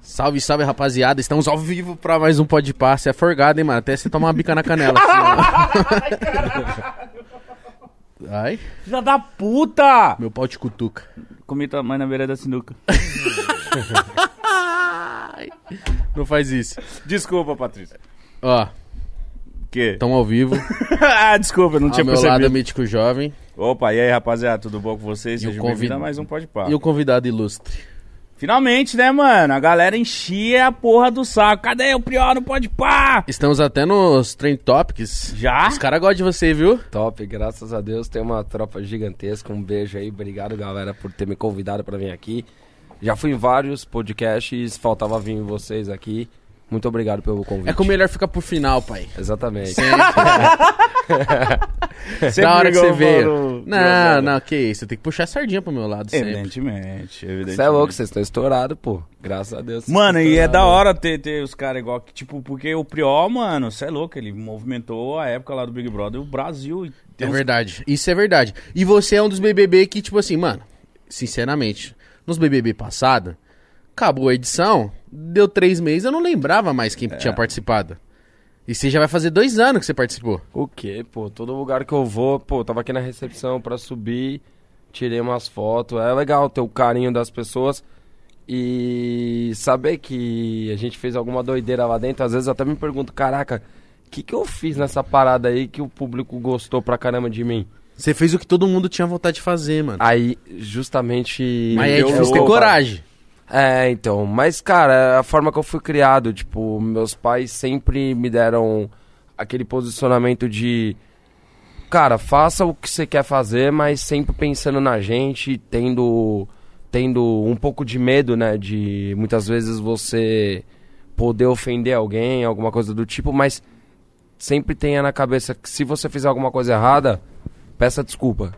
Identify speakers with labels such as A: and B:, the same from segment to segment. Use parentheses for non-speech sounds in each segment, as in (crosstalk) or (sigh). A: Salve, salve, rapaziada. Estamos ao vivo pra mais um Pode Passe. É forgado, hein, mano? Até você tomar uma bica na canela.
B: (laughs)
A: assim, ó. Ai,
B: Filha da puta!
A: meu pau te cutuca.
B: Comi tua mãe na beira da sinuca.
A: Ai, não faz isso.
B: Desculpa, Patrícia.
A: Ó,
B: Que?
A: estamos ao vivo.
B: (laughs) ah, desculpa, eu não
A: Ao
B: tinha
A: meu lado,
B: percebido.
A: Mítico Jovem.
B: Opa, e aí, rapaziada, tudo bom com vocês?
A: E o
B: Sejam
A: convid-
B: bem-vindos a mais um Pode Pá.
A: E o convidado ilustre.
B: Finalmente, né, mano? A galera enchia a porra do saco. Cadê o Prior no Pode Pá?
A: Estamos até nos Trend Topics. (laughs)
B: Já?
A: Os caras gostam de você, viu?
C: Top, graças a Deus tem uma tropa gigantesca. Um beijo aí, obrigado galera por ter me convidado pra vir aqui. Já fui em vários podcasts, faltava vir em vocês aqui. Muito obrigado pelo convite.
A: É que o melhor fica pro final, pai.
C: Exatamente.
B: Sempre
A: da hora que
B: ligou,
A: você veio.
B: mano. É, né?
A: Não, não, que isso. Você tem que puxar a sardinha pro meu lado sempre.
B: Evidentemente, evidentemente.
C: Você é louco, vocês estão estourados, pô. Graças a Deus. vocês
B: Mano,
A: tá
C: estão
B: e é da
C: estourados.
B: hora ter, ter os caras igual que, tipo, porque o Prior, mano, você é louco, ele movimentou a época lá do Big Brother e o Brasil. E
A: É
B: tem uns-
A: verdade. Isso é verdade. E você é um dos BBB que, tipo assim, mano, sinceramente, nos BBB passado, acabou a edição, deu três meses, eu não lembrava mais quem tinha participado. E você já vai fazer dois anos que você participou.
C: O quê, pô? Todo lugar que eu vou, pô, eu tava aqui na recepção pra subir, tirei umas fotos. É legal ter o carinho das pessoas e saber que a gente fez alguma doideira lá dentro. Às vezes eu até me pergunto, caraca, o que, que eu fiz nessa parada aí que o público gostou pra caramba de mim?
A: Você fez o que todo mundo tinha vontade de fazer, mano.
C: Aí, justamente.
A: Ah, Mas é
C: eu-
A: difícil ter
C: eu-
A: coragem.
C: é, então, mas cara, a forma que eu fui criado, tipo, meus pais sempre me deram aquele posicionamento de cara, faça o que você quer fazer, mas sempre pensando na gente, tendo tendo um pouco de medo, né, de muitas vezes você poder ofender alguém, alguma coisa do tipo, mas sempre tenha na cabeça que se você fizer alguma coisa errada, peça desculpa.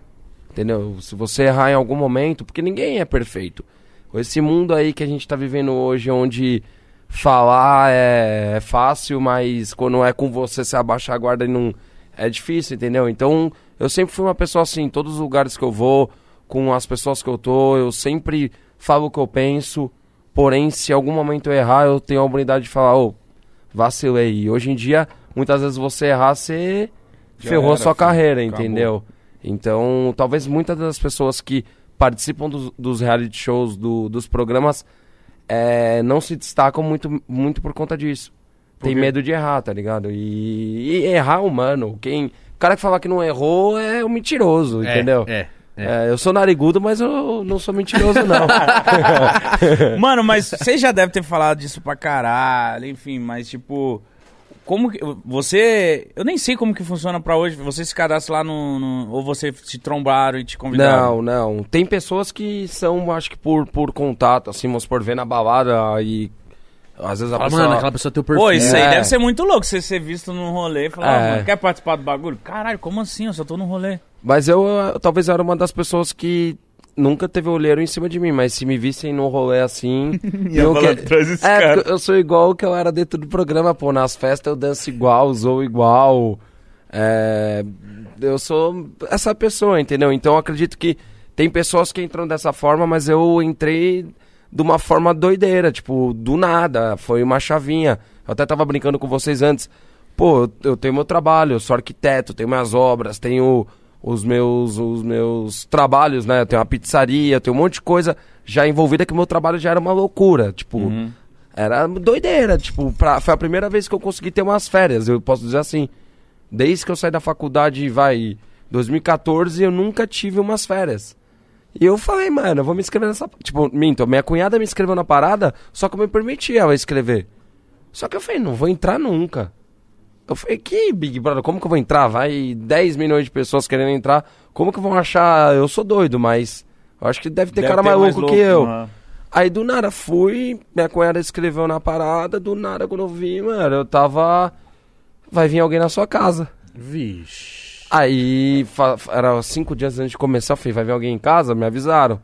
C: Entendeu? Se você errar em algum momento, porque ninguém é perfeito. Esse mundo aí que a gente tá vivendo hoje, onde falar é, é fácil, mas quando é com você, você abaixar a guarda e não. É difícil, entendeu? Então, eu sempre fui uma pessoa assim, em todos os lugares que eu vou, com as pessoas que eu tô, eu sempre falo o que eu penso, porém, se em algum momento eu errar, eu tenho a oportunidade de falar, ô, vacilei. E hoje em dia, muitas vezes você errar, você
B: Já
C: ferrou
B: era,
C: a
B: filho.
C: sua carreira,
B: Acabou.
C: entendeu? Então, talvez muitas das pessoas que participam dos, dos reality shows, do- dos programas, é, não se destacam muito, muito por conta disso. Tem
B: quê?
C: medo de errar, tá ligado? E, e errar é humano. Quem, o cara que falar que não errou é um mentiroso,
A: É,
C: entendeu?
A: É.
C: É, eu sou narigudo, mas eu não sou mentiroso,
B: (laughs)
C: não. (laughs)
B: Mano, mas você já deve ter falado disso pra caralho, enfim, mas tipo. Como que. Você. Eu nem sei como que funciona pra hoje. Você se cadastra lá no. no- ou você se trombaram e te convidaram.
C: Não, não. Tem pessoas que são, acho que por, por contato, assim, vamos por ver na balada e. Às vezes a
A: Fala,
C: pessoa.
A: mano, aquela pessoa tem o perfil.
B: Pô, isso aí
C: É.
B: deve ser muito louco você ser visto num rolê e falar,
C: É.
B: "Ah, mano, quer participar do bagulho? Caralho, como assim? Eu só tô num rolê.
C: Mas eu, eh, talvez eu era uma das pessoas que nunca teve olheiro em cima de mim, mas se me vissem num rolê assim.
B: (laughs) Ia
C: eu
B: falar atrás desse
C: é,
B: cara.
C: porque eu sou igual o que eu era dentro do programa, pô. Nas festas eu danço igual, zoo igual. É, eu sou essa pessoa, entendeu? Então eu acredito que tem pessoas que entram dessa forma, mas eu entrei de uma forma doideira, tipo, do nada. Foi uma chavinha. Eu até tava brincando com vocês antes. Pô, eu, eu tenho meu trabalho, eu sou arquiteto, tenho minhas obras, tenho os meus, os meus trabalhos, né? Eu tenho uma pizzaria, eu tenho um monte de coisa já envolvida que o meu trabalho já era uma loucura. Tipo, era doideira. Tipo, pra- foi a primeira vez que eu consegui ter umas férias, eu posso dizer assim. Desde que eu saí da faculdade, vai, 2014, eu nunca tive umas férias. E eu falei, mano, eu vou me inscrever nessa. Tipo, minto, minha cunhada me inscreveu na parada, só que eu me permitia ela escrever. Só que eu falei, não vou entrar nunca. Eu falei, que Big Brother, como que eu vou entrar? Vai 10 milhões de pessoas querendo entrar, como que vão achar? Eu sou doido, mas eu acho que deve ter
B: Deve
C: cara
B: ter
C: mais
B: mais
C: louco, que eu.
B: louco, né?
C: Aí do nada fui, minha cunhada escreveu na parada, do nada quando eu vi, mano, eu tava. Vai vir alguém na sua casa.
A: Vixe.
C: Aí fa- fa- era cinco dias antes de começar, eu falei, vai vir alguém em casa? Me avisaram.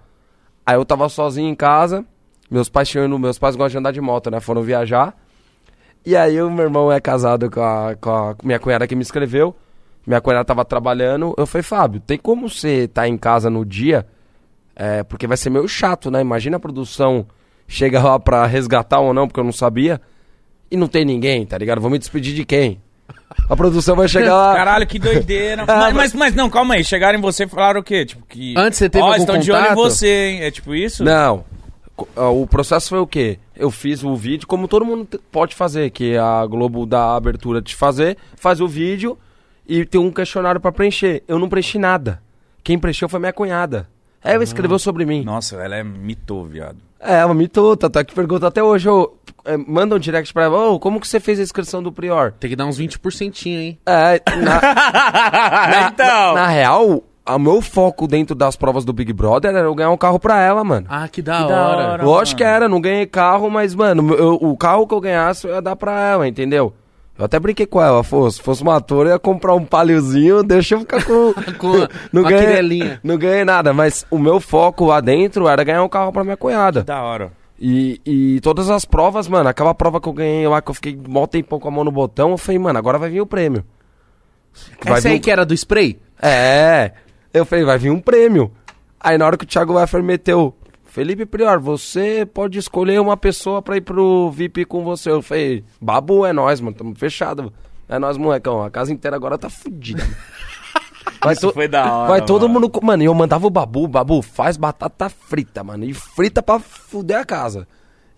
C: Aí eu tava sozinho em casa, meus pais tinham ido- meus pais gostam de andar de moto, né? Foram viajar. E aí o meu irmão é casado com a, com a minha cunhada que me escreveu. Minha cunhada tava trabalhando. Eu falei, Fábio, tem como você tá em casa no dia? É, porque vai ser meio chato, né? Imagina a produção chega lá pra resgatar ou não, porque eu não sabia. E não tem ninguém, tá ligado? Vou me despedir de quem? A produção vai
B: (laughs)
C: chegar lá.
B: Caralho, que
C: (laughs)
B: doideira. mas, mas, mas não, calma aí. Chegaram em você e falaram o quê? Tipo, que.
A: Antes você teve
B: Ó,
A: algum
B: estão de olho em
A: contato?
B: você, hein? É tipo isso?
C: Não. Co- ah, O processo foi o quê? Eu fiz o vídeo como todo mundo te- pode fazer, que a Globo dá a abertura de fazer, faz o vídeo e tem um questionário pra preencher. Eu não preenchi nada. Quem preencheu foi minha cunhada. Ela escreveu sobre mim.
B: Nossa, ela é mitou, viado.
C: É, uma mituta, tá que pergunta até hoje. Eu, é, manda um direct pra ela, ô, como que você fez a inscrição do Prior?
A: Tem que dar uns 20%, hein?
C: É, na,
B: então.
C: na real, o meu foco dentro das provas do Big Brother era eu ganhar um carro pra ela, mano.
A: Ah, que da,
B: Que da
A: hora.
B: hora.
C: Lógico
B: mano.
C: que era, não ganhei carro, mas, mano, eu- o carro que eu ganhasse eu ia dar pra ela, entendeu? Eu até brinquei com ela, falou, se fosse uma ator, eu ia comprar um paliozinho, deixa eu
A: (laughs)
C: ficar com.
A: Com a-
C: (laughs) não,
A: com a
C: ganhei,
A: quirelinha.
C: não ganhei nada, mas o meu foco lá dentro era ganhar um carro pra minha cunhada.
B: Da hora.
C: E, e todas as provas, mano, aquela prova que eu ganhei lá, que eu fiquei mó tempão com a mão no botão, eu falei, mano, agora vai vir o prêmio. Vai
A: Essa
C: vir
A: aí
C: um-
A: que era do spray?
C: É. Eu falei, vai vir um prêmio. Aí na hora que o Thiago Weffer meteu, Felipe Prior, você pode escolher uma pessoa pra ir pro VIP com você. Eu falei, babu, é nós, mano, tamo fechado. É nós, molecão, a casa inteira agora tá
B: (laughs)
C: fudida. Vai
B: Isso foi da hora,
C: Vai todo
B: mano.
C: mundo. co- Mano, e eu mandava o babu, babu, faz batata frita, mano. E frita pra fuder a casa.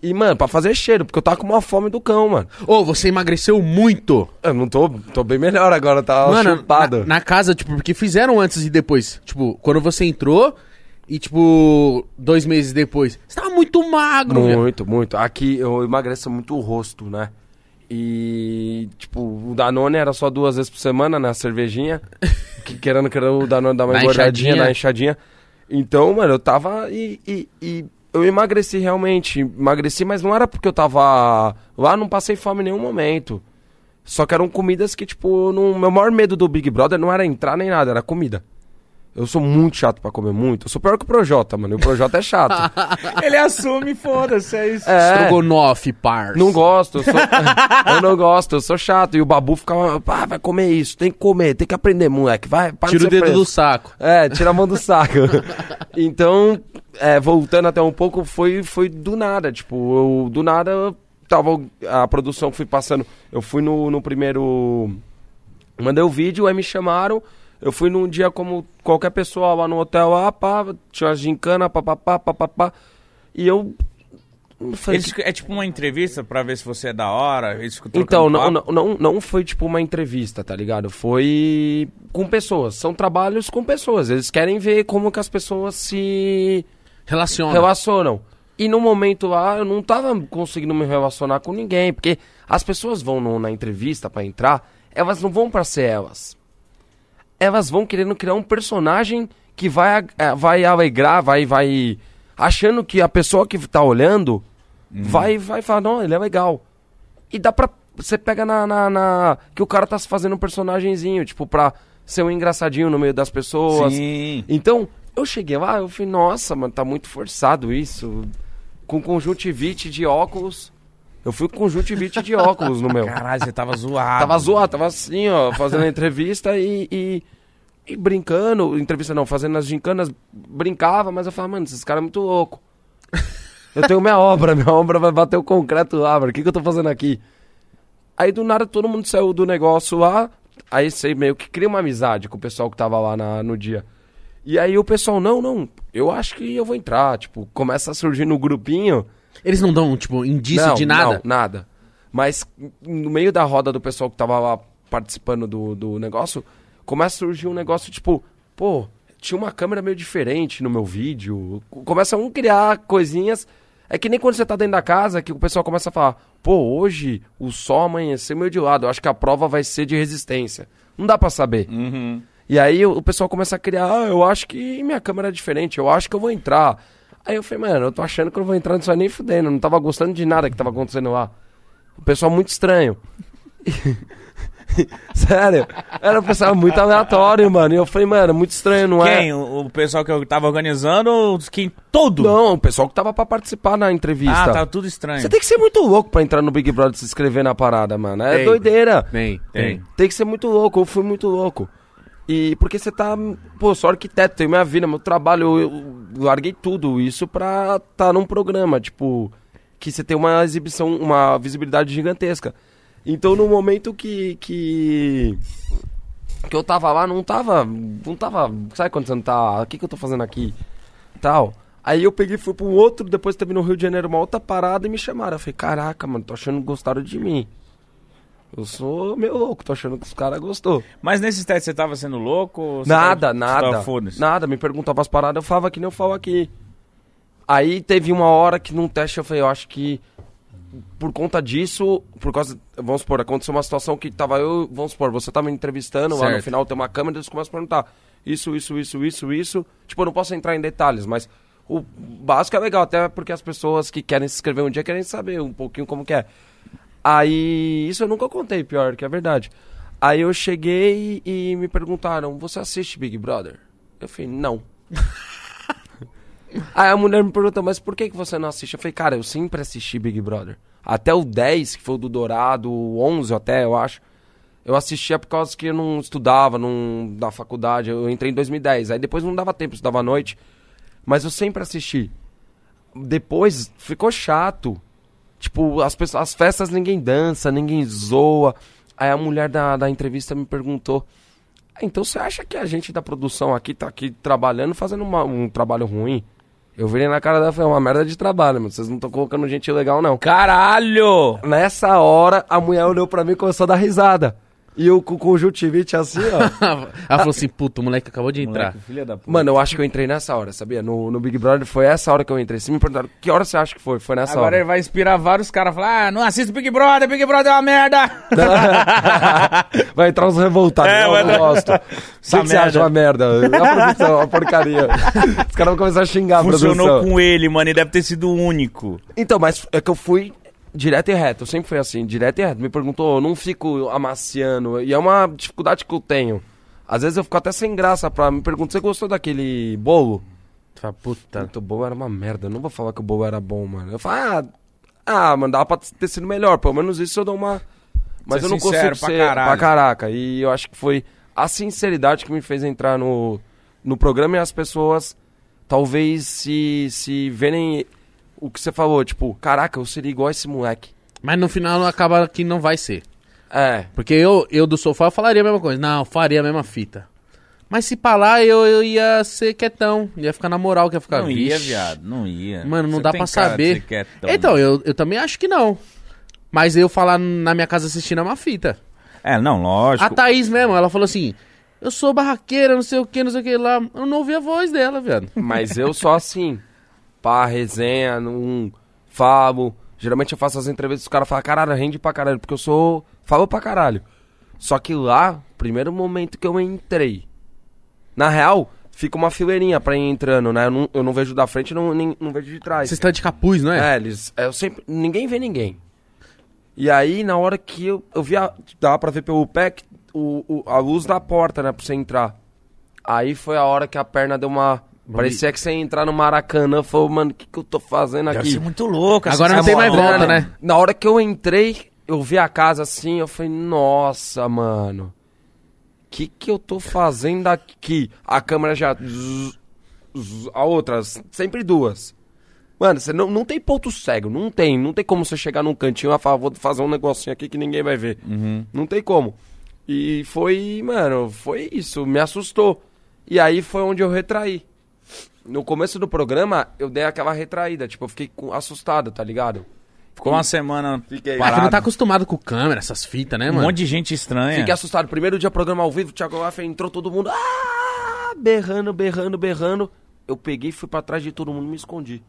C: E, mano, pra fazer cheiro, porque eu tava com uma fome do cão, mano.
A: Ô, você emagreceu muito.
C: Eu não tô. tô bem melhor agora, tá
A: Mano,
C: chupado.
A: Na, na casa, tipo, porque fizeram antes e depois. Tipo, quando você entrou e, tipo, dois meses depois. Você tava muito magro, velho.
C: Muito, muito. Aqui eu emagreço muito o rosto, né? E, tipo, o Danone era só duas vezes por semana, né? A cervejinha. que querendo, querendo o Danone dar uma
A: Na
C: engordadinha,
A: enxadinha.
C: na enxadinha. Então, mano, eu tava e, e, e eu emagreci realmente. Emagreci, mas não era porque eu tava lá, não passei fome em nenhum momento. Só que eram comidas que, tipo, eu não, meu maior medo do Big Brother não era entrar nem nada, era comida. Eu sou muito chato pra comer muito. Eu sou pior que o Projota, mano. E o Projota é chato.
B: (laughs) Ele assume, foda-se, é isso.
C: É.
A: Estrogonofe, parça.
C: Não gosto, eu, sou... (laughs) eu não gosto, eu sou chato. E o Babu ficava, pá, vai comer isso, tem que comer, tem que aprender, moleque, vai, para
A: Tira o
C: de ser
A: dedo
C: preso."
A: do saco.
C: É, tira a mão do saco. (laughs) então, é, voltando até um pouco, foi, foi do nada, tipo, eu, do nada, eu tava, a produção fui passando, eu fui no, no primeiro, mandei o vídeo, aí me chamaram, eu fui num dia como qualquer pessoa lá no hotel, ah, pá, tinha uma gincana, papapá, papapá, e eu... falei,
B: Eles- é tipo uma entrevista pra ver se você é da hora. Eles ficam trocando
C: Então, não,
B: papo.
C: não, não, não foi tipo uma entrevista, tá ligado? Foi com pessoas. São trabalhos com pessoas. Eles querem ver como que as pessoas se
A: Relaciona.
C: relacionam. E no momento lá, eu não tava conseguindo me relacionar com ninguém. Porque as pessoas vão no- na entrevista pra entrar, elas não vão pra ser elas. Elas vão querendo criar um personagem que vai, ag- eh, vai alegrar, vai, vai. Achando que a pessoa que tá olhando vai, vai falar, não, ele é legal. E dá pra. Você pega na, na- na- Que o cara tá se fazendo um personagemzinho, tipo, pra ser um engraçadinho no meio das pessoas.
B: Sim.
C: Então, eu cheguei lá, eu falei, nossa, mano, tá muito forçado isso. Com conjuntivite de óculos. Eu fui com conjuntivite de óculos no meu.
B: Caralho, você tava zoado.
C: Tava zoado, tava assim, ó, fazendo a entrevista e, e, e brincando. Entrevista não, fazendo as gincanas, brincava, mas eu falava, mano, esses caras é muito louco. Eu tenho minha obra, minha obra vai bater o concreto lá, mano. O que, que eu tô fazendo aqui? Aí do nada todo mundo saiu do negócio lá. Aí você meio que cria uma amizade com o pessoal que tava lá na- no dia. E aí o pessoal, não, não, eu acho que eu vou entrar. Tipo, começa a surgir no grupinho.
A: Eles não dão, tipo, indício
C: Não,
A: de nada.
C: Não, nada. Mas no meio da roda do pessoal que tava lá participando do, do negócio, começa a surgir um negócio tipo, pô, tinha uma câmera meio diferente no meu vídeo. Começa um criar coisinhas. É que nem quando você tá dentro da casa que o pessoal começa a falar, pô, hoje o sol amanheceu meio de lado, eu acho que a prova vai ser de resistência. Não dá pra saber.
B: Uhum.
C: E aí o o pessoal começa a criar, ah, eu acho que minha câmera é diferente, eu acho que eu vou entrar. Aí eu falei, mano, eu tô achando que eu não vou entrar nisso aí nem fudendo, eu não tava gostando de nada que tava acontecendo lá. O pessoal muito estranho. (laughs) Sério, era um pessoal muito aleatório, mano. E eu falei, mano, muito estranho, não é?
B: Quem? O, o pessoal que eu tava organizando ou os quem? Todo?
C: Não, o pessoal que tava pra participar na entrevista.
B: ah, tá tudo estranho.
C: Você tem que ser muito louco pra entrar no Big Brother e se inscrever na parada, mano. É
A: Tem.
C: doideira.
A: Tem, tem.
C: Tem que ser muito louco, eu fui muito louco. E porque você tá. Pô, sou arquiteto, tenho minha vida, meu trabalho, eu, eu larguei tudo isso pra tá num programa. Tipo, que você tem uma exibição, uma visibilidade gigantesca. Então no momento que. que que eu tava lá, não tava. Não tava. Sabe quando você não tá. O que, que eu tô fazendo aqui? Tal. Aí eu peguei, fui pra um outro, depois teve no Rio de Janeiro uma outra parada e me chamaram. Eu falei, caraca, mano, tô achando que gostaram de mim. Eu sou meio louco, tô achando que os caras gostou.
B: Mas nesses testes você tava sendo louco? ou você
C: Nada,
B: tava- você
C: nada.
B: tava foda-se?
C: nada, me perguntava as paradas, eu falava que nem eu falo aqui. Aí teve uma hora que num teste eu falei, eu acho que por conta disso, por causa, vamos supor, aconteceu uma situação que tava eu, vamos supor, você tava me entrevistando, lá no
A: Certo.
C: final tem uma câmera, eles começam a perguntar isso, isso, isso, isso, isso. Tipo, eu não posso entrar em detalhes, mas o básico é legal, até porque as pessoas que querem se inscrever um dia querem saber um pouquinho como que é. Aí, isso eu nunca contei, pior que é verdade. Aí eu cheguei e me perguntaram: Você assiste Big Brother? Eu falei: Não. Aí a mulher me perguntou: Mas por que, que você não assiste? Eu falei: Cara, eu sempre assisti Big Brother. Até o 10, que foi o do Dourado, o 11 até, eu acho. Eu assistia por causa que eu não estudava, não da faculdade. Eu entrei em 2010. Aí depois não dava tempo, eu estudava à noite. Mas eu sempre assisti. Depois ficou chato. Tipo, as, pessoas, as festas ninguém dança, ninguém zoa. Aí a mulher da, da entrevista me perguntou: "Ah, Então você acha que a gente da produção aqui tá aqui trabalhando, fazendo uma- um trabalho ruim? Eu virei na cara dela e falei: "É Uma merda de trabalho, mano. Vocês não estão colocando gente legal, não.
B: Caralho!
C: Nessa hora, a mulher olhou pra mim e começou a dar risada. E eu com o conjuntivite assim, ó.
A: (laughs) Ela falou assim, puto, o moleque acabou de entrar.
B: Moleque, filha da puta.
C: (laughs) Mano, eu acho que eu entrei nessa hora, sabia? No, no Big Brother foi essa hora que eu entrei. Se me perguntaram que hora você acha que foi, foi nessa
B: Agora ele
C: hora.
B: vai inspirar vários caras a falar: ah, não assisto Big Brother, Big Brother é uma merda!
C: (laughs) vai entrar uns revoltados.
B: É,
C: não,
B: vai-
C: eu não gosto. O que
B: Essa
C: que você acha?
B: merda.
C: Uma merda. A produção, uma
B: (laughs)
C: porcaria. Os caras vão começar a xingar a
B: Funcionou
C: Tá, produção.
B: com ele, mano, e deve ter sido o único.
C: Então, mas é que eu fui direto e reto. Eu sempre fui assim, direto e reto. Me perguntou, eu não fico amaciando. E é uma dificuldade que eu tenho. Às vezes eu fico até sem graça pra... Me perguntar, você gostou daquele bolo?
A: Tu fala, puta.
C: Puta, o bolo era uma merda. Eu não vou falar que o bolo era bom, mano. Eu falo, ah, ah mano, dava pra ter sido melhor. Pelo menos isso eu dou uma. Mas
B: Ser
C: eu não
B: sincero
C: consigo
B: pra
C: ser
B: caralho.
C: pra caraca. E eu acho que foi a sinceridade que me fez entrar no, no programa e as pessoas talvez se, se verem o que você falou, tipo, caraca, eu seria igual esse moleque.
A: Mas no final acaba que não vai ser.
C: É.
A: Porque eu, eu do sofá eu falaria a mesma coisa. Não, eu faria a mesma fita. Mas se pra lá eu, eu ia ser quietão. Ia ficar na moral, que ia ficar.
B: Não ia,
A: "Vixe,
B: viado, não ia.
A: Mano, não
B: Você
A: dá
B: tem
A: pra
B: cara de
A: saber.
B: ser quietão. né?
A: Então, eu, eu também acho que não. Mas eu falar na minha casa assistindo é uma fita.
B: É, não,
A: A
B: lógico.
A: Thaís mesmo, ela falou assim: Eu sou barraqueira, não sei o que, não sei o que lá. Eu não ouvi a voz dela, viado.
C: Mas eu sou assim. Pá, resenha, não um, falo. Geralmente eu faço as entrevistas, os caras falam, caralho, rende pra caralho, porque eu sou. Falo pra caralho. Só que lá, primeiro momento que eu entrei. Na real, fica uma fileirinha pra ir entrando, né? Eu não, eu não vejo da frente não, nem, não vejo de trás.
A: Vocês estão de capuz, não é?
C: É, eles. Eu sempre. Ninguém vê ninguém. E aí, na hora que eu, eu vi. A, dava pra ver pelo pé que o, o- a luz da porta, né? Pra você entrar. Aí foi a hora que a perna deu uma. Parecia que você ia entrar no Maracanã. Eu Falei, mano, o que, que eu tô fazendo
B: Deve ser
C: aqui?
B: muito louco. essa
A: Agora não tem mais
B: sensação,
A: volta, né?
C: Na hora que eu entrei, eu vi a casa assim. Eu falei, nossa, mano. Que que eu tô fazendo aqui? A câmera já. zzz, zzz, A outra, s- sempre duas. Mano, você não, não tem ponto cego, não tem. Não tem como você chegar num cantinho e falar, vou fazer um negocinho aqui que ninguém vai ver. Não tem como. E foi, mano, foi isso, me assustou. E aí foi onde eu retraí. No começo do programa, eu dei aquela retraída, tipo, eu fiquei com- assustado, tá ligado?
B: Ficou uma semana
C: Fiquei.
A: Ah,
B: É, parado.
A: que não tá acostumado com câmera, essas fitas, né,
B: Um
A: mano?
B: monte de gente estranha.
C: Fiquei assustado. Primeiro dia programa ao vivo, o Thiago Laffey entrou todo mundo. Ah, berrando, berrando, berrando. Eu peguei e fui pra trás de todo mundo e me escondi.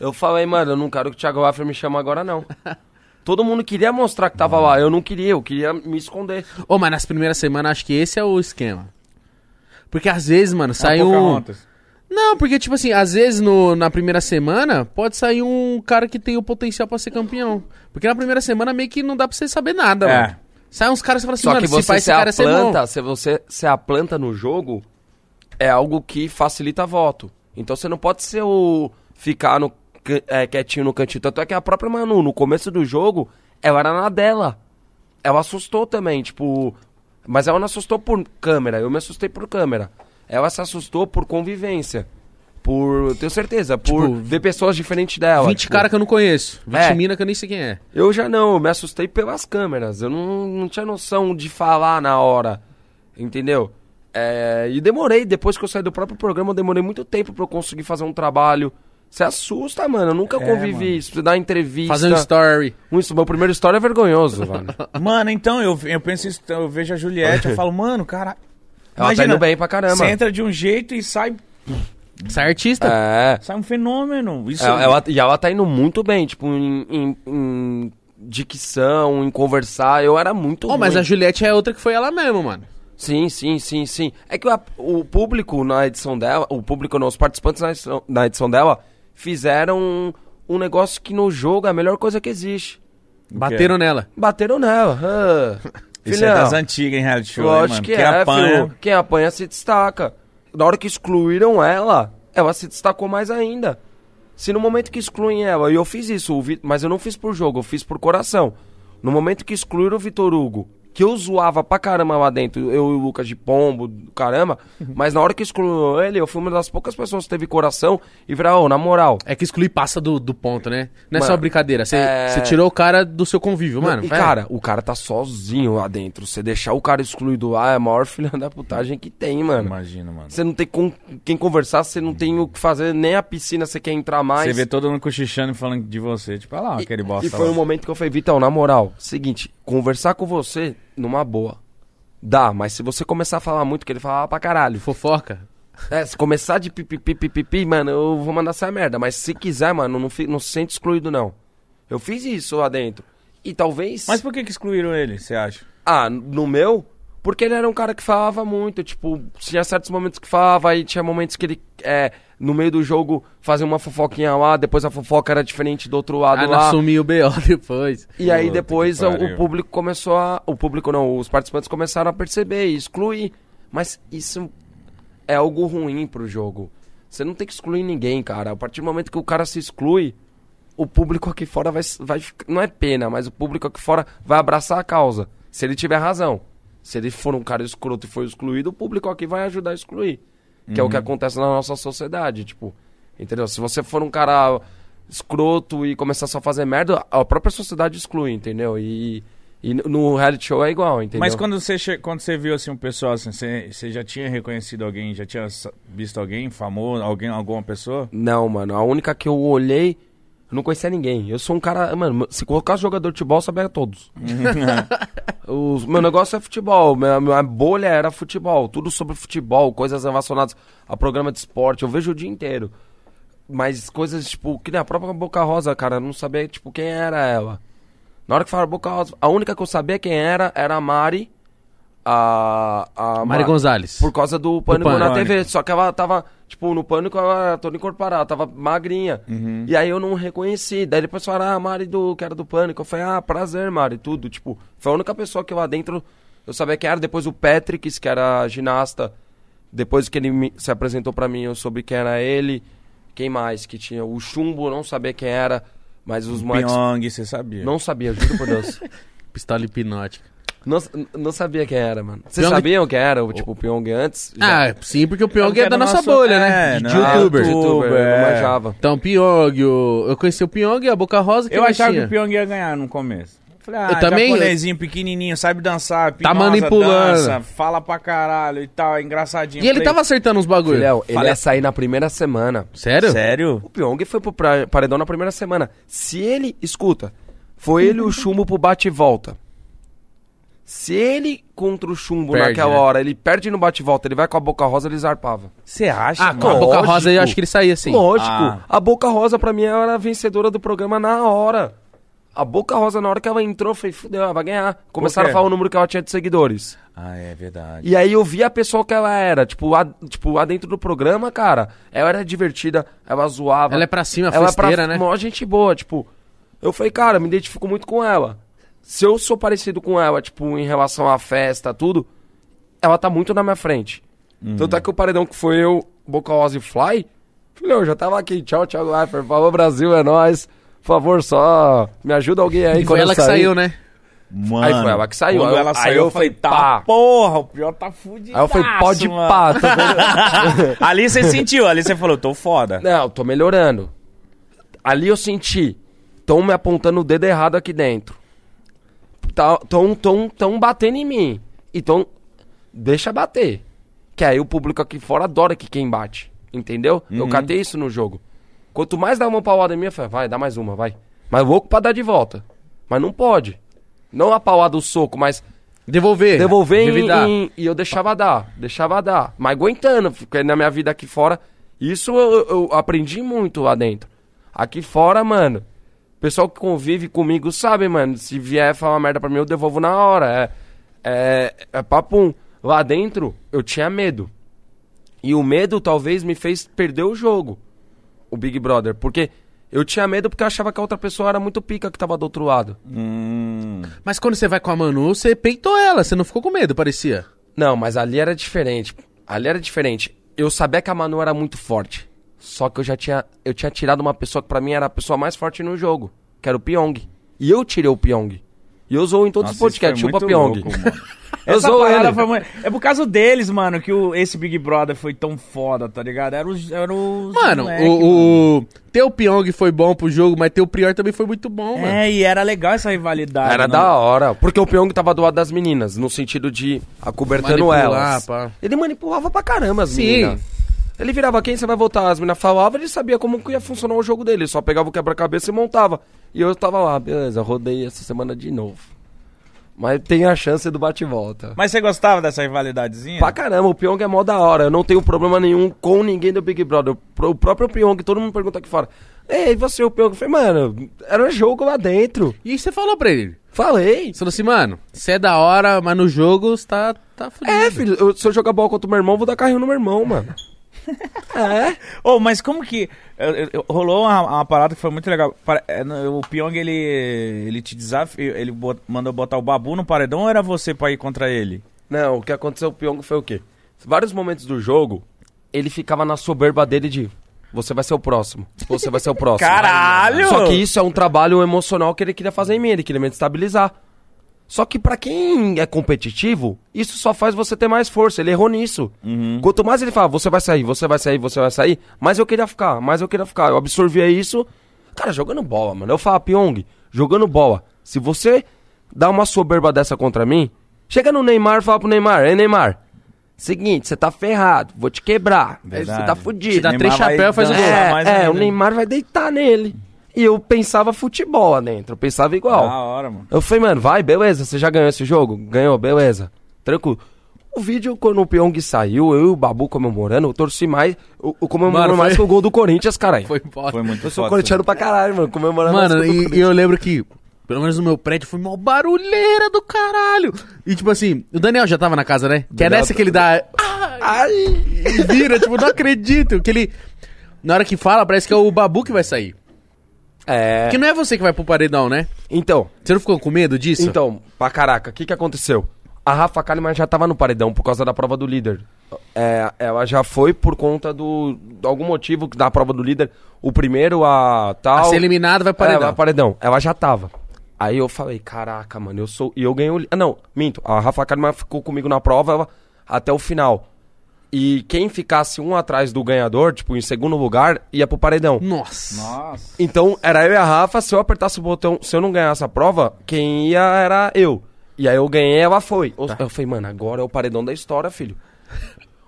C: Eu falei, mano, eu não quero que o Thiago Laffey me chame agora, não. Todo mundo queria mostrar que tava lá. Eu não queria, eu queria me esconder.
A: Ô, mas nas primeiras semanas acho que esse é o esquema. Porque às vezes, mano,
C: Tá
B: Ah,
A: sai um.
B: Pocahontas.
A: Não, porque, tipo assim, às vezes no- na primeira semana pode sair um cara que tem o potencial pra ser campeão. Porque na primeira semana meio que não dá pra você saber nada,
B: É.
A: mano. Sai uns caras e fala assim,
C: Só
A: mano,
C: que
A: se
C: você
A: faz
C: se
A: esse cara ser bom.
C: aplanta, se você se aplanta no jogo, é algo que facilita voto. Então você não pode ser o ficar no can- é, quietinho no cantinho. Tanto é que a própria Manu, no começo do jogo, ela era na dela. Ela assustou também, tipo. Mas ela não assustou por câmera, eu me assustei por câmera. Ela se assustou por convivência. por. Eu tenho certeza, por
A: Tipo,
C: ver pessoas diferentes dela.
A: 20
C: tipo,
A: caras que eu não conheço. 20
C: É.
A: mina que eu nem sei quem é.
C: Eu já não, eu me assustei pelas câmeras. Eu não, não tinha noção de falar na hora. Entendeu? É, e demorei, depois que eu saí do próprio programa, eu demorei muito tempo pra eu conseguir fazer um trabalho. Você assusta, mano. Eu nunca
B: É,
C: convivi
B: mano.
C: isso. Você dá uma entrevista.
A: Fazer um story.
C: Um his- meu primeiro história é vergonhoso, velho.
B: Mano, então, eu, eu penso isso, eu vejo a
C: (laughs)
B: Juliette, eu falo, mano, cara.
C: Ela tá indo bem pra caramba.
B: Você entra de um jeito e sai,
A: Você é artista?
C: É.
B: sai um fenômeno. Isso
C: Ela- ela- e ela tá indo muito bem, tipo, em, em- em dicção, em conversar. Eu era muito
A: Oh, mas
C: ruim.
A: a Juliette é outra que foi ela mesmo, mano.
C: Sim, sim, sim, sim. É que o, o público na edição dela, o público não, os participantes na edição, na edição dela fizeram um, um negócio que no jogo é a melhor coisa que existe.
A: Bateram nela.
C: Bateram nela. ah.
B: (laughs) Isso
C: Filhão,
B: é das antigas, hein, reality show, hein,
C: Lógico
B: mano?
C: que
B: Quem
C: é,
B: apanha.
C: filho. Quem apanha se destaca. Na hora que excluíram ela, ela se destacou mais ainda. Se no momento que excluem ela, e eu fiz isso, o Vi- mas eu não fiz por jogo, eu fiz por coração. No momento que excluíram o Vitor Hugo, que eu zoava pra caramba lá dentro, eu e o Lucas de Pombo, do caramba, mas na hora que excluíram ele, eu fui uma das poucas pessoas que teve coração e virar, ô, na moral.
A: É que excluir passa do, do ponto, né? Não é só
C: Mano,
A: brincadeira. Você
C: é-
A: você tirou o cara do seu convívio, mano.
C: e
A: vai.
C: cara, o cara tá sozinho lá dentro. Você deixar o cara excluído lá é a maior filha da putagem que tem, mano.
B: Imagina, mano.
C: Você não tem com quem conversar, você não tem o que fazer, nem a piscina você quer entrar mais.
B: Uhum. Você vê todo mundo cochichando e falando de você. Tipo, olha lá, aquele bosta
C: e foi
B: lá.
C: um momento que eu falei, Vitão, na moral, seguinte, conversar com você numa boa. Dá, mas se você começar a falar muito, que ele fala "Ah, pra caralho.
A: Fofoca.
C: É, se começar de pipipi, pipipi, mano, eu vou mandar essa merda. Mas se quiser, mano, não, fi- não se sente excluído, não. Eu fiz isso lá dentro. E talvez.
B: Mas por que, que excluíram ele, você acha?
C: Ah, no meu? Porque ele era um cara que falava muito, tipo, tinha certos momentos que falava e tinha momentos que ele, é, no meio do jogo, fazia uma fofoquinha lá, depois a fofoca era diferente do outro lado
A: Ah, não
C: lá.
A: assumiu o (laughs) B.O. depois.
C: E aí
B: Puta que
C: depois o,
B: pariu.
C: o público começou a. O público não, os participantes começaram a perceber e excluir. Mas isso é algo ruim pro jogo. Você não tem que excluir ninguém, cara. A partir do momento que o cara se exclui, o público aqui fora vai. s- vai fic- não é pena, mas o público aqui fora vai abraçar a causa. Se ele tiver razão. Se ele for um cara escroto e foi excluído, o público aqui vai ajudar a excluir. Que é o que acontece na nossa sociedade, tipo. Entendeu? Se você for um cara escroto e começar só a fazer merda, a própria sociedade exclui, entendeu? E, e no reality show é igual, entendeu?
B: Mas quando você, che- quando você viu assim um pessoal assim, você, você já tinha reconhecido alguém, já tinha sa- visto alguém famoso, alguém, alguma pessoa?
C: Não, mano. A única que eu olhei, eu não conhecia ninguém. Eu sou um cara. Mano, se colocar jogador de futebol, eu sabia todos. Os- meu negócio é futebol. Minha, minha bolha era futebol. Tudo sobre futebol, coisas relacionadas a programa de esporte. Eu vejo o dia inteiro. Mas coisas, tipo, que nem a própria Boca Rosa, cara. Eu não sabia, tipo, quem era ela. Na hora que falaram Boca Rosa, a única que eu sabia quem era era a Mari. A. a
A: Mari
C: Ma-
A: Gonzalez.
C: por causa do pânico,
A: pânico.
C: na TV. Só que ela tava, tipo, no pânico ela era toda incorporada, ela tava magrinha. E aí eu não reconheci. Daí depois falaram, ah, Mari do, que era do pânico. Eu falei, ah, prazer, Mari, tudo. Tipo, foi a única pessoa que lá dentro eu sabia quem era. Depois o Patrick, que era ginasta. Depois que ele me- se apresentou pra mim, eu soube quem era ele. Quem mais que tinha? O Chumbo, eu não sabia quem era. Mas os moleques...
B: Pyong, você sabia.
C: Não sabia, juro por Deus.
A: Pistola hipnótica.
C: não, não sabia quem era, mano. Vocês
A: Pyong-
C: sabiam quem era? o Tipo, o Pyong antes? Já- Então
A: Ah, sim, porque o Pyong
B: Porque
A: é da
B: era
A: nossa
B: nosso-
A: bolha,
B: é,
A: né? De, de
B: não,
C: Ah,
A: youtuber.
B: tu-
C: youtuber,
B: é.
C: eu não manjava.
A: Então, Pyong, o- eu conheci o Pyong e a Boca Rosa que
B: Eu
A: ele
B: achava que
A: tinha.
B: o Pyong ia ganhar no começo. Falei, ah,
A: Eu também-
B: japonesinho, pequenininho, sabe dançar,
C: Tá
B: pinosa,
A: manipulando.
B: dança, fala pra caralho e tal, é engraçadinho.
A: E ele
B: Falei,
A: tava acertando uns bagulho.
C: Filhão, ele é
B: Falei-
C: ia sair na primeira semana.
A: Sério?
B: Sério?
C: O Pyong foi pro pra- paredão na primeira semana. Se ele. Escuta, foi ele o chumbo pro bate e volta. Se ele contra o chumbo
A: Perde,
C: naquela
A: né?
C: hora, ele perde no bate e volta, ele vai com a boca rosa, ele zarpava.
B: Você acha,
A: Ah, com a
B: mano?
A: Boca
C: Lógico.
A: Rosa eu acho que ele saía assim.
C: Lógico.
B: Ah.
C: A Boca Rosa, pra mim, ela era a vencedora do programa na hora. A Boca Rosa, na hora que ela entrou, eu falei, fudeu, ela vai ganhar. Começaram
B: quê?
C: a falar o número que ela tinha de seguidores.
B: Ah, é verdade.
C: E aí eu vi a pessoa que ela era, tipo, lá, tipo, lá dentro do programa, cara, ela era divertida, ela zoava.
A: Ela é pra cima,
C: ela
A: festeira,
C: é pra
A: né?
C: maior gente boa, tipo. Eu falei, cara, me identifico muito com ela. Se eu sou parecido com ela, tipo, em relação à festa, tudo, ela tá muito na minha frente. Tanto é que o paredão que foi eu, Boca Rosa e Fly, filho, eu já tava aqui, tchau, Thiago Leifert, falou Brasil, é nóis. Por favor, só me ajuda alguém aí.
A: E
C: quando
A: foi
C: eu
A: ela que
C: sair.
A: saiu, né?
B: Mano,
C: Aí foi ela que saiu.
B: Quando
C: Aí eu-
B: ela
C: aí
B: saiu,
C: eu
B: eu falei,
C: falei,
B: tá,
C: pá.
B: porra, o pior tá fudido.
C: Aí eu falei, pode pá. tô melhor-
B: (laughs) ali você sentiu, ali você falou, tô foda.
C: Não, tô melhorando. Ali eu senti. Tão me apontando o dedo errado aqui dentro. Tá- Tão, tão, tão batendo em mim. Então, deixa bater. Que aí o público aqui fora adora que quem bate. Entendeu? Eu catei isso no jogo. Quanto mais dá uma pauada em mim, eu falei, vai, dá mais uma, vai. Mas louco pra dar de volta. Mas não pode. Não a pauada, o soco, mas
A: Devolver.
C: Devolver em,
A: Revidar.
C: em- E eu deixava dar, deixava dar. Mas aguentando, porque na minha vida aqui fora. Isso eu, eu aprendi muito lá dentro. Aqui fora, mano. O pessoal que convive comigo sabe, mano. Se vier falar merda pra mim, eu devolvo na hora. É, é, é papum. Lá dentro, eu tinha medo. E o medo talvez me fez perder o jogo. O Big Brother. Porque eu tinha medo porque eu achava que a outra pessoa era muito pica que tava do outro lado.
B: Hum,
A: Mas quando você vai com a Manu, você peitou ela, você não ficou com medo, parecia.
C: Não, mas ali era diferente. Ali era diferente. Eu sabia que a Manu era muito forte. Só que eu já tinha. Eu tinha tirado uma pessoa que pra mim era a pessoa mais forte no jogo. Que era o Pyong. E eu tirei o Pyong. E eu usou em todos os
B: nossa, isso foi
C: podcasts. Chupa
B: muito
C: Pyong.
B: louco, mano.
C: (laughs) Eu
B: Essa
C: sou
B: parada
C: ele.
B: foi muito... É por causa deles, mano, que o, esse Big Brother foi tão foda, tá ligado? Era os. Era os
A: Mano,
B: moleque,
C: é
A: o, o... teu Pyong foi bom pro jogo, mas teu Prior também foi muito bom, mano.
B: É, e era legal essa rivalidade.
C: Era
B: né?
C: da hora. Porque o Pyong tava do lado das meninas, no sentido de acobertando
A: Manipular,
C: elas.
A: pá.
C: Ele manipulava pra caramba as
A: Sim.
C: meninas. Ele virava quem você vai votar, as meninas falavam, ele sabia como que ia funcionar o jogo dele. Só pegava o quebra-cabeça e montava. E eu tava lá, beleza, rodei essa semana de novo. Mas tem a chance do bate-volta.
B: Mas você gostava dessa rivalidadezinha?
C: Pra caramba, o Pyong é mó da hora. Eu não tenho problema nenhum com ninguém do Big Brother. O pro- O próprio Pyong, todo mundo pergunta aqui fora. Ei, e você, o Pyong? Eu falei, mano, era um jogo lá dentro.
A: E aí você falou pra ele.
C: Falei.
A: Você falou assim, mano, você é da hora, mas no jogo você tá, tá fudido.
C: É, filho, eu- se eu jogar bola contra o meu irmão, vou dar carrinho no meu irmão, mano. é?
B: Ô, mas como que. eu- eu- eu- rolou uma, uma parada que foi muito legal. Para- é, no- O Pyong, ele, ele te desafiou. Ele bot- mandou botar o babu no paredão ou era você pra ir contra ele?
C: Não, o que aconteceu com o Pyong foi o quê? Vários momentos do jogo, ele ficava na soberba dele de você vai ser o próximo, você vai ser o próximo.
B: Caralho!
C: Só que isso é um trabalho emocional que ele queria fazer em mim, ele queria me destabilizar. Só que pra quem é competitivo, isso só faz você ter mais força. Ele errou nisso. Quanto mais ele fala, você vai sair, você vai sair, você vai sair, mas eu queria ficar, mas eu queria ficar. Eu absorvia isso. Cara, jogando bola, mano. Eu falo, Pyong, jogando bola. Se você dá uma soberba dessa contra mim, chega no Neymar e fala pro Neymar, ei Neymar, seguinte, você tá ferrado, vou te quebrar. Você tá
B: Verdade.
A: Te
C: fudido.
A: dá
B: Neymar
A: três
B: vai
A: chapéus e faz o gol.
B: dançar
C: É,
B: mais
C: é,
B: ainda.
C: o Neymar vai deitar nele. E eu pensava futebol lá dentro, eu pensava igual.
A: Ah.
B: Da hora, mano.
C: Eu falei, mano, vai, beleza, você já ganhou esse jogo? Ganhou, beleza. Tranquilo. O vídeo, quando o Pyong saiu, eu e o Babu comemorando, eu torci mais, eu, eu comemoro
A: Mano, foi-
C: mais que o gol do Corinthians, caralho.
A: Foi embora.
B: Foi muito
C: Eu sou
B: foda.
C: corintiano pra caralho, mano, comemorando
A: Mano,
C: mais que o gol do
A: e, e eu lembro que, pelo menos no meu prédio, foi uma barulheira do caralho. E tipo assim, o Daniel já tava na casa, né? Que é
C: Daniel
A: nessa
C: tá-
A: que ele dá.
C: Corinthians. Ai!
A: E vira, tipo, não acredito. Que ele. Na hora que fala, parece que é o Babu que vai sair.
C: É,
A: Que não é você que vai pro paredão, né?
C: então,
A: Você não ficou com medo disso?
C: Então, pra caraca, o que que aconteceu? A Rafa Kalimann já tava no paredão por causa da prova do líder. É, ela já foi por conta do... De algum motivo da prova do líder. O primeiro a tal...
A: a ser eliminado vai pro paredão.
C: É, vai paredão. Ela já tava. Aí eu falei, caraca, mano, eu sou... E eu ganhei o... li- Ah, não, minto. A Rafa Kalimann ficou comigo na prova ela- até o final. E quem ficasse um atrás do ganhador, tipo, em segundo lugar, ia pro paredão.
A: Nossa.
B: Nossa.
C: Então, era eu e a Rafa, se eu apertasse o botão, se eu não ganhasse a prova, quem ia era eu. E aí eu ganhei, ela foi. Ou-
A: Tá.
C: Eu falei, mano, agora é o paredão da história, filho.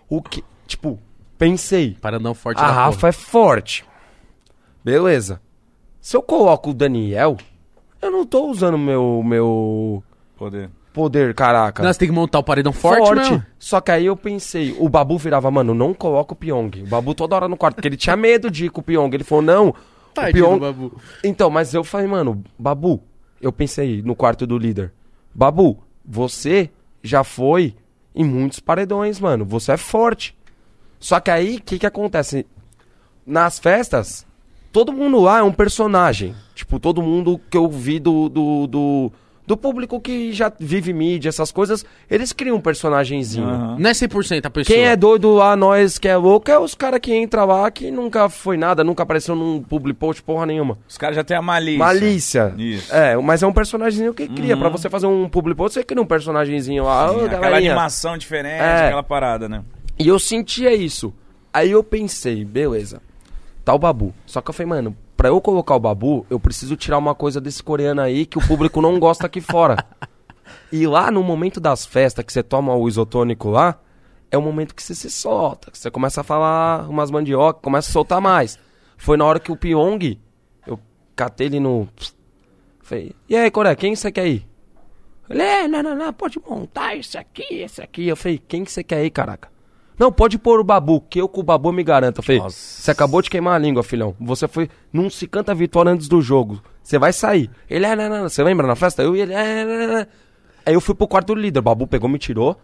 C: O que. Tipo, pensei.
A: Paredão forte
C: A
A: da
C: Rafa é forte. Beleza. Se eu coloco o Daniel, eu não tô usando meu meu
B: Poder.
C: poder, caraca.
A: porra. Não, você tem que montar o paredão forte, mesmo.
C: Só que aí eu pensei, o Babu virava, mano, não coloca o Pyong. O Babu toda hora no quarto, porque ele tinha medo de ir com o Pyong. Ele falou, não, o
A: Tadinho do
C: Pyong...
A: Babu.
C: Então, mas eu falei, mano, Babu, eu pensei no quarto do líder. Babu, você já foi em muitos paredões, mano. Você é forte. Só que aí, o que que acontece? Nas festas, todo mundo lá é um personagem. Tipo, todo mundo que eu vi do, do, do, do público que já vive mídia, essas coisas, eles criam um personagemzinho.
B: Aham.
A: Não é 100% a pessoa.
C: Quem é doido lá, nós que é louco, é os caras que entram lá que nunca foi nada, nunca apareceu num public post, porra nenhuma.
B: Os caras já têm a malícia.
C: Malícia.
B: Isso. Uhum.
C: É, mas é um personagemzinho que cria. Pra você fazer um public post, você cria um personagemzinho lá.
B: Sim,
C: Ô,
B: aquela
C: galerinha.
B: animação diferente,
C: É.
B: aquela parada, né?
C: E eu sentia isso. Aí eu pensei, beleza, tá o Babu. Só que eu falei, mano, pra eu colocar o Babu, eu preciso tirar uma coisa desse coreano aí que o público não gosta aqui fora. E lá no momento das festas que você toma o isotônico lá, é o momento que você se solta, que você começa a falar umas mandioca, começa a soltar mais. Foi na hora que o Pyong, eu catei ele no. Falei, e aí, Coreia, quem você quer ir? Ele, é, não, não, não, pode montar esse aqui, esse aqui. Eu falei, quem que você quer ir, caraca? Não, pode pôr o babu, que eu com o babu me garanto. Eu falei,
B: Nossa.
C: você acabou de queimar a língua, filhão. Você foi, não se canta a vitória antes do jogo. Você vai sair. Ele, é, não, não, não, você lembra na festa? Eu e ele, é, não, não, não. Aí eu fui pro quarto do líder, o babu pegou, me tirou.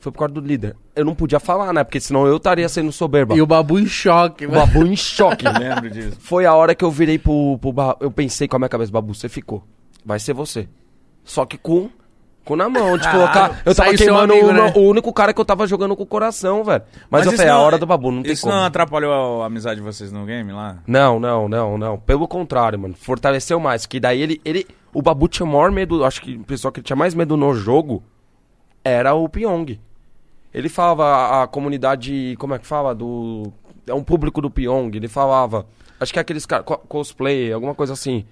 C: Foi pro quarto do líder. Eu não podia falar, né? Porque senão eu estaria sendo soberba.
A: E o Babu em choque,
C: O
A: mano.
C: babu
A: (laughs)
C: em choque.
B: Eu lembro disso.
C: Foi a hora que eu virei pro, pro Babu. Eu pensei com a minha cabeça, Babu, você ficou. Vai ser você. Só que com. Com na mão, de colocar. Eu tava
A: saiu seu
C: queimando
A: amigo,
C: o,
A: né?
C: o único cara que eu tava jogando com o coração, velho. (laughs) Mas, eu
B: isso
C: falei, é a
B: não-
C: hora do Babu, não tem
B: Isso
C: como.
B: não é atrapalhou a amizade de vocês no game lá?
C: Não, não, não, não. Pelo contrário, mano. Fortaleceu mais. Que daí ele. ele o Babu tinha o maior medo. Acho que o pessoal que tinha mais medo no jogo era o Pyong. Ele falava a, a comunidade. Como é que fala? Do. É um público do Pyong. Ele falava. Acho que é aqueles caras. co- cosplay, alguma coisa assim.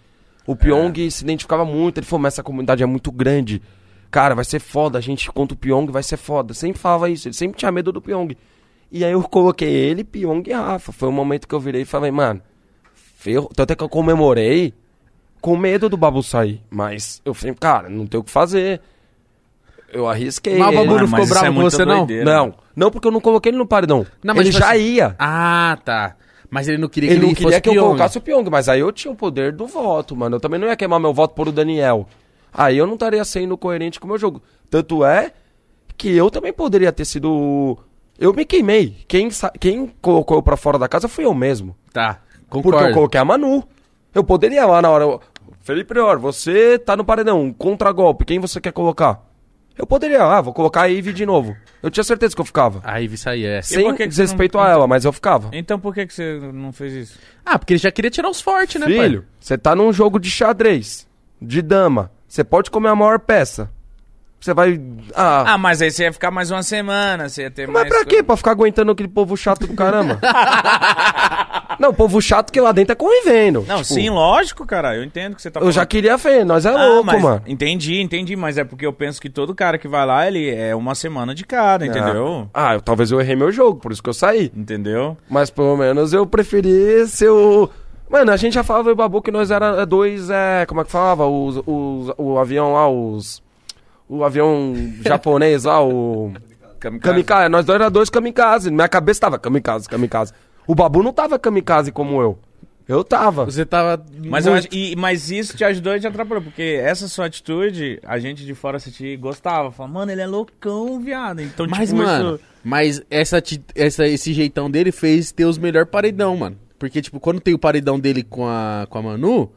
C: O Pyong se identificava muito. Ele falou, mas essa comunidade é muito grande. Cara, vai ser foda. A gente contra o Pyong vai ser foda. Sempre falava isso. Ele sempre tinha medo do Pyong. E aí eu coloquei ele, Pyong e Rafa. Foi o momento que eu virei e falei, mano, ferro. Tanto é que eu comemorei com medo do Babu sair. Mas eu falei, cara, não tem o que fazer. Eu arrisquei.
A: Mas o
C: ele-
A: Babu não
B: Ah, mas
A: ficou
B: isso é
A: bravo com
B: muita
A: você, não?
B: doideira.
C: Não, não porque eu não coloquei ele no paredão.
A: Não, mas
C: ele
A: tipo
C: já
A: assim,
C: ia.
A: Ah, tá. Mas ele não queria que
C: Ele
A: ele,
C: não queria
A: fosse né?
C: que eu
A: Pyong.
C: colocasse o Pyong, mas aí eu tinha o poder do voto, mano. Eu também não ia queimar meu voto por o Daniel. Aí eu não estaria sendo coerente com o meu jogo. Tanto é que eu também poderia ter sido. Eu me queimei. Quem, sa- Quem colocou eu pra fora da casa fui eu mesmo.
A: Tá,
C: Porque eu
A: concordo.
C: coloquei a Manu. Eu poderia lá na hora. eu- Felipe Prior, você tá no paredão, contra-golpe, quem você quer colocar? Eu poderia, ah, vou colocar a Ivy de novo. Eu tinha certeza que eu ficava.
A: A Ivy saía é. essa.
C: Sem
B: por que que você não-
C: desrespeito a ela, mas eu ficava.
B: Então por que, que você não fez isso?
A: Ah, porque ele já queria tirar os fortes, né, pai?
C: Filho, você tá num jogo de xadrez, de dama. Você pode comer a maior peça. Você vai. Ah,
B: Ah, mas aí você ia ficar mais uma semana, você ia ter
C: mas
B: mais.
C: pra quê? Pra ficar aguentando aquele povo chato do
B: (laughs)
C: caramba? não, povo chato que lá dentro é convivendo.
B: Não,
C: Tipo,
B: sim, lógico, cara. Eu entendo o que você tá
C: Eu já queria ver, nós é
B: Ah,
C: louco,
B: mas-
C: mano.
B: Entendi, entendi, mas é porque eu penso que todo cara que vai lá, ele é uma semana de cada, entendeu?
C: Ah, eu- talvez eu errei meu jogo, por isso que eu saí.
B: Entendeu?
C: Mas pelo menos eu preferi ser o. Mano, a gente já falava o Babu que nós era dois. É, como é que falava? Os, os, o avião lá, os. O avião japonês lá, o. Kamikaze. Nós dois era dois kamikaze. Minha cabeça tava kamikaze, kamikaze. O Babu não tava kamikaze como eu. Eu tava.
A: Você tava...
B: Mas,
A: muito-
B: eu acho- e- mas isso te ajudou e te atrapalhou, porque essa sua atitude, a gente de fora assistir gostava. Falava, mano, ele é loucão, viado. Então,
A: Mas,
B: tipo,
A: mano,
B: isso...
A: mas essa, ati- essa- esse jeitão dele fez ter os melhor paredão, mano. Porque, tipo, quando tem o paredão dele com a, com a Manu,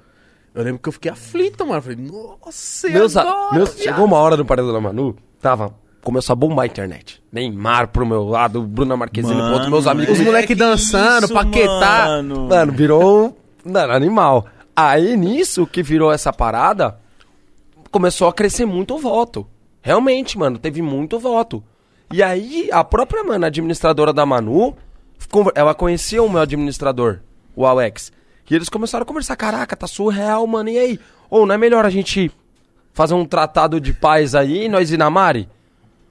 A: eu lembro que eu fiquei aflito, mano. Eu falei, nossa, e
C: Meus, a-
A: agora,
C: meus-
A: é viado?
C: chegou uma hora no Paredão da Manu, tava. Começou a bombar a internet. Neymar pro meu lado, Bruna Marquezine pro outro, meus amigos.
A: Os moleque dançando, paquetá.
B: Mano.
C: Mano, virou um, mano, animal. Aí nisso que virou essa parada, começou a crescer muito o voto. Realmente, mano, teve muito voto. E aí a própria, mano, administradora da Manu, conver- ela conhecia o meu administrador, o Alex. E eles começaram a conversar, caraca, tá surreal, mano, e aí? Ou não é melhor a gente fazer um tratado de paz aí, nós e na Mari?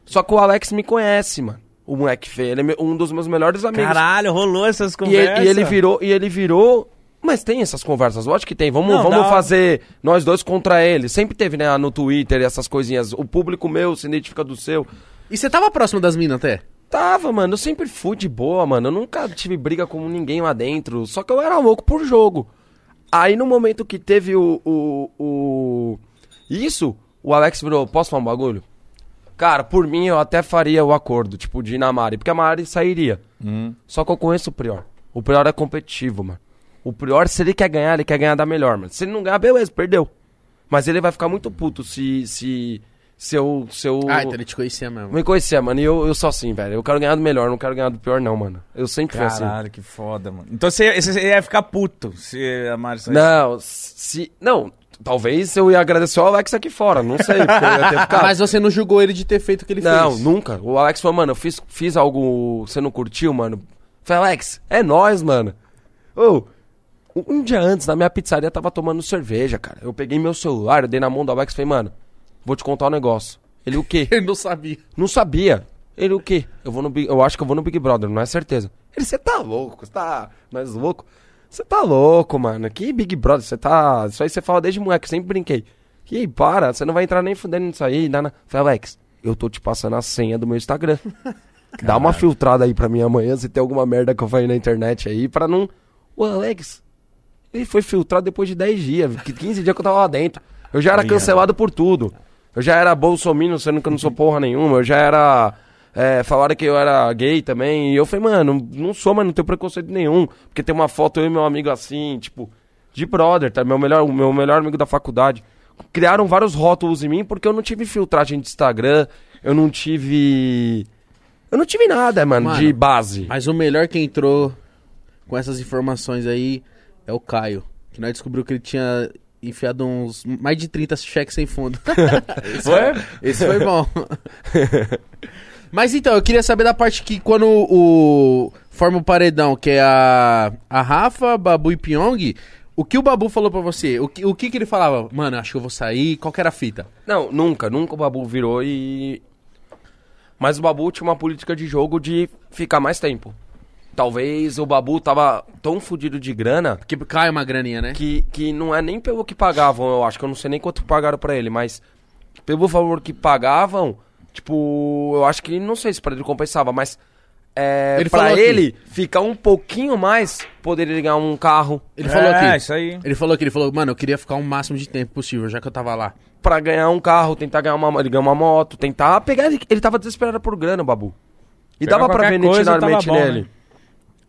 C: Só que o Alex me conhece, mano. O moleque feio, ele é meu- um dos meus melhores amigos.
B: Caralho, rolou essas
C: E ele-
B: conversas.
C: E ele virou, e ele virou. Mas tem essas conversas, lógico que tem. Vamos,
B: Não,
C: vamos
B: dá-
C: fazer nós dois contra ele. Sempre teve, né, no Twitter e essas coisinhas. O público meu se identifica do seu.
A: E você tava próximo das minas até?
C: Tava, mano, eu sempre fui de boa, mano. Eu nunca tive briga com ninguém lá dentro. Só que eu era louco por jogo. Aí no momento que teve o. o, o- Isso, o Alex virou, posso falar um bagulho? Cara, por mim eu até faria o acordo, tipo, de ir na Mari, porque a Mari sairia.
A: Hum.
C: Só que eu conheço o Prior. O Prior é competitivo, mano. O Prior, se ele quer ganhar, ele quer ganhar da melhor, mano. Se ele não ganhar, beleza, perdeu. Mas ele vai ficar muito puto se. se, se eu. Se eu
A: Ah, então ele te conhecia mesmo.
C: Me conhecer, mano. E eu, eu sou assim, velho. Eu quero ganhar do melhor, não quero ganhar do pior, não, mano. Eu sempre fui assim.
B: Caralho, que foda, mano. Então você, você- você ia ficar puto se a Mari saísse.
C: Não, se. Não, talvez eu ia agradecer ao Alex aqui fora, não sei. porque eu ia ter ficado.
A: Ah, Mas você não julgou ele de ter feito o que ele
C: não,
A: fez.
C: nunca. O Alex falou, mano, eu fiz, fiz algo. Você não curtiu, mano? Eu Falei, Alex, é nós, mano. Ô, um- um dia antes, na minha pizzaria, tava tomando cerveja, cara. Eu peguei meu celular, eu dei na mão do Alex e falei, mano, vou te contar um negócio. Ele, o quê?
A: (laughs) Ele não sabia.
C: Não sabia. Ele o quê? Eu vou no Big, eu acho que eu vou no Big Brother, não é certeza. Ele, você tá louco, você tá nós louco. Você tá louco, mano. Que Big Brother, você tá, isso aí você fala desde moleque, eu sempre brinquei. E aí, para, você não vai entrar nem fudendo nisso aí, dá na... Falei, Alex, eu tô te passando a senha do meu Instagram. Dá uma filtrada aí pra mim amanhã se tem alguma merda que eu falei na internet aí pra não O Alex, ele foi filtrado depois de 10 dias, que 15 dias que eu tava lá dentro. Eu já era cancelado por tudo. Eu já era bolsominion, sendo que eu não sou porra nenhuma. Eu já era. É, falaram que eu era gay também. E eu falei, mano, não sou, mas não tenho preconceito nenhum. Porque tem uma foto eu e meu amigo assim, tipo, de brother, tá? Meu melhor, o meu melhor amigo da faculdade. Criaram vários rótulos em mim porque eu não tive filtragem de Instagram. Eu não tive. Eu não tive nada, mano,
A: Mano,
C: de base.
A: Mas o melhor que entrou com essas informações aí é o Caio. Que nós descobriu que ele tinha enfiado uns mais de 30 cheques sem fundo.
B: Foi?
A: Esse foi bom. Mas então, eu queria saber da parte que quando o forma o paredão, que é a, a Rafa, Babu e Pyong, o que o Babu falou pra você? O que, o que que ele falava? Mano, acho que eu vou sair, qual que era a fita?
C: Não, nunca, nunca o Babu virou e. Mas o Babu tinha uma política de jogo de ficar mais tempo. Talvez o Babu tava tão fudido de grana
A: Porque cai uma graninha, né?
C: que, que não é nem pelo que pagavam, eu acho, que eu não sei nem quanto pagaram pra ele, mas pelo valor que pagavam, tipo, eu acho que não sei se pra ele compensava, mas é,
A: Ele
C: pra
A: falou aqui.
C: ele ficar um pouquinho mais, poderia ganhar um carro.
A: Ele falou
B: é,
A: aqui.
B: isso aí.
A: Ele falou que ele falou, mano, eu queria ficar o máximo de tempo possível, já que eu tava lá.
C: Pra ganhar um carro, tentar ganhar uma, ele ganhar uma moto, tentar pegar. Ele, ele tava desesperado por grana, o Babu. E
B: Pegar
C: dava pra
B: qualquer
C: ver
B: coisa,
C: nitidamente
B: tava bom,
C: nele.
B: né?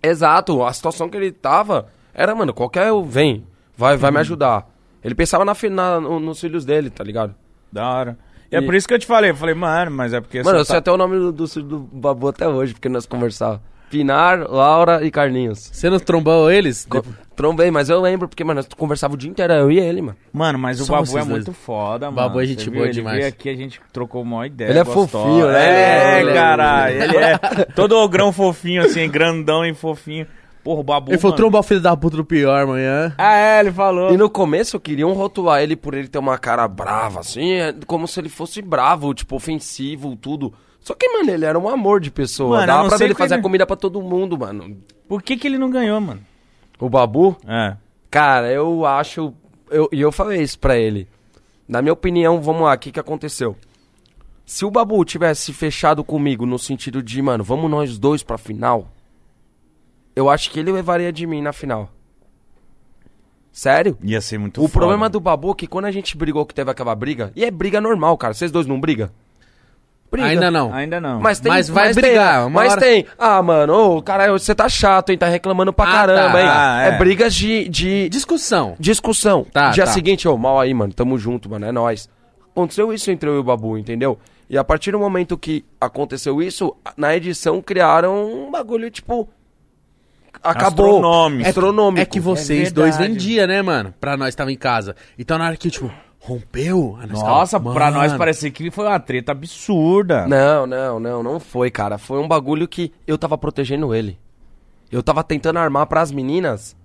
C: Exato, a situação que ele tava era, mano, qualquer um vem, vai,
B: Uhum.
C: vai me ajudar. Ele pensava na, fi- na- no- nos filhos dele, tá ligado?
B: Da hora. E é
C: E-
B: por isso que eu te falei. Eu falei, mano, mas é porque...
C: mano, eu
B: você
C: sei até o nome do, do filho do Babu até hoje, porque nós conversávamos. Pinar, Laura e Carlinhos.
A: Você não trombou eles?
C: Co- Trombei, mas eu lembro, porque, mano, nós conversava o dia inteiro, eu e ele, mano.
B: Mano, mas o
A: Só
B: Babu
A: vocês
B: é
A: dois.
B: muito foda, mano.
A: Babu é
B: Você
A: gente
B: viu?
A: boa
B: ele
A: demais.
B: Veio aqui, a gente trocou uma ideia.
C: Ele é
B: gostosa.
C: fofinho, né?
B: É,
C: Ele é-
B: caralho. Ele é todo ogrão fofinho, assim, grandão e fofinho. Porra, o Babu.
A: Ele falou,
B: mano.
A: trombar o filho da puta do pior amanhã.
B: Ah, é, ele falou.
C: E no começo queriam rotular ele por ele ter uma cara brava, assim, é como se ele fosse bravo, tipo, ofensivo, tudo. Só que, mano, ele era um amor de pessoa.
B: Mano, eu
C: Dava
B: não
C: pra ver
B: sei
C: ele
B: como
C: fazer
B: ele-
C: comida pra todo mundo, mano.
B: Por que, que ele não ganhou, mano?
C: O Babu,
B: É.
C: cara, eu acho. eu- E eu, falei isso pra ele. Na minha opinião, vamos lá, o que, que aconteceu? Se o Babu tivesse fechado comigo no sentido de, mano, vamos nós dois pra final, eu acho que ele levaria de mim na final. Sério?
B: Ia ser muito
C: o
B: foda.
C: problema do Babu é que quando a gente brigou que teve aquela briga, e é briga normal, cara. Vocês dois não brigam? Briga.
A: Ainda não.
B: Ainda não.
C: Mas, tem,
A: Mas vai brigar,
C: Tem,
A: uma
C: mas
A: hora-
C: tem. Ah, mano, ô, caralho, você tá chato, hein? Tá reclamando pra
A: Ah,
C: caramba,
A: tá.
C: hein?
B: Ah,
C: é.
B: é.
C: brigas de, de,
A: Discussão.
C: discussão.
A: Tá,
C: Dia
A: tá.
C: seguinte, ô, mal aí, mano, tamo junto, mano, é nóis. Aconteceu isso entre eu e o Babu, entendeu? E a partir do momento que aconteceu isso, na edição criaram um bagulho, tipo... Acabou.
B: Astronômico.
C: Astronômico.
A: É que vocês
B: É
A: dois
B: verdade.
A: vendiam, né, mano? Pra nós tava em casa. Então na hora que, tipo, rompeu. aí nós
B: Nossa,
A: ficava,
B: pra nós
A: mano,
B: parecia que foi uma treta absurda.
C: Não, não, não, não foi, cara. Foi um bagulho que eu tava protegendo ele. Eu tava tentando armar pras meninas,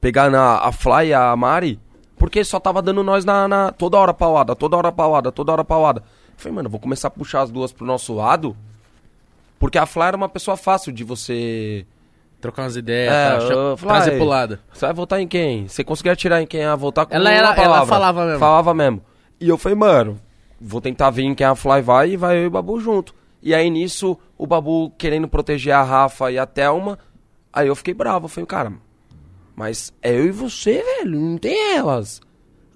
C: pegar na, a Fly e a Mari, porque só tava dando nós na, na- toda hora paulada, toda hora paulada, toda hora paulada. Eu falei, mano, eu vou começar a puxar as duas pro nosso lado, porque a Fly era uma pessoa fácil de você
A: Trocar umas ideias,
C: É,
A: tá? Cha-
C: eu falei,
A: trazer
C: "Ai,
A: pro lado.
C: Você vai votar em quem? Você conseguia atirar em quem ia votar com
A: Ela
C: uma
A: era- ela
C: palavra.
A: falava mesmo.
C: Falava mesmo. E eu falei, mano, vou tentar vir em quem a Fly vai e vai eu e o Babu junto. E aí nisso, o Babu querendo proteger a Rafa e a Thelma, aí eu fiquei bravo. Eu falei, cara, mas é eu e você, velho, não tem elas.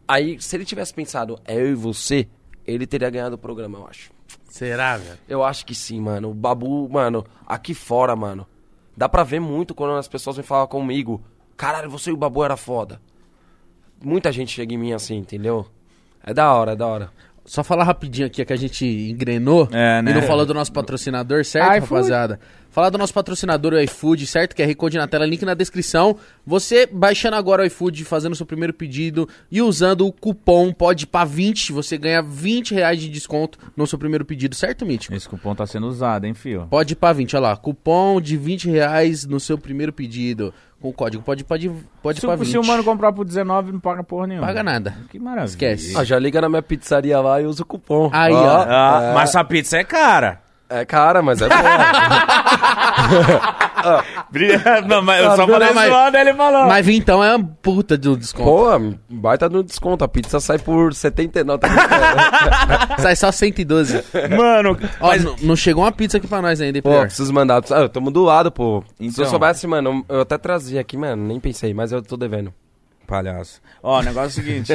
C: Aí, se ele tivesse pensado, é eu e você, ele teria ganhado o programa, eu acho.
A: Será, velho?
C: Eu acho que sim, mano. O Babu, mano, aqui fora, mano. Dá pra ver muito quando as pessoas vêm falar comigo. Caralho, você e o Babu era foda. Muita gente chega em mim assim, entendeu? É da hora, é da hora.
A: Só falar rapidinho aqui, é que a gente engrenou
B: É, né?
A: e não falou do nosso patrocinador, certo,
C: iFood.
A: rapaziada? Falar do nosso patrocinador, o iFood, certo? QR Code na tela, link na descrição. Você baixando agora o iFood, fazendo o seu primeiro pedido e usando o cupom pode para 20, você ganha 20 reais de desconto no seu primeiro pedido, certo, Mítico?
B: Esse cupom tá sendo usado, hein, fio?
A: Pode para 20, olha lá, cupom de 20 reais no seu primeiro pedido, com o código pode para pode
B: Se,
A: pra
B: o-
A: 20.
B: se o mano comprar por 19, não paga porra nenhuma.
A: Paga nada.
B: Que maravilha.
A: Esquece.
C: Ah, já liga na minha pizzaria lá e usa o cupom.
A: Aí, ó.
B: Ah, Mas essa pizza é cara.
C: É cara, mas (laughs) é boa.
B: (laughs) não, mas eu só
A: Não,
B: falei
A: mas-
B: zoando, ele falou.
A: Mas então é uma puta de um desconto.
C: Boa, baita no desconto. A pizza sai por 79. Tá brincando.
A: Sai só 112.
B: Mano,
A: Ó, n- não chegou uma pizza aqui pra nós ainda, hein,
C: pô,
A: pior.
C: preciso mandar. Ah, eu tamo do lado, pô. Se
B: Então.
C: eu soubesse, mano, eu até trazia aqui, mano. Nem pensei, mas eu tô devendo.
B: Palhaço. Ó, o negócio é o
A: (laughs)
B: seguinte.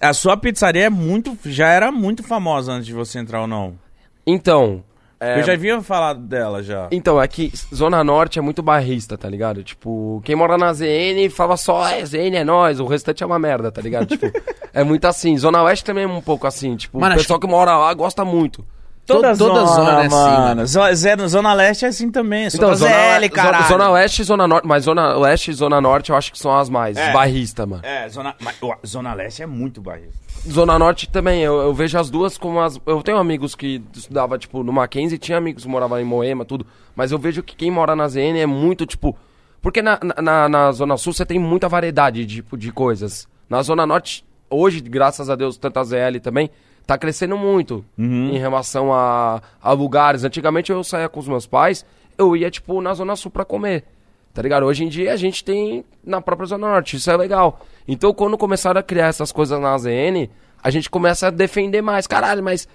B: a sua pizzaria é muito. Já era muito famosa antes de você entrar ou não.
C: Então. é,
B: Eu já havia falado dela já.
C: Então, é que Zona Norte é muito barrista, tá ligado? Tipo, quem mora na ZN fala só, é ZN, é nós, o restante é uma merda, tá ligado?
A: (laughs)
C: Tipo, é muito assim. Zona Oeste também é um pouco assim, tipo,
A: Mano,
C: o
A: acho
C: pessoal que... mora lá gosta muito.
A: Toda zona, é assim, mano.
B: Zo- Zero, zona Leste é assim também. Então, zona ZL,
C: Oe-
B: caralho.
C: Zona, Zona Oeste e Zona Norte, mas Zona Leste e Zona Norte eu acho que são as mais
B: É.
C: barrista, mano.
B: É, zona, mas, ué, zona Leste é muito barrista.
C: Zona Norte também, eu, eu vejo as duas como as. Eu tenho amigos que estudava, tipo, no Mackenzie, tinha amigos que moravam em Moema, tudo. Mas eu vejo que quem mora na ZN é muito, tipo. Porque na, na- na, na Zona Sul você tem muita variedade tipo, de coisas. Na Zona Norte, hoje, graças a Deus, tanto a ZL também, tá crescendo muito em relação a, a lugares. Antigamente eu saía com os meus pais, eu ia, tipo, na Zona Sul pra comer. Tá ligado? Hoje em dia a gente tem na própria Zona Norte, isso é legal. Então quando começaram a criar essas coisas na ZN, a gente começa a defender mais. Caralho, mas.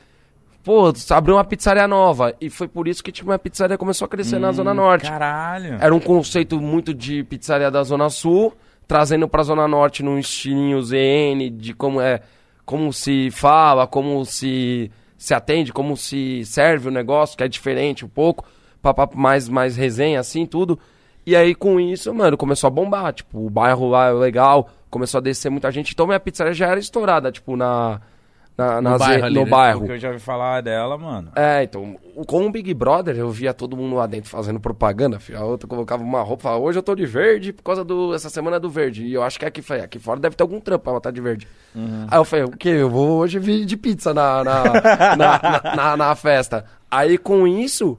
C: Pô, abriu uma pizzaria nova. E foi por isso que tipo, minha pizzaria começou a crescer na Zona Norte.
B: Caralho.
C: Era um conceito muito de pizzaria da Zona Sul, trazendo pra Zona Norte num estilinho ZN, de como é. Como se fala, como se se atende, como se serve o negócio, que é diferente um pouco, papá, mais, mais resenha, assim, tudo. E aí, com isso, mano, começou a bombar. Tipo, o bairro lá é legal, começou a descer muita gente. Então, minha pizzaria já era estourada, tipo, na, na, na Z-
A: bairro ali,
C: no
A: né?
C: bairro.
B: Porque eu já ouvi falar dela, mano.
C: É, então, o- com o Big Brother, eu via todo mundo lá dentro fazendo propaganda, filho. A outra colocava uma roupa e falava, hoje eu tô de verde por causa do. Essa semana é do verde. E eu acho que aqui, falei, aqui fora deve ter algum trampo pra matar de verde. Aí eu falei, o quê? Eu vou hoje vir de pizza na, na, na, na- na- na festa. Aí com isso,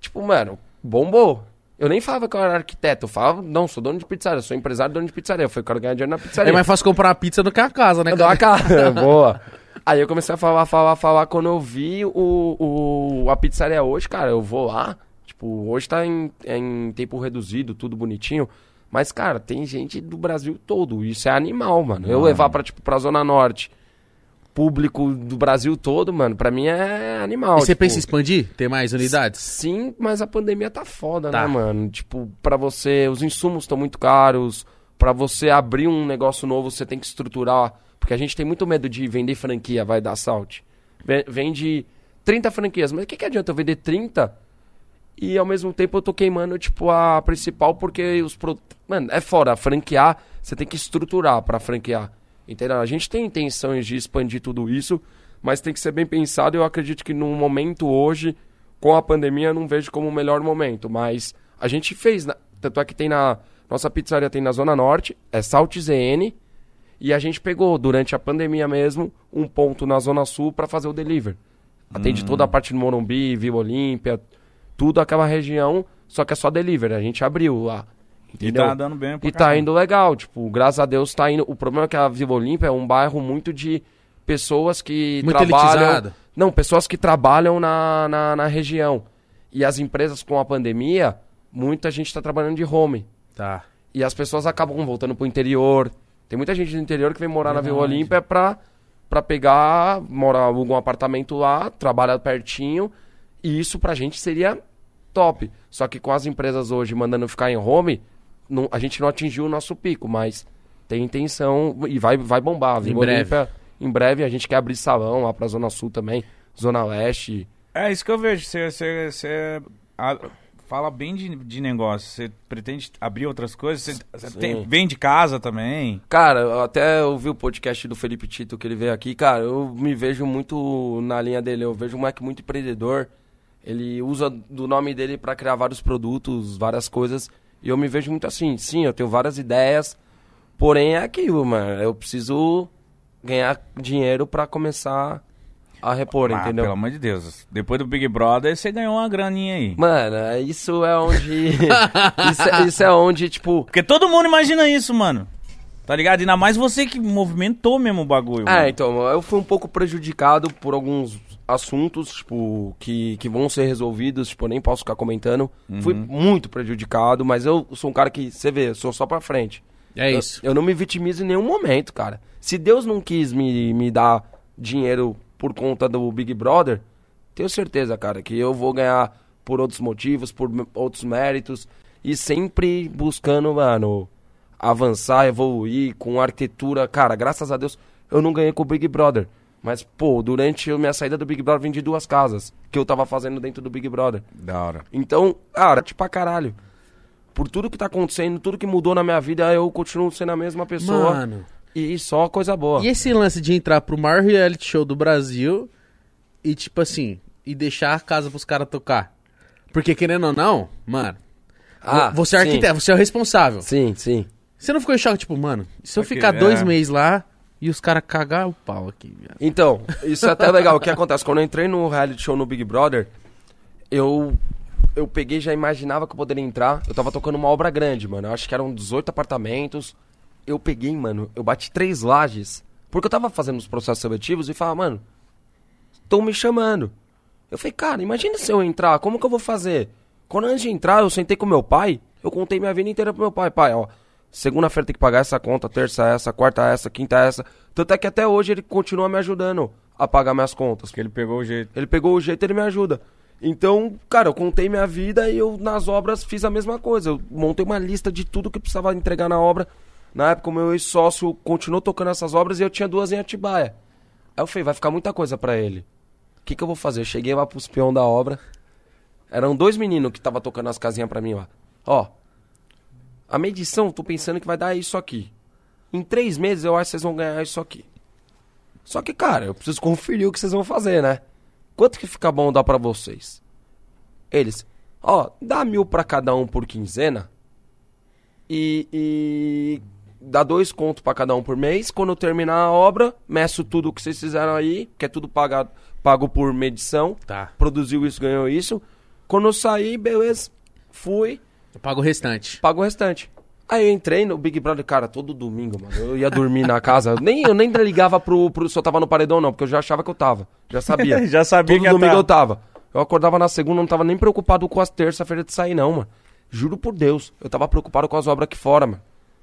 C: tipo, mano, bombou. Eu nem falava que eu era arquiteto, eu falava, não, sou dono de pizzaria, sou empresário dono de pizzaria. Eu falei, quero ganhar dinheiro na pizzaria.
A: É mais fácil comprar uma pizza do que a casa, né,
C: Eu dou uma
A: cara? (laughs)
C: cara. Boa. Aí eu comecei a falar, falar, falar. Quando eu vi o, o- a pizzaria hoje, cara, eu vou lá. Tipo, hoje tá em, em tempo reduzido, tudo bonitinho. Mas, cara, tem gente do Brasil todo. Isso é animal, mano.
A: Ah.
C: Eu levar pra, tipo, pra Zona Norte, público do Brasil todo, mano, pra mim é animal.
A: E você
C: tipo.
A: pensa em expandir? Ter mais unidades?
C: Sim, mas a pandemia tá foda,
A: Tá.
C: né, mano? Tipo, pra você, os insumos estão muito caros. Pra você abrir um negócio novo, você tem que estruturar. Porque a gente tem muito medo de vender franquia, vai dar salt. Ve- Vende 30 franquias. Mas o que, que adianta eu vender 30 e ao mesmo tempo eu tô queimando, tipo, a principal, porque os produtos. Mano, é fora. Franquear, você tem que estruturar pra franquear. Entendeu? A gente tem intenções de expandir tudo isso, mas tem que ser bem pensado. Eu acredito que no momento hoje, com a pandemia, eu não vejo como o melhor momento. Mas a gente fez. na- Tanto é que tem na. Nossa pizzaria tem na Zona Norte, é Salt ZN. E a gente pegou, durante a pandemia mesmo, um ponto na Zona Sul pra fazer o delivery.
B: Hum.
C: Atende toda a parte do Morumbi, Vila Olímpia, tudo aquela região, só que é só delivery. A gente abriu lá.
B: E
C: entendeu?
B: tá dando bem pra
C: E tá
B: caralho.
C: indo legal, tipo, graças a Deus tá indo. O problema é que a Vila Olímpia é um bairro muito de pessoas que
A: Muito
C: trabalham.
A: elitizado.
C: Não, pessoas que trabalham na, na, na região. E as empresas com a pandemia, muita gente tá trabalhando de home.
A: Tá.
C: E as pessoas acabam voltando pro interior. Tem muita gente do interior que vem morar na Vila Olímpia pra, pra pegar, mora, aluga um apartamento lá, trabalha pertinho. E isso pra gente seria top. Só que com as empresas hoje mandando ficar em home, não- a gente não atingiu o nosso pico, mas tem intenção e vai, vai bombar. A Vila
A: breve.
C: Olímpia, em breve a gente quer abrir salão lá pra Zona Sul também, Zona Leste.
B: É isso que eu vejo. Você, você, você a- fala bem de, de negócio. Você pretende abrir outras coisas? Você- Você
C: Sim.
B: tem- vem de casa também?
C: Cara, eu até ouvi o podcast do Felipe Tito que ele veio aqui. Cara, eu me vejo muito na linha dele. Eu vejo um moleque muito empreendedor. Ele usa do nome dele pra criar vários produtos, várias coisas. E eu me vejo muito assim. Sim, eu tenho várias ideias. Porém, é aquilo, mano. Eu preciso ganhar dinheiro pra começar a repor,
B: Ah,
C: entendeu?
B: Pelo amor de Deus. Depois do Big Brother, você ganhou uma graninha aí.
C: Mano, é- isso é onde. (laughs) isso, é- isso é onde, tipo.
B: Porque todo mundo imagina isso, mano. Tá ligado? Ainda mais você que movimentou mesmo o bagulho. mano.
C: É, então, eu fui um pouco prejudicado por alguns assuntos, tipo, que, que vão ser resolvidos, tipo, eu nem posso ficar comentando. Fui muito prejudicado, mas eu sou um cara que, você vê, eu sou só pra frente.
A: É
C: Eu-
A: isso.
C: Eu, não me vitimizo em nenhum momento, cara. Se Deus não quis me, me dar dinheiro por conta do Big Brother, tenho certeza, cara, que eu vou ganhar por outros motivos, por m- outros méritos. E sempre buscando, mano, avançar, evoluir com arquitetura. Cara, graças a Deus, eu não ganhei com o Big Brother. Mas, pô, durante a minha saída do Big Brother, vendi duas casas que eu tava fazendo dentro do Big Brother.
B: Da hora.
C: Então, cara, tipo pra caralho. Por tudo que tá acontecendo, tudo que mudou na minha vida, eu continuo sendo a mesma pessoa.
A: Mano.
C: E só coisa boa.
A: E esse lance de entrar pro maior reality show do Brasil e, tipo assim, e deixar a casa pros caras tocar? Porque, querendo ou não, mano,
C: Ah,
A: vo- você é
C: sim.
A: arquiteto, você é o responsável.
C: Sim, sim.
A: Você não ficou em choque, tipo, mano, se eu
B: Aqui,
A: ficar
B: é.
A: dois meses lá e os caras cagar o pau aqui, viado.
C: Então, isso é até legal. O que acontece? Quando eu entrei no reality show no Big Brother, eu eu peguei já imaginava que eu poderia entrar. Eu tava tocando uma obra grande, mano. Eu acho que eram 18 apartamentos. Eu peguei, mano, eu bati três lajes. Porque eu tava fazendo os processos seletivos e falava, mano, estão me chamando. Eu falei, cara, imagina se eu entrar, como que eu vou fazer? Quando antes de entrar, eu sentei com meu pai, eu contei minha vida inteira pro meu pai. Pai, ó, segunda-feira tem que pagar essa conta, terça é essa, quarta essa, quinta essa. Tanto é que até hoje ele continua me ajudando a pagar minhas contas.
B: Porque ele pegou o jeito.
C: Ele pegou o jeito e ele me ajuda. Então, cara, eu contei minha vida e eu, nas obras, fiz a mesma coisa. Eu montei uma lista de tudo que precisava entregar na obra. Na época, o meu ex-sócio continuou tocando essas obras e eu tinha duas em Atibaia. Aí eu falei, vai ficar muita coisa pra ele. O que, que eu vou fazer? Cheguei lá pros peão da obra. Eram dois meninos que tava tocando as casinhas pra mim lá. Ó, a medição, tô pensando que vai dar isso aqui. Em três meses, eu acho que vocês vão ganhar isso aqui. Só que, cara, eu preciso conferir o que vocês vão fazer, né? Quanto que fica bom dar pra vocês? Eles, ó, dá mil pra cada um por quinzena e, e dá dois contos pra cada um por mês. Quando eu terminar a obra, meço tudo o que vocês fizeram aí, que é tudo pagado, pago por medição.
A: Tá.
C: Produziu isso, ganhou isso. Quando eu saí, beleza, fui
A: Eu pago o restante.
C: paga o restante. Aí eu entrei no Big Brother, cara, todo domingo, mano. Eu ia dormir
B: (laughs)
C: na casa. Eu Nem, eu nem ligava pro, pro. Se eu tava no paredão, não, porque eu já achava que eu tava. Já sabia.
B: (laughs) Já sabia
C: todo
B: que ia
C: domingo
B: tá.
C: eu tava. Eu acordava na segunda, não tava nem preocupado com as terça-feira de sair, não, mano. Juro por Deus. Eu tava preocupado com as obras aqui fora, mano.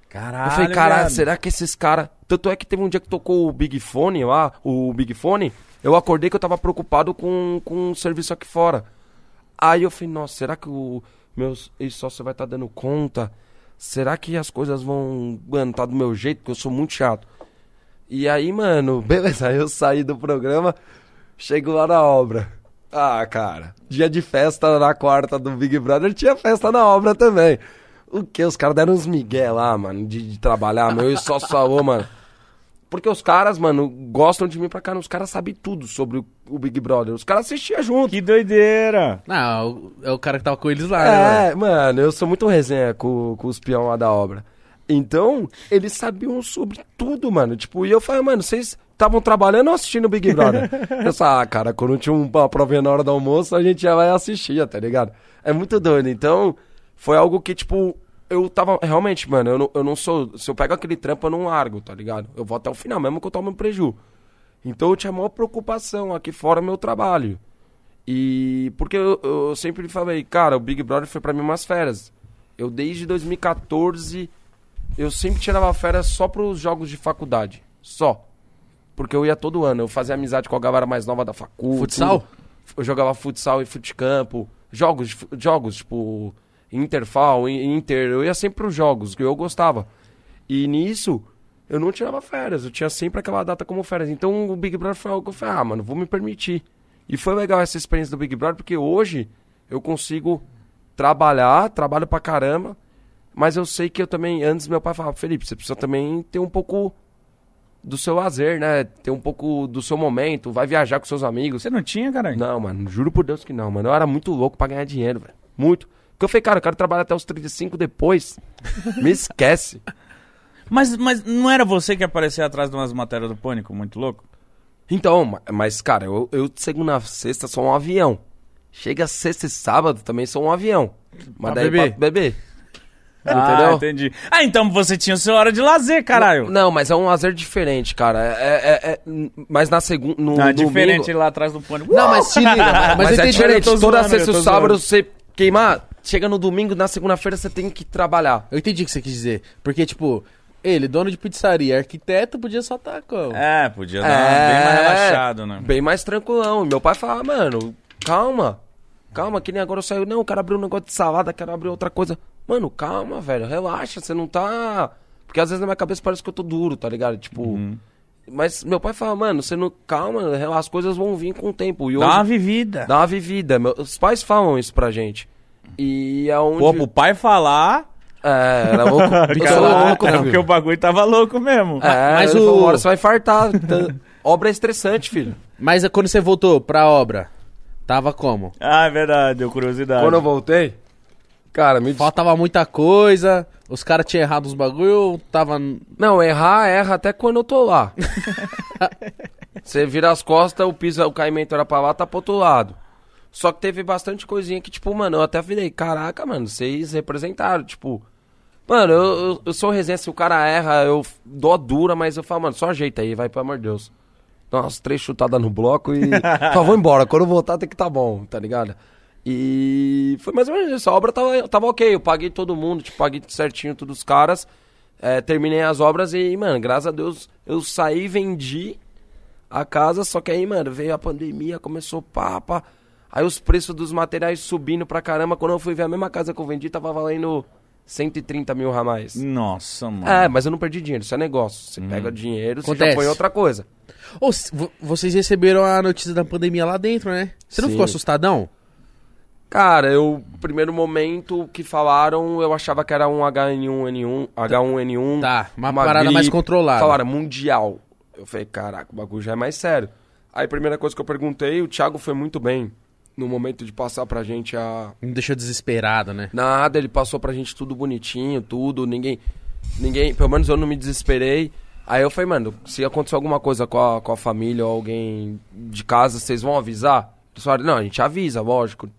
B: Caralho.
C: Eu falei, caralho,
B: viado.
C: será que esses caras. Tanto é que teve um dia que tocou o Big Fone lá, o Big Fone, eu acordei que eu tava preocupado com, com o serviço aqui fora. Aí eu falei, nossa, será que o meu ex-sócio vai estar dando conta? Será que as coisas vão. Mano, tá do meu jeito, porque eu sou muito chato. E aí, mano, beleza, aí eu saí do programa, chego lá na obra. Ah, cara, dia de festa na quarta do Big Brother, tinha festa na obra também. O que? Os caras deram uns migué lá, mano, de, de trabalhar, meu, e só falou, mano. Porque os caras, mano, gostam de mim pra caramba, os caras sabem tudo sobre o, o Big Brother, os caras assistiam junto.
B: Que doideira.
A: Não, é o- é o cara que tava com eles lá, né? velho?
C: É, mano, eu sou muito resenha com, com os peão lá da obra. Então, eles sabiam sobre tudo, mano. Tipo, e eu falei, mano, vocês estavam trabalhando ou assistindo Big Brother? eu falei, ah, cara, quando tinha uma provinha na hora do almoço, a gente já vai assistir, tá ligado? É muito doido. Então, foi algo que, tipo, eu tava. Realmente, mano, eu não, eu não sou. Se eu pego aquele trampo, eu não largo, tá ligado? Eu vou até o final, mesmo que eu tome um preju. Então eu tinha a maior preocupação aqui fora meu trabalho. E porque eu, eu sempre falei, cara, o Big Brother foi pra mim umas férias. Eu desde 2014 eu sempre tirava férias só pros jogos de faculdade, só. Porque eu ia todo ano, eu fazia amizade com a galera mais nova da facu.
A: Futsal?
C: tudo. Eu jogava futsal e futecampo, jogos, de fu- jogos tipo Interfal, in- Inter, eu ia sempre pros jogos que eu gostava. E nisso eu não tirava férias, eu tinha sempre aquela data como férias. Então o Big Brother foi algo que eu falei, ah, mano, vou me permitir. E foi legal essa experiência do Big Brother, porque hoje eu consigo trabalhar, trabalho pra caramba. Mas eu sei que eu também, antes meu pai falava, Felipe, você precisa também ter um pouco do seu lazer, né? Ter um pouco do seu momento, vai viajar com seus amigos.
B: Você não tinha, caralho?
C: Não, mano, juro por Deus que não, mano. Eu era muito louco pra ganhar dinheiro, velho. Muito. Porque eu falei, cara, eu quero trabalhar até os 35 depois. (laughs) Me esquece.
B: Mas, mas não era você que apareceu atrás de umas matérias do Pânico, muito louco?
C: Então, ma- mas, cara, eu, eu de segunda a sexta sou um avião. Chega sexta e sábado também sou um avião.
A: Pra
C: Mas daí
A: beber.
C: pra beber.
B: Ah,
C: Entendeu?
B: entendi. Ah, então você tinha sua hora de lazer, caralho.
C: Não, mas é um lazer diferente, cara. É, é- é- n- mas na segunda. No,
A: é
B: Ah,
C: no
B: diferente
C: domingo-
B: lá atrás do pânico.
A: Não, mas se
C: (laughs)
A: liga, mas,
C: Mas,
A: eu
C: é
A: entendi-
C: diferente.
B: eu tô
C: Toda
B: zoando,
C: sexta
B: eu tô
C: e sábado
B: zoando.
C: você queimar. Chega no domingo, na segunda-feira você tem que trabalhar.
A: Eu entendi o que você quis dizer. Porque, tipo, ele, dono de pizzaria, arquiteto, podia só tá estar com.
B: É, podia dar bem
C: É.
B: mais relaxado, né?
C: Bem mais tranquilão. E meu pai falava, mano, calma. Calma, que nem agora eu saiu. Não, eu quero abrir um negócio de salada, quero abrir outra coisa. Mano, calma, velho. Relaxa, você não tá. Porque às vezes na minha cabeça parece que eu tô duro, tá ligado? Tipo.
B: Uhum.
C: Mas meu pai fala, mano, você não. Calma, relaxa, as coisas vão vir com o tempo. E
B: Dá uma
C: hoje-
B: vivida.
C: dá uma vivida. Meus pais falam isso pra gente. E é aonde.
B: Pô, pro pai falar.
C: É, era
B: (laughs)
C: louco. Eu sou
B: Caraca,
C: louco, filho.
B: É, porque o bagulho tava louco mesmo.
C: É,
A: Mas
C: mas
A: o-
C: o... uma hora você vai infartar. Tá- Obra é estressante, filho.
A: Mas é quando você voltou pra obra, tava como?
B: Ah, é verdade, deu curiosidade.
C: Quando eu voltei, cara, me des...
A: Faltava muita coisa, os caras tinham errado os bagulho, tava.
C: Não, errar, erra até quando eu tô lá. Você vira as costas, o piso, o caimento era pra lá, tá pro outro lado. Só que teve bastante coisinha que, tipo, mano, eu até falei, caraca, mano, vocês representaram, tipo. Mano, eu, eu, eu sou resenha, se o cara erra, eu f- dou a dura, mas eu falo, mano, só ajeita aí, vai, pelo amor de Deus. Dá umas três chutadas no bloco e. Fala, vou embora, quando eu voltar tem que tá bom, tá ligado? E foi mais ou menos isso. A obra tava, tava ok, eu paguei todo mundo, tipo, paguei certinho todos os caras. é, terminei as obras e, mano, graças a Deus eu saí, vendi a casa, só que aí, mano, veio a pandemia, começou pá, pá. Aí os preços dos materiais subindo pra caramba. Quando eu fui ver a mesma casa que eu vendi, tava valendo 130 mil a mais.
B: Hum. Nossa, mano.
C: É, mas eu não perdi dinheiro, isso é negócio. Você pega o dinheiro, você já
A: Acontece.
C: põe outra coisa.
A: Ô, c- vo- vocês receberam a notícia da pandemia lá dentro, né? Você não
C: Sim.
A: ficou assustadão?
C: Cara, eu, primeiro momento que falaram, eu achava que era um H1N1, H1N1.
A: Tá, uma parada mais controlada.
C: Falaram, mundial. Eu falei, caraca, o bagulho já é mais sério. Aí, primeira coisa que eu perguntei, o Thiago foi muito bem no momento de passar pra gente a,
A: Não deixou desesperado, né?
C: Nada, ele passou pra gente tudo bonitinho, tudo, ninguém. Ninguém. Pelo menos eu não me desesperei. Aí eu falei, mano, se acontecer alguma coisa com a, com a família ou alguém de casa, vocês vão avisar? Eles falaram, não, a gente avisa, lógico.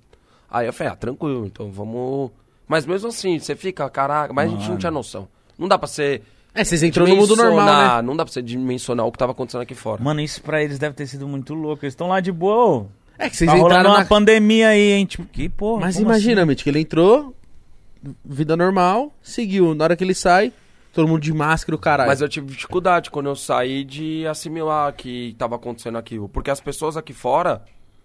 C: Aí eu falei, ah, tranquilo, então vamos. Mas mesmo assim, você fica, caraca, mas a gente não tinha noção. Não dá pra você.
A: É, vocês entrou no mundo
C: dimensionar-
A: normal, né?
C: Não dá pra você dimensionar o que tava acontecendo aqui fora.
B: Mano, isso pra eles deve ter sido muito louco. Eles estão lá de boa. ô.
A: É que vocês
B: tá rolando
A: entraram
B: uma
A: na...
B: pandemia aí, hein? Tipo, que porra.
A: Mas
B: como assim?
A: imagina, Mitch, que ele entrou, vida normal, seguiu. Na hora que ele sai, todo mundo de máscara, o caralho.
C: Mas eu tive dificuldade quando eu saí de assimilar que estava acontecendo aquilo. Porque as pessoas aqui fora,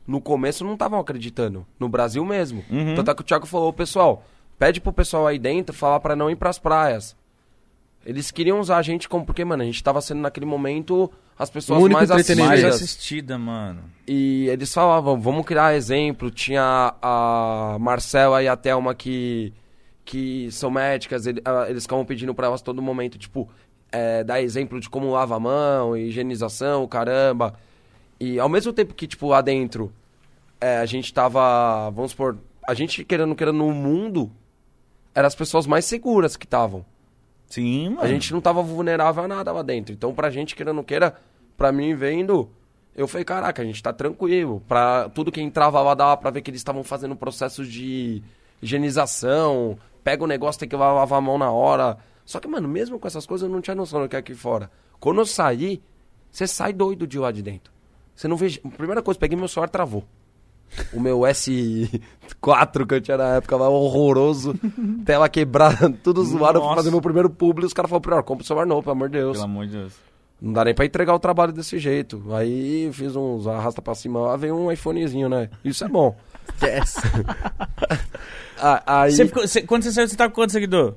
C: no começo, não estavam acreditando. No Brasil mesmo.
A: Uhum.
C: Tanto é que o Thiago falou, pessoal, pede pro pessoal aí dentro falar pra não ir pras praias. Eles queriam usar a gente como... Porque, mano, a gente tava sendo naquele momento as pessoas
A: O único
C: mais
B: assim?
A: entretenimento.
B: Mais
C: assistidas.
B: assistida, mano.
C: E eles falavam, vamos criar exemplo. Tinha a Marcela e a Thelma que, que são médicas, ele- ah, eles ficavam pedindo pra elas todo momento, tipo, é, dar exemplo de como lava a mão, higienização, caramba. E ao mesmo tempo que, tipo, lá dentro, é, a gente tava, vamos supor, a gente querendo, querendo, no mundo, eram as pessoas mais seguras que estavam.
B: Sim, mano.
C: A gente não tava vulnerável a nada lá dentro. Então, pra gente, queira ou não queira, pra mim vendo, eu falei, caraca, a gente tá tranquilo. Pra tudo que entrava lá dava pra ver que eles estavam fazendo processos de higienização, pega o negócio, tem que la- lavar a mão na hora. Só que, mano, mesmo com essas coisas, eu não tinha noção do que é aqui fora. Quando eu saí, você sai doido de lá de dentro. Você não vê. Primeira coisa, peguei meu celular, travou. O meu (laughs) S4 que eu tinha na época lá, horroroso. Tela quebrada, (laughs) tudo zoado. Eu fui
B: Nossa.
C: fazer meu primeiro publi e os caras falaram, pior, compra o celular novo, pelo amor de Deus.
B: Pelo amor de Deus.
C: Não dá nem pra entregar o trabalho desse jeito. Aí fiz uns arrasta pra cima lá, veio um iPhonezinho, né? Isso é bom.
A: Esquece.
C: (laughs) Ah, Aí,
B: Você ficou- você- quando você saiu, você tá com quanto seguidor?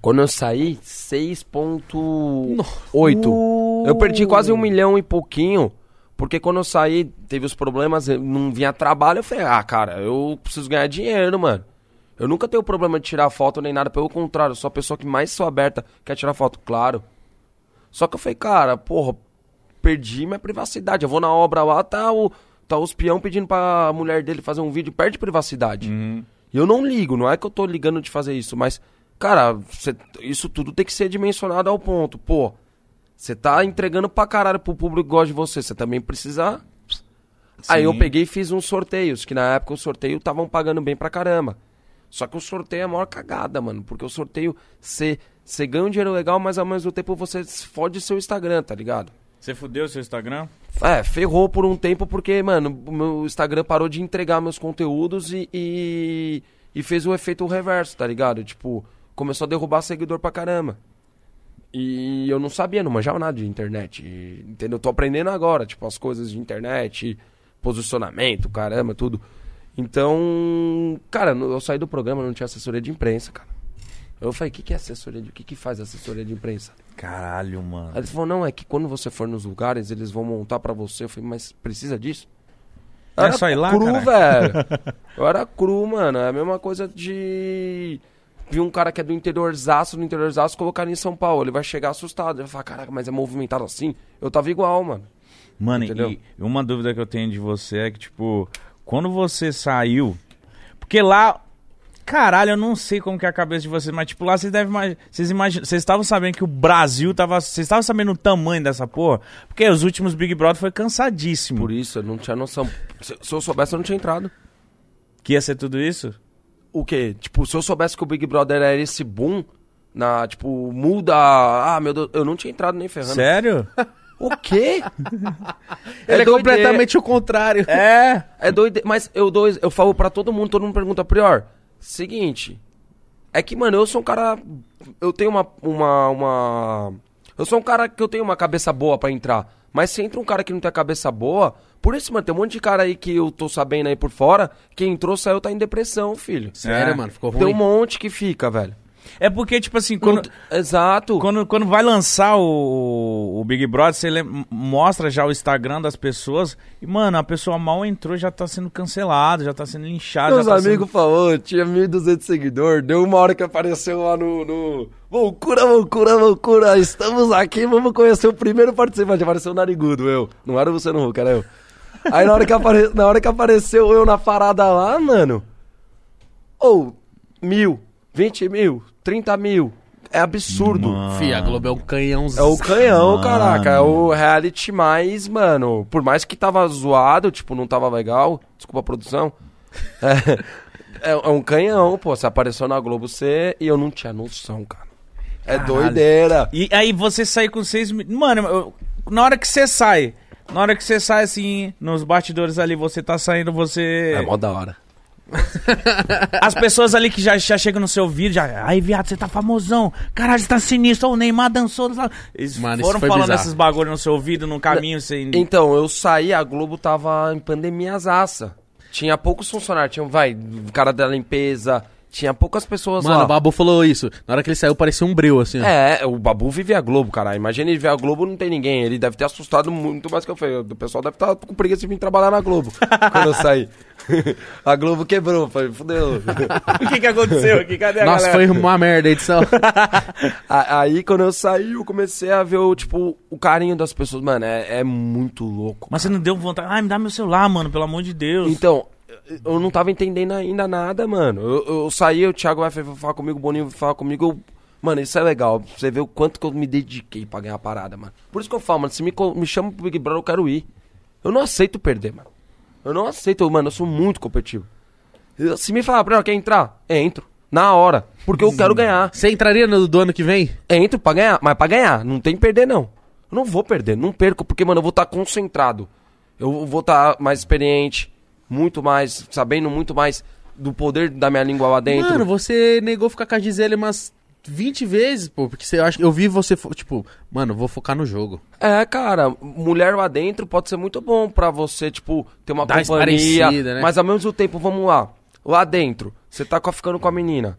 C: quando eu saí, 6.8. Eu perdi quase um milhão e pouquinho. Porque quando eu saí, teve os problemas, eu não vinha trabalho. Eu falei, ah, cara, eu preciso ganhar dinheiro, mano. Eu nunca tenho problema de tirar foto nem nada, pelo contrário, eu sou a pessoa que mais sou aberta, quer tirar foto, claro. Só que eu falei, cara, porra, perdi minha privacidade. Eu vou na obra lá, tá, o, tá os peão pedindo pra mulher dele fazer um vídeo, perde privacidade. E eu não ligo, não é que eu tô ligando de fazer isso, mas, cara, cê- isso tudo tem que ser dimensionado ao ponto. Pô, você tá entregando pra caralho pro público que gosta de você, você também precisa. Aí eu
B: Sim.
C: peguei e fiz uns sorteios, que na época o sorteio estavam pagando bem pra caramba. Só que o sorteio é a maior cagada, mano. Porque o sorteio, você ganha um dinheiro legal, mas ao mesmo tempo você fode seu Instagram, tá ligado?
B: Você fudeu seu Instagram?
C: É, ferrou por um tempo porque, mano, o meu Instagram parou de entregar meus conteúdos e, e, e fez o efeito reverso, tá ligado? Tipo, começou a derrubar seguidor pra caramba. E eu não sabia, não manjava nada de internet. e, entendeu? Tô aprendendo agora, tipo, as coisas de internet, posicionamento, caramba, tudo. Então, cara, no- eu saí do programa, não tinha assessoria de imprensa, cara. Eu falei, o que, que é assessoria de. O que, que faz assessoria de imprensa?
B: Caralho, mano.
C: Aí ele falou, não, é que quando você for nos lugares, eles vão montar pra você. Eu falei, mas precisa disso?
B: Não é só ir lá,
C: cru,
A: (laughs)
B: caralho?
C: velho. Eu era cru, mano. É a mesma coisa de... Vi um cara que é do interiorzaço, do interiorzaço, colocar ele em São Paulo. Ele vai chegar assustado. Ele vai falar, caraca, mas é movimentado assim? Eu tava igual, mano.
B: Mano,
C: Entendeu?
B: e uma dúvida que eu tenho de você é que, tipo, quando você saiu. Porque lá. Caralho, eu não sei como que é a cabeça de vocês, mas, tipo, lá vocês devem imagi- Vocês imaginam. Vocês estavam sabendo que o Brasil tava. Vocês estavam sabendo o tamanho dessa porra? Porque os últimos Big Brother foi cansadíssimo.
C: Por isso, eu não tinha noção. Se, se eu soubesse, eu não tinha entrado.
B: Que ia ser tudo isso?
C: O quê? Tipo, se eu soubesse que o Big Brother era esse boom... Na, tipo, muda. Ah, meu Deus, eu não tinha entrado nem ferrando.
B: Sério?
C: O
A: (laughs)
C: quê?
A: Ele é,
C: doideira.
A: completamente o contrário.
B: é.
C: (laughs) É doido, mas eu dou, eu falo pra todo mundo, todo mundo pergunta, Prior, seguinte, é que, mano, eu sou um cara, eu tenho uma, uma, uma, eu sou um cara que eu tenho uma cabeça boa pra entrar, mas se entra um cara que não tem a cabeça boa, por isso, mano, tem um monte de cara aí que eu tô sabendo aí por fora, quem entrou, saiu, tá em depressão, filho.
A: Sério,
B: É.
A: mano, ficou
C: Tem
A: ruim.
C: um monte que fica, velho.
B: É porque, tipo assim,
C: Não
B: quando.
C: t- Exato.
B: Quando, quando vai lançar o, o Big Brother, você lem- mostra já o Instagram das pessoas. E, mano, a pessoa mal entrou já tá sendo cancelada, já tá sendo linchada.
C: Meus
B: já tá sendo-
C: amigos falou, tinha 1.200 seguidores, deu uma hora que apareceu lá no, no... Loucura, loucura, loucura, estamos aqui, vamos conhecer o primeiro participante. Apareceu o Narigudo, eu. Não era você no Hulk, era eu. Aí na hora que, apare... na hora que apareceu eu na parada lá, mano... Ou, mil, 20 mil, 30 mil, é absurdo.
A: Fih, a Globo é um
C: É
A: canhãozão.
C: o canhão, caraca. É o reality mais, mano. Por mais que tava zoado, tipo, não tava legal. Desculpa a produção. (laughs) É, é- é um canhão, pô. Você apareceu na Globo C e eu não tinha noção, cara. É doideira.
B: E aí você sai com seis mil. Mano, eu- na hora que você sai. Na hora que você sai, assim, nos bastidores ali, você tá saindo, você.
C: É mó da hora.
B: As pessoas ali que já, já chegam no seu vídeo, já. Aí, viado, você tá famosão. Caralho, você tá sinistro. Ó, O Neymar dançou. sabe?" Eles
A: Mano, isso
B: foram
A: foi
B: falando
A: bizarro.
B: esses bagulho no seu ouvido, no caminho, sem.
C: Então, eu saí, a Globo tava em pandemia zaça. Tinha poucos funcionários. Tinha, vai, o cara da limpeza. Tinha poucas pessoas
A: Mano,
C: lá.
A: o Babu falou isso. Na hora que ele saiu, parecia um breu, assim. ó.
C: É, o Babu vive a Globo, cara. Imagina ele ver a Globo não tem ninguém. Ele deve ter assustado muito mais que eu falei. O pessoal deve estar com preguiça de vir trabalhar na Globo quando eu saí. (laughs) a Globo quebrou, foi, fudeu.
B: (laughs) O que que aconteceu aqui? Cadê a
A: Nossa,
B: galera?
A: foi uma merda a
C: (laughs)
A: edição.
C: A- Aí quando eu saí, eu comecei a ver o, tipo, o carinho das pessoas. Mano, é, é muito louco.
B: Mas você não deu vontade. Ai, me dá meu celular, mano, pelo amor de Deus.
C: Então, eu não tava entendendo ainda nada, mano. Eu, eu saí, o Thiago vai falar comigo, o Boninho vai falar comigo. eu- Mano, isso é legal. pra Você vê o quanto que eu me dediquei pra ganhar a parada, mano. Por isso que eu falo, mano, se me, co- me chama pro Big Brother, eu quero ir. Eu não aceito perder, mano. Eu não aceito, mano, eu sou muito competitivo. Eu- Se me falar, Bruno, quer entrar? É, Entro. Na hora. Porque eu quero ganhar.
A: Você entraria no do ano que vem?
C: Entro pra ganhar, mas pra ganhar, não tem que perder, não. Eu não vou perder, não perco, porque, mano, eu vou estar concentrado. Eu vou estar mais experiente, muito mais, sabendo muito mais do poder da minha língua lá dentro.
A: Mano, você negou ficar com a Gisele umas 20 vezes, pô. Porque você, eu, acho, eu vi você, fo- tipo, mano, vou focar no jogo.
C: É, cara, mulher lá dentro pode ser muito bom pra você, tipo, ter uma
A: Dar uma
C: companhia.
A: esparecida, né?
C: Mas ao mesmo tempo, vamos lá. Lá dentro, você tá co- ficando com a menina.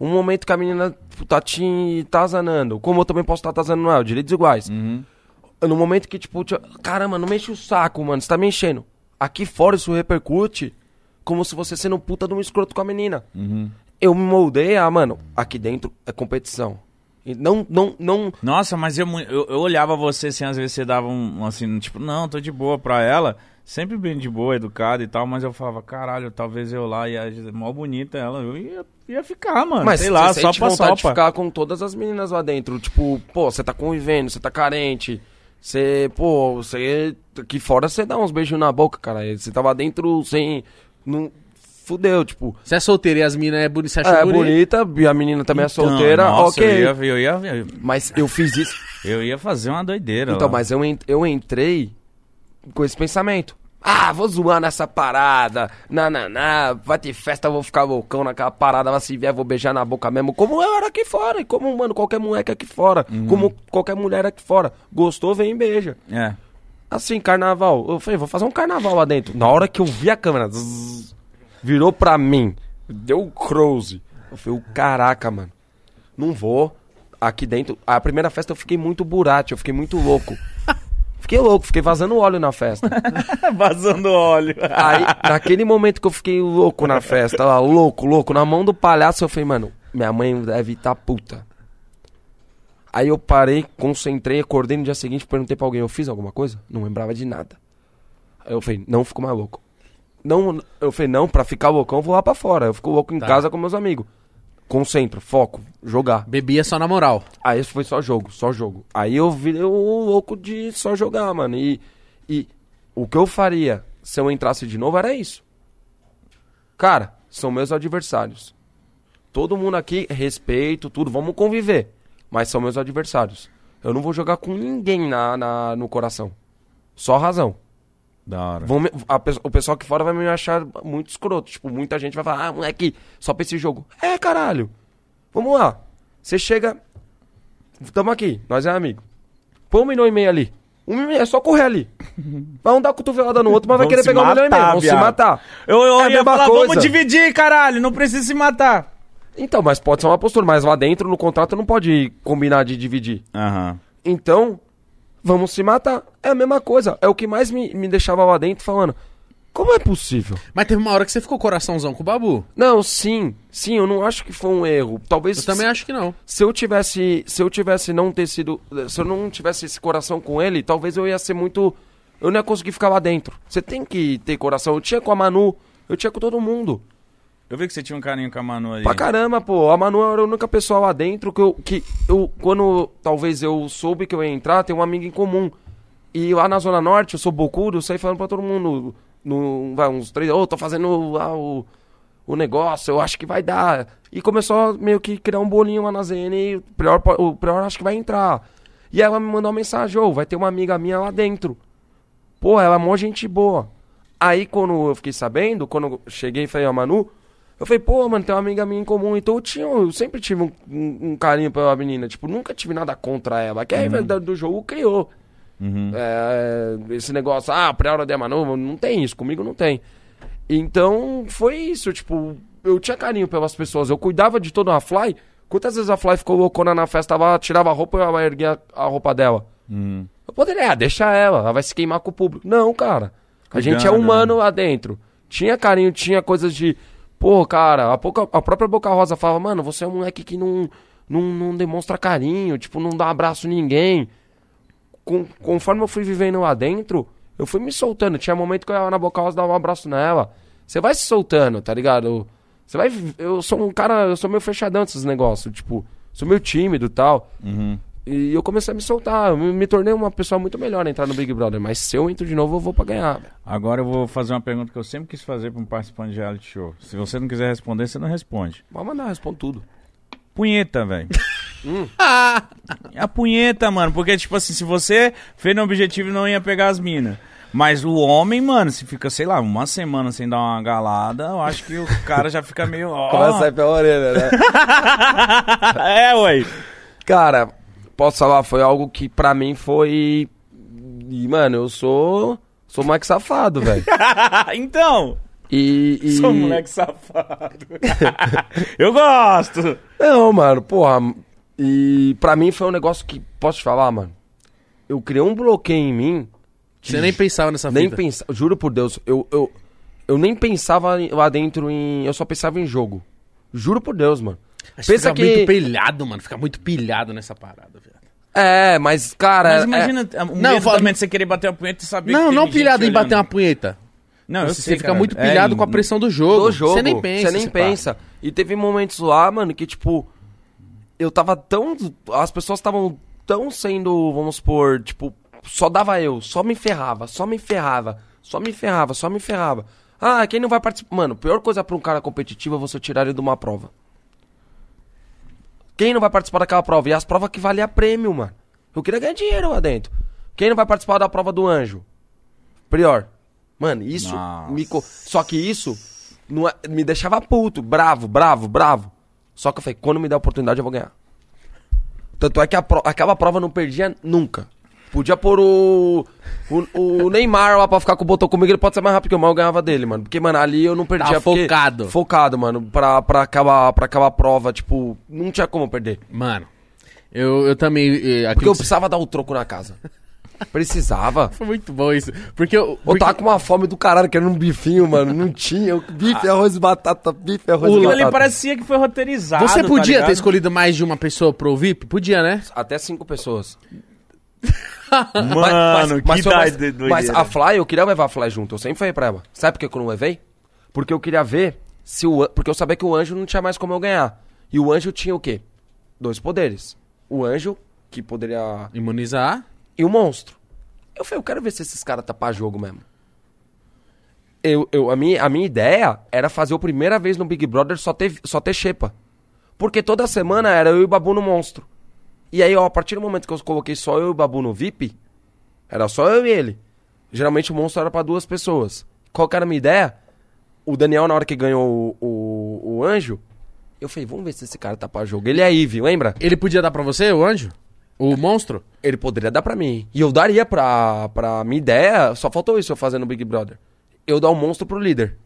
C: Um momento que a menina tipo, tá te tazanando. Como eu também posso estar tazanando ela, direitos iguais.
A: Uhum.
C: No momento que, tipo, te- caramba, não mexe o saco, mano, você tá me enchendo.
A: Uhum.
C: Aqui fora isso repercute como se você sendo um puta de um escroto com a menina. eu me moldei a, mano, aqui dentro é competição. E não, não, não.
B: Nossa, mas eu, mu- eu, eu olhava você assim, às vezes você dava um um, assim, tipo, não, tô de boa pra ela. Sempre bem de boa, educada e tal, mas eu falava, caralho, talvez eu lá ia. Mó bonita ela, eu ia, ia ficar, mano.
C: Mas
B: sei lá,
C: você
B: só
C: sente
B: pra
C: vontade
B: sopa.
C: de ficar com todas as meninas lá dentro. Tipo, pô, você tá convivendo, você tá carente. Você, pô, você. Aqui fora você dá uns beijos na boca, cara. E Você tava dentro sem. Não, fudeu, tipo.
A: Você é solteiro e as minas é bonita, você acha
C: É
A: bonita.
C: bonita, e a menina também é
B: Então,
C: solteira,
B: nossa,
C: ok.
B: Eu ia, eu, ia,
C: Mas eu fiz isso.
B: eu ia fazer uma doideira.
C: Então,
B: lá.
C: mas eu, en- eu entrei com esse pensamento. Ah, vou zoar nessa parada. Nananá, vai ter festa, eu vou ficar loucão naquela parada. Mas se vier, vou beijar na boca mesmo. Como eu era aqui fora. E como, mano, qualquer moleque aqui fora. Como qualquer mulher aqui fora. Gostou, vem e beija. (laughs)
B: É.
C: Assim, carnaval. Eu falei, vou fazer um carnaval lá dentro. Na hora que eu vi a câmera, zzz, virou pra mim. Deu um close. Eu falei, caraca, mano. Não vou. Aqui dentro. A primeira festa eu fiquei muito burate, eu fiquei muito louco. Fiquei louco, fiquei vazando óleo na festa. tá
B: Vazando óleo.
C: (laughs) Aí, naquele momento que eu fiquei louco na festa, lá, louco, louco, na mão do palhaço, eu falei, mano, minha mãe deve estar puta. Aí eu parei, concentrei, acordei no dia seguinte, perguntei pra alguém, eu fiz alguma coisa? Não lembrava de nada. Aí eu falei, não fico mais louco. Não, eu falei, não, pra ficar loucão, eu vou lá pra fora. Eu fico louco em casa com meus amigos. Concentro, foco, jogar.
A: Bebia só na moral.
C: Aí isso Ah, foi só jogo, só jogo. Aí eu virei o louco de só jogar, mano. E, e o que eu faria se eu entrasse de novo era isso. Cara, são meus adversários. Todo mundo aqui, respeito, tudo, vamos conviver. Mas são meus adversários. Eu não vou jogar com ninguém na, na- no coração. Só razão.
B: Da hora.
C: Vão me- a pe- o pessoal aqui fora vai me achar muito escroto. Tipo, muita gente vai falar, ah, moleque, só pra esse jogo. É, caralho. Vamos lá. Você chega. Tamo aqui, nós é amigo. Põe um milhão e meio ali. Um milhão e meio, é só correr ali. Vai um dar cotovelada no outro, mas vai
B: Vão
C: querer
B: se
C: pegar um milhão e meio.
B: matar,
C: Vão se
B: viado.
C: matar.
B: Eu, eu
C: É a
B: ia
C: mesma
B: falar, vamos
C: coisa.
B: dividir, caralho, não precisa se
C: Ah,
B: matar.
C: Então, mas pode ser uma postura, mas lá dentro no contrato não pode combinar de dividir.
B: Aham.
C: Então, vamos se matar. É a mesma coisa. É o que mais me, me deixava lá dentro falando. Como é possível?
A: Mas teve uma hora que você ficou coraçãozão com o Babu.
C: Não, sim, sim, eu não acho que foi um erro. Talvez
A: Eu também acho que não.
C: se eu tivesse, se eu tivesse não ter sido, se eu não tivesse esse coração com ele, talvez eu ia ser muito, eu não ia conseguir ficar lá dentro. Você tem que ter coração. Eu tinha com a Manu, eu tinha com todo mundo.
B: Eu vi que você tinha um carinho com a Manu ali.
C: Pra caramba, pô. A Manu era a única pessoa lá dentro que eu. Que eu quando talvez eu soube que eu ia entrar, tem um amigo em comum. E lá na Zona Norte, eu sou bocudo, eu saí falando pra todo mundo. No, vai, uns três. Ô, tô fazendo lá o, o negócio, eu acho que vai dar. E começou a meio que criar um bolinho lá na ZN. E o Prior, po- o Prior acho que vai entrar. E ela me mandou uma mensagem: Ô, vai ter uma amiga minha lá dentro. Pô, ela é mó gente boa. Aí quando eu fiquei sabendo, quando eu cheguei e falei, ó, Manu, eu falei, pô, mano, tem uma amiga minha em comum. Então eu tinha, eu sempre tive um, um- um carinho pela menina. Tipo, nunca tive nada contra ela. Que é a rivalidade do jogo criou.
B: Uhum.
C: É, esse negócio, ah, pré-hora de Manu, não tem isso, comigo não tem. Então, foi isso, tipo, eu tinha carinho pelas pessoas, eu cuidava de toda a Fly. Quantas vezes a Fly ficou loucona na festa, ela tirava a roupa e ela erguia a roupa dela?
B: Uhum.
C: Eu poderia, ah, deixa ela, ela vai se queimar com o público. Não, cara. A gente é
B: Cuidado,
C: humano lá dentro. Tinha carinho, tinha coisas de. Pô, cara, a, pouca- a própria Boca Rosa fala, mano, você é um moleque que não, não, não demonstra carinho, tipo, não dá abraço em ninguém. Com- conforme eu fui vivendo lá dentro, eu fui me soltando. Tinha momento que eu ia lá na Boca Rosa dava um abraço nela. Você vai se soltando, tá ligado? Você vai. Eu sou um cara, eu sou meio fechadão desses negócios, tipo, sou meio tímido e tal.
B: Uhum.
C: E eu comecei a me soltar. Eu me, me tornei uma pessoa muito melhor a entrar no Big Brother. Mas se eu entro de novo, eu vou pra ganhar.
B: Agora eu vou fazer uma pergunta que eu sempre quis fazer pra um participante de reality show. Se você não quiser responder, você não responde.
C: Vamos mandar, eu respondo tudo.
B: Punheta,
C: (laughs)
B: velho.
C: Hum.
B: A punheta, mano. Porque, tipo assim, se você fez no objetivo, não ia pegar as minas. Mas o homem, mano, se fica, sei lá, uma semana sem dar uma galada, eu acho que o cara já fica meio. ó.
C: pela orelha, né?
B: (laughs) é, ué.
C: (laughs) Cara, posso falar, foi algo que pra mim foi. E, mano, eu sou. Sou moleque safado, velho.
B: então.
C: E, e-
B: Sou um moleque safado. (laughs) eu gosto.
C: Não, mano, porra. E pra mim foi um negócio que. Posso te falar, mano? Eu criei um bloqueio em mim. de
A: Você nem pensava nessa
C: Nem
A: vida.
C: pensava, juro por Deus, eu, eu, eu nem pensava em- lá dentro em. Eu só pensava em jogo. Juro por Deus, mano.
A: Acho
C: Pensa
A: fica muito
C: que.
A: pilhado, mano. Fica muito pilhado nessa parada, viado.
C: É, mas, cara.
B: Mas
C: é-
B: imagina um
A: Não,
B: medo
A: fala-
B: também de você querer bater uma punheta e saber que
A: Não,
B: tem
A: não
B: gente
A: pilhado em
B: olhando.
A: bater uma punheta.
B: Não, eu
A: você
B: sei,
A: fica
B: cara.
A: muito
B: É,
A: pilhado com a
B: e-
A: pressão do jogo.
C: do jogo.
A: Você nem pensa.
C: Você nem
A: se pá.
C: pensa. E teve momentos lá, mano, que tipo. Eu tava tão. As pessoas estavam tão sendo, vamos supor, tipo. Só dava eu, só me ferrava, só me ferrava, só me ferrava, só me ferrava. Ah, quem não vai participar. Mano, pior coisa pra um cara competitivo é você tirar ele de uma prova. Quem não vai participar daquela prova? E as provas que valia prêmio, mano. Eu queria ganhar dinheiro lá dentro. Quem não vai participar da prova do anjo? Prior. Mano, isso
B: Nossa.
C: me. co- Só que isso não é- me deixava puto, bravo, bravo, bravo. Só que eu falei, quando me der a oportunidade, eu vou ganhar. Tanto é que a pro- aquela prova eu não perdia nunca. Podia pôr o... o. o Neymar lá pra ficar com o botão comigo, ele pode ser mais rápido que eu, mas eu ganhava dele, mano. Porque, mano, ali eu não perdia. porque-
A: focado.
C: Focado, mano, pra, pra, aquela, pra aquela prova, tipo, não tinha como eu perder.
A: Mano, eu, eu também. eh, aquilo
C: Porque eu
A: que você-
C: precisava dar o troco na casa. Precisava.
A: Foi muito bom isso. Porque eu.
C: Eu
A: Porque...
C: tava com uma fome do caralho, querendo um bifinho, mano. Não tinha. Eu- Bife, arroz e batata, bife, arroz e
B: Ah. Aquilo
C: batata.
B: ali parecia que foi roteirizado.
A: Você
B: tá
A: podia
B: ligado?
A: ter escolhido mais de uma pessoa pro VIP? Podia, né?
C: Até cinco pessoas.
B: Mano, que
C: eu-
B: idade
C: mas-
B: doideira.
C: mas a Fly, eu queria levar a Fly junto. Eu sempre falei pra ela. Sabe por que que eu não levei? Porque eu queria ver se o... an- Porque eu sabia que o anjo não tinha mais como eu ganhar. E o anjo tinha o quê? Dois poderes. O anjo, que poderia...
A: Imunizar.
C: E o monstro. Eu falei, eu quero ver se esses caras tá pra jogo mesmo. Eu, eu, a, minha, a minha ideia era fazer a primeira vez no Big Brother só ter, só ter xepa. Porque toda semana era eu e o Babu no monstro. E aí, ó, a partir do momento que eu coloquei só eu e o Babu no VIP, era só eu e ele. Geralmente o monstro era pra duas pessoas. Qual que era a minha ideia? O Daniel, na hora que ganhou o, o, o anjo, eu falei, vamos ver se esse cara tá pra jogo. Ele é Eve, lembra?
A: Ele podia dar pra você, o anjo? O monstro?
C: Ele poderia dar pra mim. E eu daria pra, pra minha ideia. Só faltou isso eu fazer no Big Brother. Eu dar um monstro pro líder.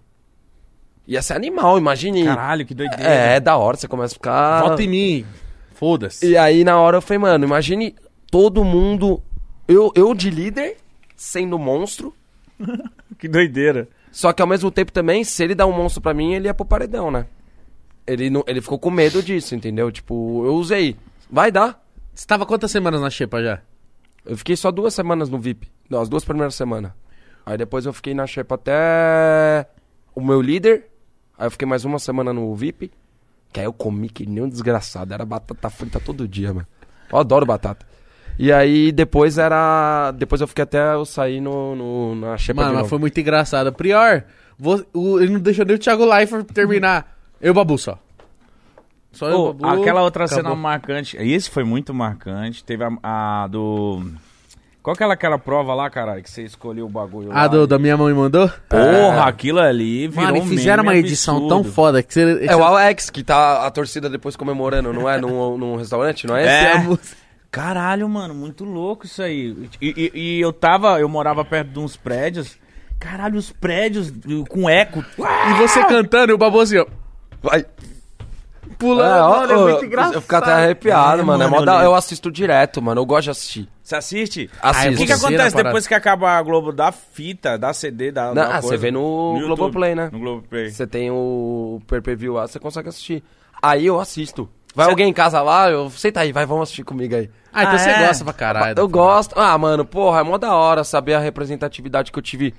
C: Ia ser animal, imagine.
B: Caralho, que doideira.
C: É, é da hora, você começa a ficar.
A: Volta em mim. Foda-se.
C: Ah. E aí na hora eu falei, mano, imagine todo mundo. Eu, eu de líder, sendo monstro.
B: Que doideira.
C: Só que ao mesmo tempo também, se ele dá um monstro pra mim, ele ia pro paredão, né? Ele, não, ele ficou com medo disso, entendeu? Tipo, eu usei. Vai dar.
A: Você tava quantas semanas na xepa já?
C: Eu fiquei só duas semanas no VIP. Não, as duas primeiras semanas. Aí depois eu fiquei na Xepa até o meu líder. Aí eu fiquei mais uma semana no VIP. Que aí eu comi que nem um desgraçado. Era batata frita todo dia, mano. Eu adoro batata. E aí depois era. Depois eu fiquei até eu sair no, no- na Xepa
A: Mano,
C: de
A: mas
C: novo.
A: foi muito engraçado. Prior, vo- o- ele não deixou nem o Thiago Leifert terminar. Eu e o Babu só. Só eu e
B: Ô,
A: o Babu.
B: aquela outra
A: acabou.
B: cena marcante. Esse foi muito marcante. Teve a, a do. Qual que era aquela prova lá, caralho, que você escolheu o bagulho lá?
A: Ah, do, da minha mãe mandou?
B: Porra, aquilo ali virou
A: Mano, e
B: um
A: fizeram
B: meme
A: uma edição
B: absurdo.
A: tão foda que você.
C: É o Alex que tá a torcida depois comemorando, não é? Num, (laughs) num restaurante, não é?
B: É.
C: Esse
B: Caralho, mano, muito louco isso aí. E, e- e eu tava, eu morava perto de uns prédios. Caralho, os prédios com eco. Uá!
A: E você cantando e o Babu assim, ó.
C: Vai.
A: Pulando,
C: É, ó,
A: mano, é
C: ó,
A: muito engraçado.
C: Eu fico até arrepiado,
A: É,
C: mano. É
A: mano,
C: mó
A: eu
C: da-
A: lembro.
C: eu assisto direto, mano. Eu gosto de assistir.
B: Você assiste?
C: Assisto.
B: O que, que
A: Terceira
B: acontece
A: parada.
B: depois que acaba a Globo? Da fita, da CD, da.
C: Não,
B: da
C: ah,
B: coisa?
C: você vê no
B: YouTube,
C: Globoplay, né?
B: No Globoplay.
C: Você tem o pay-per-view lá, você consegue assistir. Aí eu assisto. Vai alguém em casa lá, eu senta aí, vai, vamos assistir comigo aí.
A: Ah, então
B: Ah,
A: você
B: é?
A: gosta pra caralho. tá
C: eu gosto. Ah, mano, porra, é mó da hora saber a representatividade que eu tive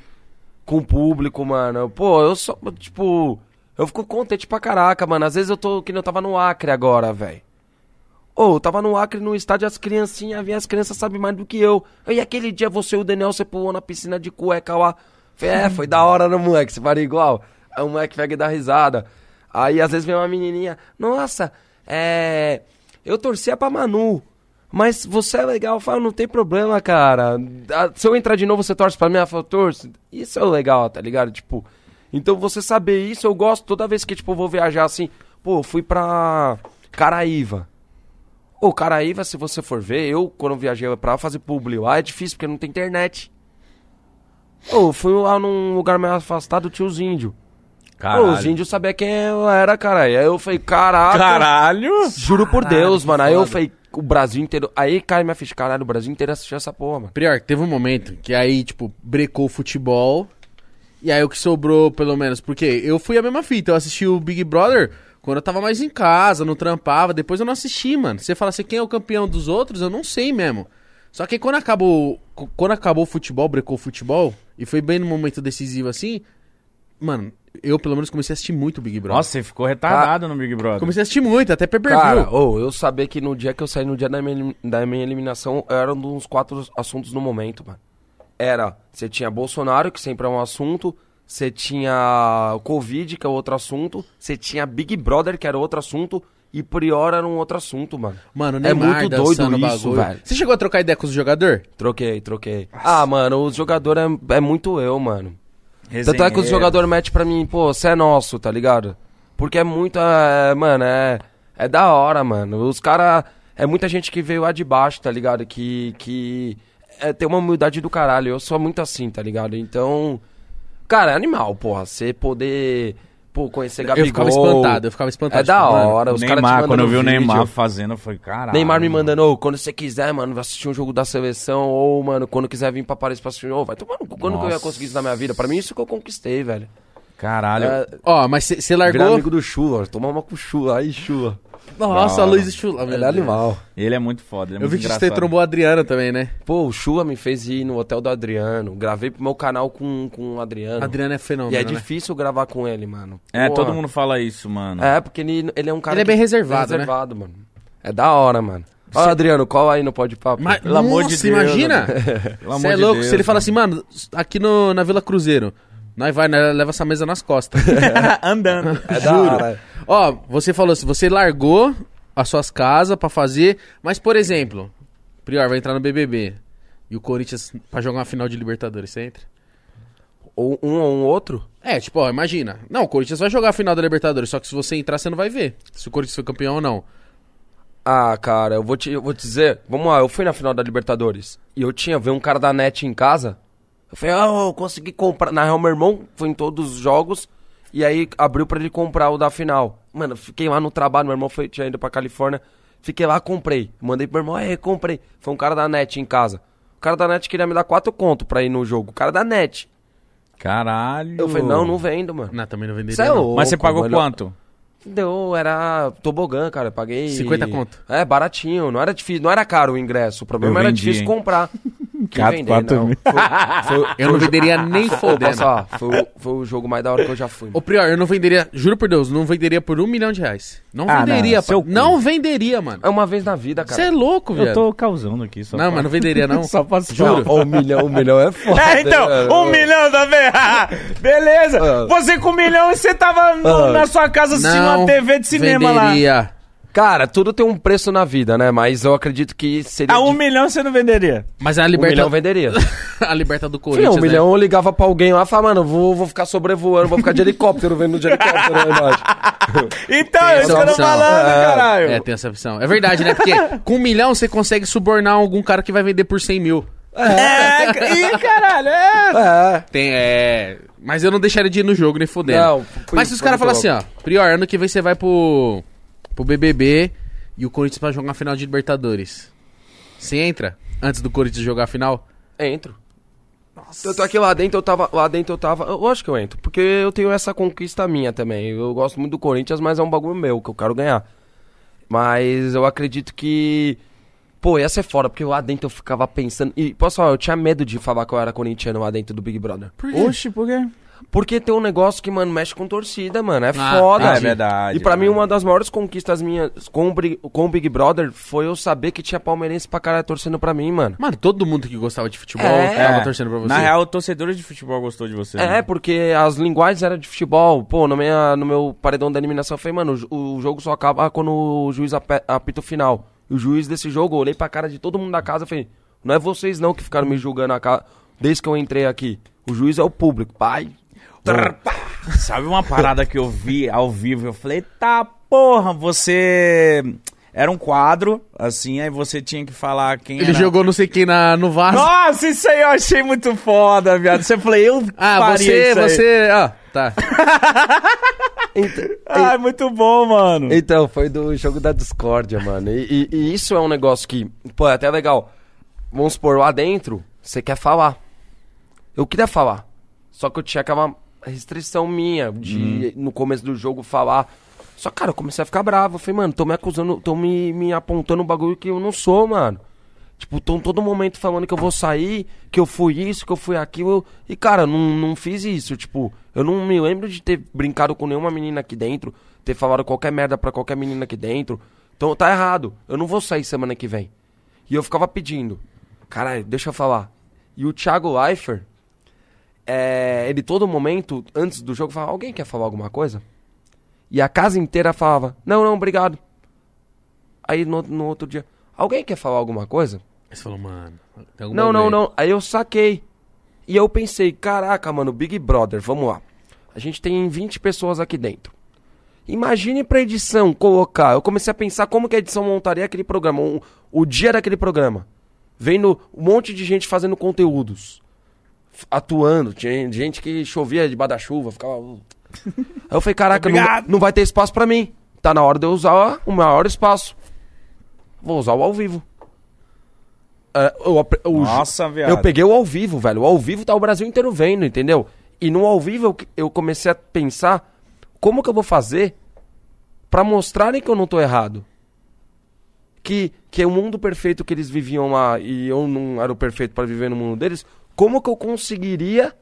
C: com o público, mano. Pô, eu sou, tipo, eu fico contente pra caraca, mano. Às vezes eu tô, que nem eu tava no Acre agora, velho. Ô, eu tava no Acre, no estádio, as criancinhas, vinha, as crianças sabem mais do que eu. E aquele dia você e o Daniel, você pulou na piscina de cueca lá. Falei, É, foi da hora, né, moleque? Você para igual. Aí o moleque pega e dá risada. Aí às vezes vem uma menininha, nossa, é. Eu torcia pra Manu, mas você é legal. Eu falo, não tem problema, cara. Ah, Se eu entrar de novo, você torce pra mim? Ela fala, torço. Isso é o legal, tá ligado? Tipo, então você saber isso, eu gosto toda vez que, tipo, eu vou viajar assim. Pô, eu fui pra Caraíva. Ô, Caraíva, se você for ver, eu, quando eu viajei pra fazer publi lá, é difícil porque não tem internet. Ô, eu fui lá num lugar mais afastado, tinha os índios. Ô, os índios sabiam quem eu era, cara. Aí eu falei, caraca.
B: Caralho!
C: Juro por
A: Caralho,
C: Deus,
A: que
C: mano. Aí eu
A: foda.
C: falei, o Brasil inteiro. Aí cai minha ficha, caralho, o Brasil inteiro assistiu essa porra, mano.
A: Prior, teve um momento que aí, tipo, brecou o futebol. E aí o que sobrou, pelo menos, porque eu fui a mesma fita, eu assisti o Big Brother Quando eu tava mais em casa, não trampava, depois eu não assisti, mano. Você fala assim, quem é o campeão dos outros, eu não sei mesmo. Só que quando acabou, quando acabou o futebol, brecou o futebol, e foi bem no momento decisivo assim, mano, eu pelo menos comecei a assistir muito Big Brother.
B: Nossa, você ficou retardado no Big Brother.
A: Comecei a assistir muito, até pay per
C: Cara,
A: view.
C: ou eu sabia que no dia que eu saí, no dia da minha, elim- da minha eliminação, era um dos quatro assuntos no momento, mano. Era, você tinha Bolsonaro, que sempre é um assunto, você tinha Covid, que é outro assunto, você tinha Big Brother, que era outro assunto, e Prior era um outro assunto, mano.
A: Mano,
C: é
A: Neymar
C: muito doido
A: dançando
C: isso,
A: bagulho.
C: velho.
A: Você chegou a trocar ideia com os jogador?
C: Troquei, troquei. Ah, mano, o jogador é, é muito eu, mano. Tanto é que os
B: Resenheiro.
C: jogadores metem pra mim, pô, você é nosso, tá ligado? Porque é muito, é, mano, é, é da hora, mano. Os caras, é muita gente que veio lá de baixo, tá ligado? Que, que é, tem uma humildade do caralho. Eu sou muito assim, tá ligado? Então, cara, é animal, porra. Você poder, pô, conhecer Gabigol.
A: Eu ficava espantado, eu ficava espantado.
C: É da
A: Tipo, mano,
C: hora, os caras te
B: Neymar,
C: mandando
B: quando eu vi o
C: vídeo.
B: Neymar fazendo, eu falei, caralho.
C: Neymar me mandando, ô, quando você quiser, mano, vai assistir um jogo da seleção, ou, mano, quando quiser vir pra Paris pra assistir, ô, vai tomar no cu, quando que eu ia
B: Nossa.
C: conseguir isso na minha vida? Pra mim, isso que eu conquistei, velho.
B: Caralho.
C: É,
A: Ó, mas você
C: virar
A: largou.
C: amigo do Chula, tomar uma com Chula, aí Chula.
A: Nossa,
B: Não.
A: Luiz Chula. meu
C: Ele é
A: Deus.
C: animal.
B: Ele é muito foda, ele é
A: Eu vi
B: muito
A: que você
B: engraçado.
A: trombou a Adriana também, né?
C: Pô, o Chula me fez ir no hotel do Adriano, gravei pro meu canal com, com o Adriano.
A: Adriano é
C: E
A: fenômeno. né?
C: é difícil gravar com ele, mano.
B: É,
C: Porra.
B: todo mundo fala isso, mano.
C: É, porque ele, ele é um cara
A: Ele é bem
C: que-
A: reservado, né?
C: reservado, mano. É da hora, mano. Ó, Adriano, cola aí no Pode Papo.
A: Mas,
B: Pelo amor
A: nossa,
B: de Deus,
A: imagina?
B: Pelo amor
A: Você é
B: de
A: louco,
B: Deus,
A: se ele (laughs) fala assim, mano, aqui no, na Vila Cruzeiro, nós vai, nós leva essa mesa nas costas.
B: Andando.
C: É da hora.
A: Ó, você falou assim, você largou as suas casas pra fazer, mas, por exemplo, Prior vai entrar no BBB e o Corinthians pra jogar uma final de Libertadores, você entra?
C: Ou um ou um outro?
A: É, tipo, ó, imagina. Não, o Corinthians vai jogar a final da Libertadores, só que se você entrar, você não vai ver se o Corinthians foi campeão ou não.
C: Ah, cara, eu vou te, eu vou te dizer. Vamos lá, eu fui na final da Libertadores. E eu tinha, veio um cara da net em casa. Eu falei, ah, eu consegui comprar. Na real, meu irmão foi em todos os jogos. E aí abriu pra ele comprar o da final. Mano, eu fiquei lá no trabalho, meu irmão foi, tinha ido pra Califórnia. Fiquei lá, comprei. Mandei pro meu irmão, é, comprei. Foi um cara da net em casa. O cara da net queria me dar quatro conto pra ir no jogo. O cara da net.
B: Caralho.
C: Eu falei, não, não vendo, mano.
A: Não, também não venderia.
C: Cê é
A: não.
C: louco,
B: Mas você pagou
C: mano.
B: quanto?
C: Deu, era tobogã, cara. eu Paguei.
A: 50 conto.
C: É, baratinho. Não era difícil, não era caro o ingresso. O problema
B: Eu
C: era
B: vendi,
C: difícil
B: hein? (laughs)
C: comprar. Que
B: Quatro-
C: vender,
B: quatro
C: não.
B: mil. (laughs)
C: Foi, foi, (laughs)
A: Eu não venderia nem
C: foi, posso
A: fodendo.
C: falar, foi, o- foi o jogo mais da hora que eu já fui.
A: Ô, Prior, eu não venderia, juro por Deus, não venderia por um milhão de reais. Não
B: Ah, não,
A: venderia,
B: seu
A: não,
B: cu.
A: não venderia, mano.
C: É uma vez na vida,
A: Você
C: cara.
A: é louco, velho.
B: Eu tô causando aqui só.
A: Não,
B: pra-
A: mas não venderia, não.
B: (laughs) Só pra
C: (laughs) Não, ó, um milhão, um milhão
B: (laughs)
C: é foda.
B: É, então,
C: né?
B: um milhão (laughs) também. Beleza.
C: Ah.
B: Você com um milhão e você tava no-
C: Ah.
B: na sua casa assistindo uma TV de cinema lá.
A: venderia.
C: Cara, tudo tem um preço na vida, né? Mas eu acredito que seria.
B: A um
C: dif-
B: milhão você não venderia.
A: Mas a
C: um milhão
A: liberta...
B: (laughs)
C: venderia.
A: (laughs) a liberta do
C: Filho,
A: Corinthians, né?
C: um
B: né?
C: milhão eu ligava pra alguém lá e falava, mano, eu vou, vou ficar sobrevoando, vou ficar de helicóptero vendo de helicóptero é aí embaixo.
B: Então, é isso que eu tô
A: opção.
B: falando,
C: É,
B: caralho.
A: né? É, tem essa opção. É verdade, né?
B: (laughs)
A: Porque com um milhão você consegue subornar algum cara que vai vender por 100 mil.
B: É, ih, caralho, é.
C: É.
A: Tem, é... Mas eu não deixaria de ir no jogo, nem fudendo.
C: Não, foi-
A: Mas se os
C: foi
A: caras falam
C: muito
A: assim, ó... Prior, ano que vem você vai pro... Pro BBB e o Corinthians vai jogar a final de Libertadores. Você entra antes do Corinthians jogar a final?
C: Entro. Nossa. Eu tô aqui lá dentro, eu tava. Lá dentro eu tava. Eu acho que eu entro, porque eu tenho essa conquista minha também. Eu gosto muito do Corinthians, mas é um bagulho meu que eu quero ganhar. Mas eu acredito que. Pô, ia ser fora, porque lá dentro eu ficava pensando. E, posso falar, eu tinha medo de falar que eu era corintiano lá dentro do Big Brother.
A: Por
B: Oxe, por quê?
C: Porque tem um negócio que, mano, mexe com torcida, mano. É
A: Ah,
C: foda.
B: entendi. É verdade,
C: E pra
B: é
C: mim,
B: verdade.
C: uma das maiores conquistas minhas com o, Bri- com o Big Brother foi eu saber que tinha palmeirense pra caralho torcendo pra mim, mano.
A: Mano, todo mundo que gostava de futebol
C: É.
A: tava torcendo pra você.
B: Na real, torcedores de futebol gostou de você.
C: É,
B: né?
C: porque as linguagens eram de futebol. Pô, no, minha, no meu paredão da eliminação, eu falei, mano, o ju- o jogo só acaba quando o juiz ape- apita o final. E o juiz desse jogo, eu olhei pra cara de todo mundo da casa e falei, não é vocês não que ficaram me julgando a ca- desde que eu entrei aqui. O juiz é o público, pai. Trrr, pá.
B: Sabe uma parada que eu vi ao vivo? Eu falei, tá, porra, você. Era um quadro, assim, aí você tinha que falar quem
A: Ele
B: era.
A: jogou não sei quem na, no vaso.
B: Nossa, isso aí eu achei muito foda, viado. Você falei, eu
A: Ah,
B: faria
A: você,
B: isso aí.
A: você. Ah, tá.
C: Então, Ent-
B: Ah, muito bom, mano.
C: Então, foi do jogo da discórdia, mano. E, e- e isso é um negócio que, pô, é até legal. Vamos supor, lá dentro, você quer falar. Eu queria falar. Só que eu tinha aquela restrição minha de, no começo do jogo, falar. Só, cara, eu comecei a ficar bravo. Eu falei, mano, tô me acusando, tô me, me apontando um bagulho que eu não sou, mano. Tipo, tão todo momento falando que eu vou sair, que eu fui isso, que eu fui aquilo. E, cara, eu não, não fiz isso. Tipo, eu não me lembro de ter brincado com nenhuma menina aqui dentro, ter falado qualquer merda pra qualquer menina aqui dentro. Então tá errado. Eu não vou sair semana que vem. E eu ficava pedindo. Caralho, deixa eu falar. E o Thiago Leifert, é, ele todo momento, antes do jogo, falava: Alguém quer falar alguma coisa? E a casa inteira falava: Não, não, obrigado. Aí no, no outro dia: Alguém quer falar alguma coisa?
A: Aí você falou, mano. tem
B: Um
A: algum
C: Não, não,
A: bagulho aí.
C: não. Aí eu saquei. E eu pensei, caraca, mano, Big Brother, vamos lá. A gente tem 20 pessoas aqui dentro. Imagine pra edição colocar. Eu comecei a pensar como que a edição montaria aquele programa, o, o dia daquele programa. Vendo um monte de gente fazendo conteúdos. f- Atuando. Tinha gente que chovia debaixo da chuva, ficava. uh. Aí eu falei, caraca, não,
B: Obrigado.
C: não vai ter espaço pra mim. Tá na hora de eu usar o maior espaço. Vou usar o ao vivo. É, eu apre- o ju-
B: Nossa, viado.
C: eu peguei o ao vivo, velho. O ao vivo tá o Brasil inteiro vendo, entendeu? E no ao vivo eu, eu comecei a pensar como que eu vou fazer pra mostrarem que eu não tô errado. Que, que é o mundo perfeito que eles viviam lá e eu não era o perfeito pra viver no mundo deles. Como que eu conseguiria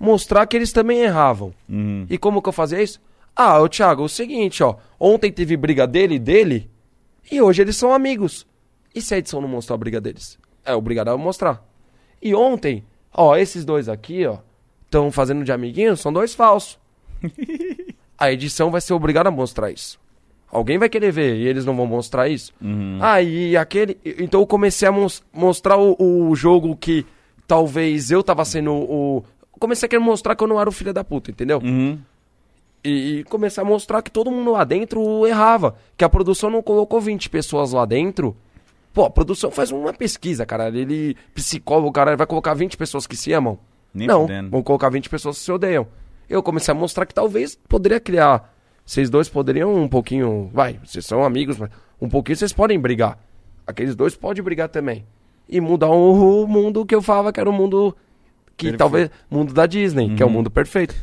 C: mostrar que eles também erravam?
B: Uhum.
C: E como que eu fazia isso? Ah, ô Thiago, é o seguinte, ó. Ontem teve briga dele e dele, e hoje eles são amigos. E se a edição não mostrou a briga deles? É obrigado a mostrar. E ontem, ó, esses dois aqui, ó, estão fazendo de amiguinhos, são dois falsos. a edição vai ser obrigada a mostrar isso. Alguém vai querer ver e eles não vão mostrar isso.
B: uhum, Hum.
C: Ah, e aquele. e- Então eu comecei a mos- mostrar o, o jogo que talvez eu tava sendo o. Comecei a querer mostrar que eu não era o filho da puta, entendeu?
B: Uhum.
C: e, e começar a mostrar que todo mundo lá dentro errava, que a produção não colocou 20 pessoas lá dentro. Pô, a produção faz uma pesquisa, cara. Ele, psicólogo, cara, vai colocar 20 pessoas que se amam?
B: Nem
C: não,
B: fudendo.
C: vão colocar 20 pessoas que se odeiam. Eu comecei a mostrar que talvez poderia criar. Vocês dois poderiam um pouquinho. Vai, vocês são amigos, mas um pouquinho vocês podem brigar. Aqueles dois podem brigar também. E mudar o, o mundo que eu falava que era o mundo. Que talvez. Mundo da Disney,
B: Uhum.
C: que é o mundo perfeito.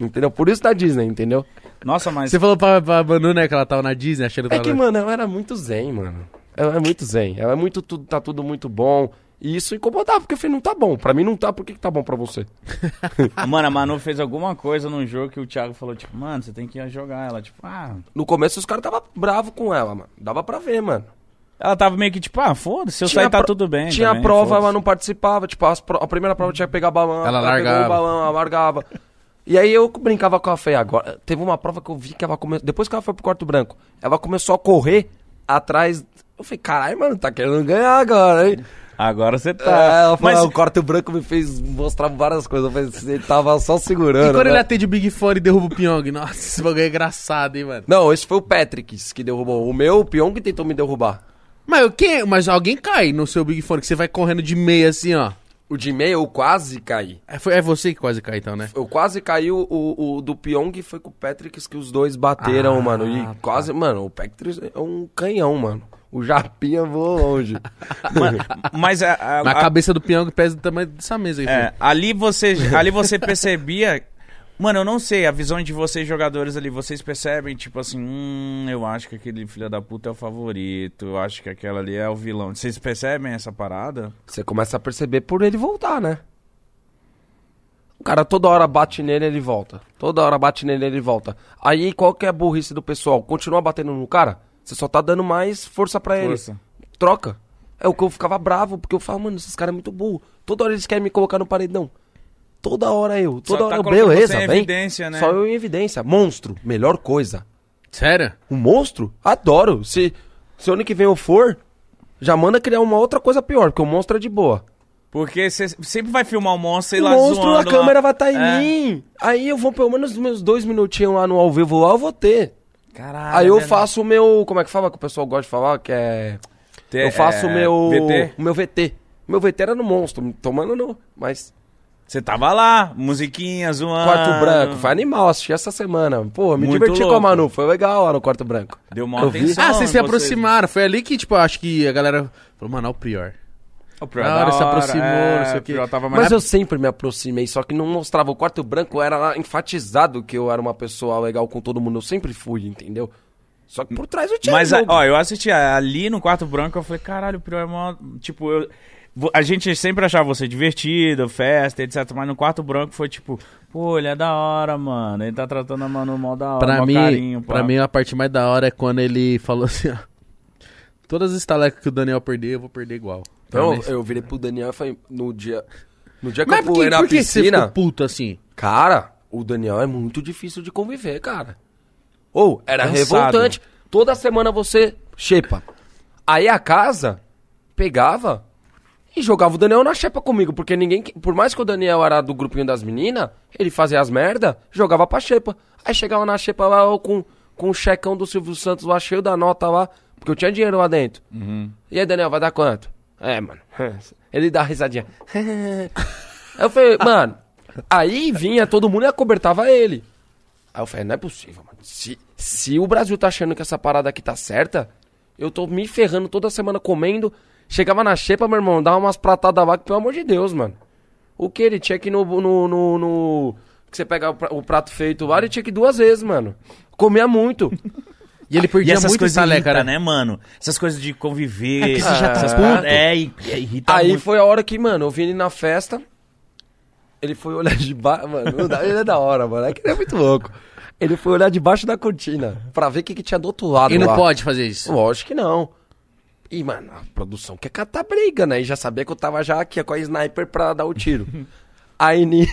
C: Entendeu? Por isso da Disney, entendeu?
B: Nossa, mas.
A: Você falou pra, pra Manu, né, que ela tava na Disney, achando que
C: É
A: ela
C: que, mano, ela era muito zen, mano. Ela é muito zen. Ela é muito, tudo, tá tudo muito bom. E isso incomodava, porque eu falei, não tá bom. Pra mim não tá, por que, que tá bom pra você?
B: Mano, a Manu fez alguma coisa num jogo que o Thiago falou, tipo, mano, você tem que ir jogar ela. Tipo, ah.
C: No começo os caras tava bravo com ela, mano. Dava pra ver, mano.
B: Ela tava meio que tipo, ah, foda-se, se eu sair tá
C: pro-
B: tudo bem.
C: Tinha
B: também,
C: a prova,
B: foda-se.
C: ela não participava. Tipo, as pro- a primeira prova tinha que pegar balão.
A: Ela
C: pegou
A: largava.
C: o balão, ela largava. E aí eu brincava com a Fê agora. Teve uma prova que eu vi que ela começou. Depois que ela foi pro quarto branco, ela começou a correr atrás. Eu falei, caralho, mano, tá querendo ganhar agora, hein?
B: Agora você tá.
C: É, ela falou,
B: Mas
C: "Ah, o quarto branco me fez mostrar várias coisas. Eu falei, você tava só
A: E
C: segurando.
A: quando
C: né?"
A: ele atende o Big Fone e derruba o Pyong? Nossa, esse bagulho é engraçado, hein, mano.
C: Não, esse foi o Patrick que derrubou. O meu, o Pyong que tentou me derrubar.
A: Mas, o quê? Mas alguém cai no seu Big Fone, que você vai correndo de meia assim, ó.
C: O de meia, eu quase caí.
A: É, foi- é você que quase cai, então, né?
C: Eu quase caí. O, o- o do Pyong foi com o Patrick que os dois bateram,
A: Ah,
C: mano. E
A: tá.
C: quase. Mano, o Patrick é um canhão, mano. O Japinha voou longe.
B: (laughs)
A: (laughs)
B: ma- mas a- a-
A: Mas a
B: a-
A: cabeça do Pyong pesa do tamanho dessa mesa aí,
B: Ah. é,
A: filho.
B: ali você ali você percebia. Mano, eu não sei, a visão de vocês jogadores ali, vocês percebem, tipo assim, hum, eu acho que aquele filho da puta é o favorito, eu acho que aquela ali é o vilão. Vocês percebem essa parada?
C: Você começa a perceber por ele voltar, né? O cara toda hora bate nele ele volta. Toda hora bate nele ele volta. Aí qual que é a burrice do pessoal? Continua batendo no cara? Você só tá dando mais força pra
B: Força.
C: ele. Troca. É o que eu ficava bravo, porque eu falo, mano, esses caras é muito burro. Toda hora eles querem me colocar no paredão. Toda hora eu. Toda
B: tá
C: hora eu.
B: colocando
C: Beleza,
B: você em
C: vem.
B: evidência, né?
C: Só eu em evidência. Monstro. Melhor coisa.
A: Sério?
C: Um monstro? Adoro. Se, se ano que vem eu for, já manda criar uma outra coisa pior, porque o monstro é de boa.
B: Porque você sempre vai filmar o monstro e
C: O
B: lá
C: monstro,
B: zoando
C: a câmera
B: lá.
C: vai estar em
B: É.
C: mim. Aí eu vou pelo menos meus dois minutinhos lá no ao vivo lá, eu vou ter.
B: Caralho.
C: aí eu
B: né?
C: faço o meu. Como é que fala que o pessoal gosta de falar? Que é.
B: Te-
C: eu faço o
B: é,
C: meu.
B: VT?
C: O meu VT. O meu VT era no monstro, tomando no. Mas.
B: Você tava lá, musiquinha, zoando.
C: Quarto branco, foi animal, assisti essa semana. Pô, me
B: Ah. Muito
C: diverti com a
B: louco.
C: Manu, foi legal lá no quarto branco.
B: Deu
C: Eu
B: maior
C: vi.
B: atenção.
A: ah, vocês se
B: em
A: aproximaram. Foi ali que, tipo, eu acho que a galera falou, mano, é o Prior.
B: O Prior
A: Na
B: da É,
A: hora se aproximou, não sei o
B: o
A: quê.
B: Prior tava mais...
C: Mas eu sempre me aproximei, só que não mostrava. O quarto branco era enfatizado que eu era uma pessoa legal com todo mundo. Eu sempre fui, entendeu? Só que por trás eu tinha.
B: Mas,
C: jogo.
B: ó, eu assisti é, ali no Quarto Branco, eu falei, caralho, o Prior é mó... Tipo, eu... vo- A gente sempre achava você divertido, festa, etc. Mas no Quarto Branco foi tipo, pô, ele é da hora, mano. Ele tá tratando a Manu mal da hora,
A: Pra
B: mó
A: mim,
B: carinho, pá."
A: pra mim, a parte mais da hora é quando ele falou assim, ó. Todas as estalecas que o Daniel perder, eu vou perder igual.
C: Então
A: Mas-
C: eu, eu virei pro Daniel e falei, no dia. No dia que
A: Mas
C: eu
A: por
C: pulei
A: que,
C: na
A: por que você ficou
C: piscina.
A: puto assim?
C: Cara, o Daniel é muito difícil de conviver, cara. Ou, era
B: Cansado.
C: revoltante. Toda semana você xepa. Aí a casa pegava e jogava o Daniel na xepa comigo, porque ninguém. que- Por mais que o Daniel era do grupinho das meninas, ele fazia as merda, jogava pra xepa. Aí chegava na xepa lá ó, com, com o checão do Silvio Santos lá, cheio da nota lá, porque eu tinha dinheiro lá dentro. E aí, Daniel, vai dar quanto? É, mano. (laughs) Ele dá uma risadinha. Aí eu falei, mano. Aí vinha todo mundo e acobertava ele. Aí eu falei, não é possível, mano. Se, se o Brasil tá achando que essa parada aqui tá certa, eu tô me ferrando toda semana comendo. Chegava na xepa, meu irmão, dava umas pratadas lá, que pelo amor de Deus, mano. O que ele tinha que ir no. no, no, no- que você pega o pra- o prato feito lá, ele tinha que ir duas vezes, mano. Comia muito.
A: E
C: Ah,
A: ele
B: E
A: perdia
B: essas
A: muito
B: coisas
A: estaleca,
B: irritam,
A: né?
B: né, mano? Essas coisas de conviver.
A: É que você já tá
B: essas
A: puto.
B: paradas- É, e- e irrita
C: Aí
B: muito.
C: foi a hora que, mano, eu vi ele na festa. Ele foi olhar de baixo. (laughs) Mano, não dá- ele é da hora, mano. É que ele é muito louco. Ele foi olhar debaixo da cortina pra ver o que, que tinha do outro lado.
A: Ele não
C: lá.
A: pode fazer isso.
C: Lógico que não. E, mano, a produção quer catar briga, né? E já sabia que eu tava já aqui ó, com a sniper pra dar o tiro. aí, ni...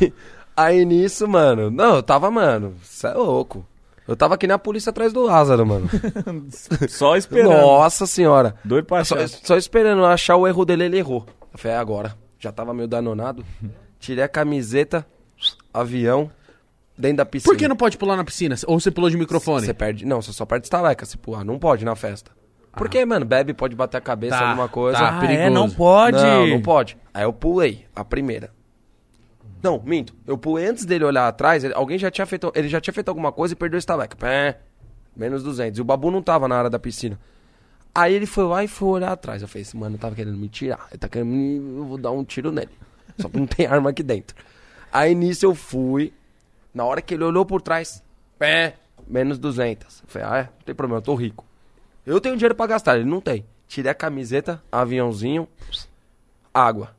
C: aí nisso, mano. Não, eu tava, mano. Cê é louco. Eu tava aqui na polícia atrás do Lázaro, mano.
B: (laughs) Só esperando.
C: Nossa senhora.
B: Doido
A: É
B: pra
C: Só,
B: achar.
C: só esperando eu achar o erro dele, ele errou. Eu falei, é agora. Já tava meio
A: (laughs)
C: danonado. Tirei a camiseta, avião, dentro da piscina.
A: Por que não pode pular na piscina? Ou você pulou de microfone?
C: Você perde. Não, você só perde estaleca se pular. Não pode na festa. Porque, mano, bebe, pode bater a cabeça,
A: Ah. Tá,
C: alguma coisa.
A: tá.
B: Ah, é,
A: perigoso.
B: não pode.
C: Não, não pode. Aí eu pulei, a primeira. Não, minto. Eu pulei antes dele olhar atrás, ele- alguém já tinha feito. Ele já tinha feito alguma coisa e perdeu o estaleca. Pé, menos 200. E o babu não tava na área da piscina. Aí ele foi lá e foi olhar atrás. Eu falei assim, mano, eu tava querendo me tirar. Ele tá querendo me. Eu vou dar um tiro nele. Só que não tem (laughs) arma aqui dentro. Aí nisso eu fui. Na hora que ele olhou por trás, pé, menos 200. Eu falei, ah, é, não tem problema, eu tô rico. Eu tenho dinheiro pra gastar, ele não tem. Tirei a camiseta, aviãozinho, água.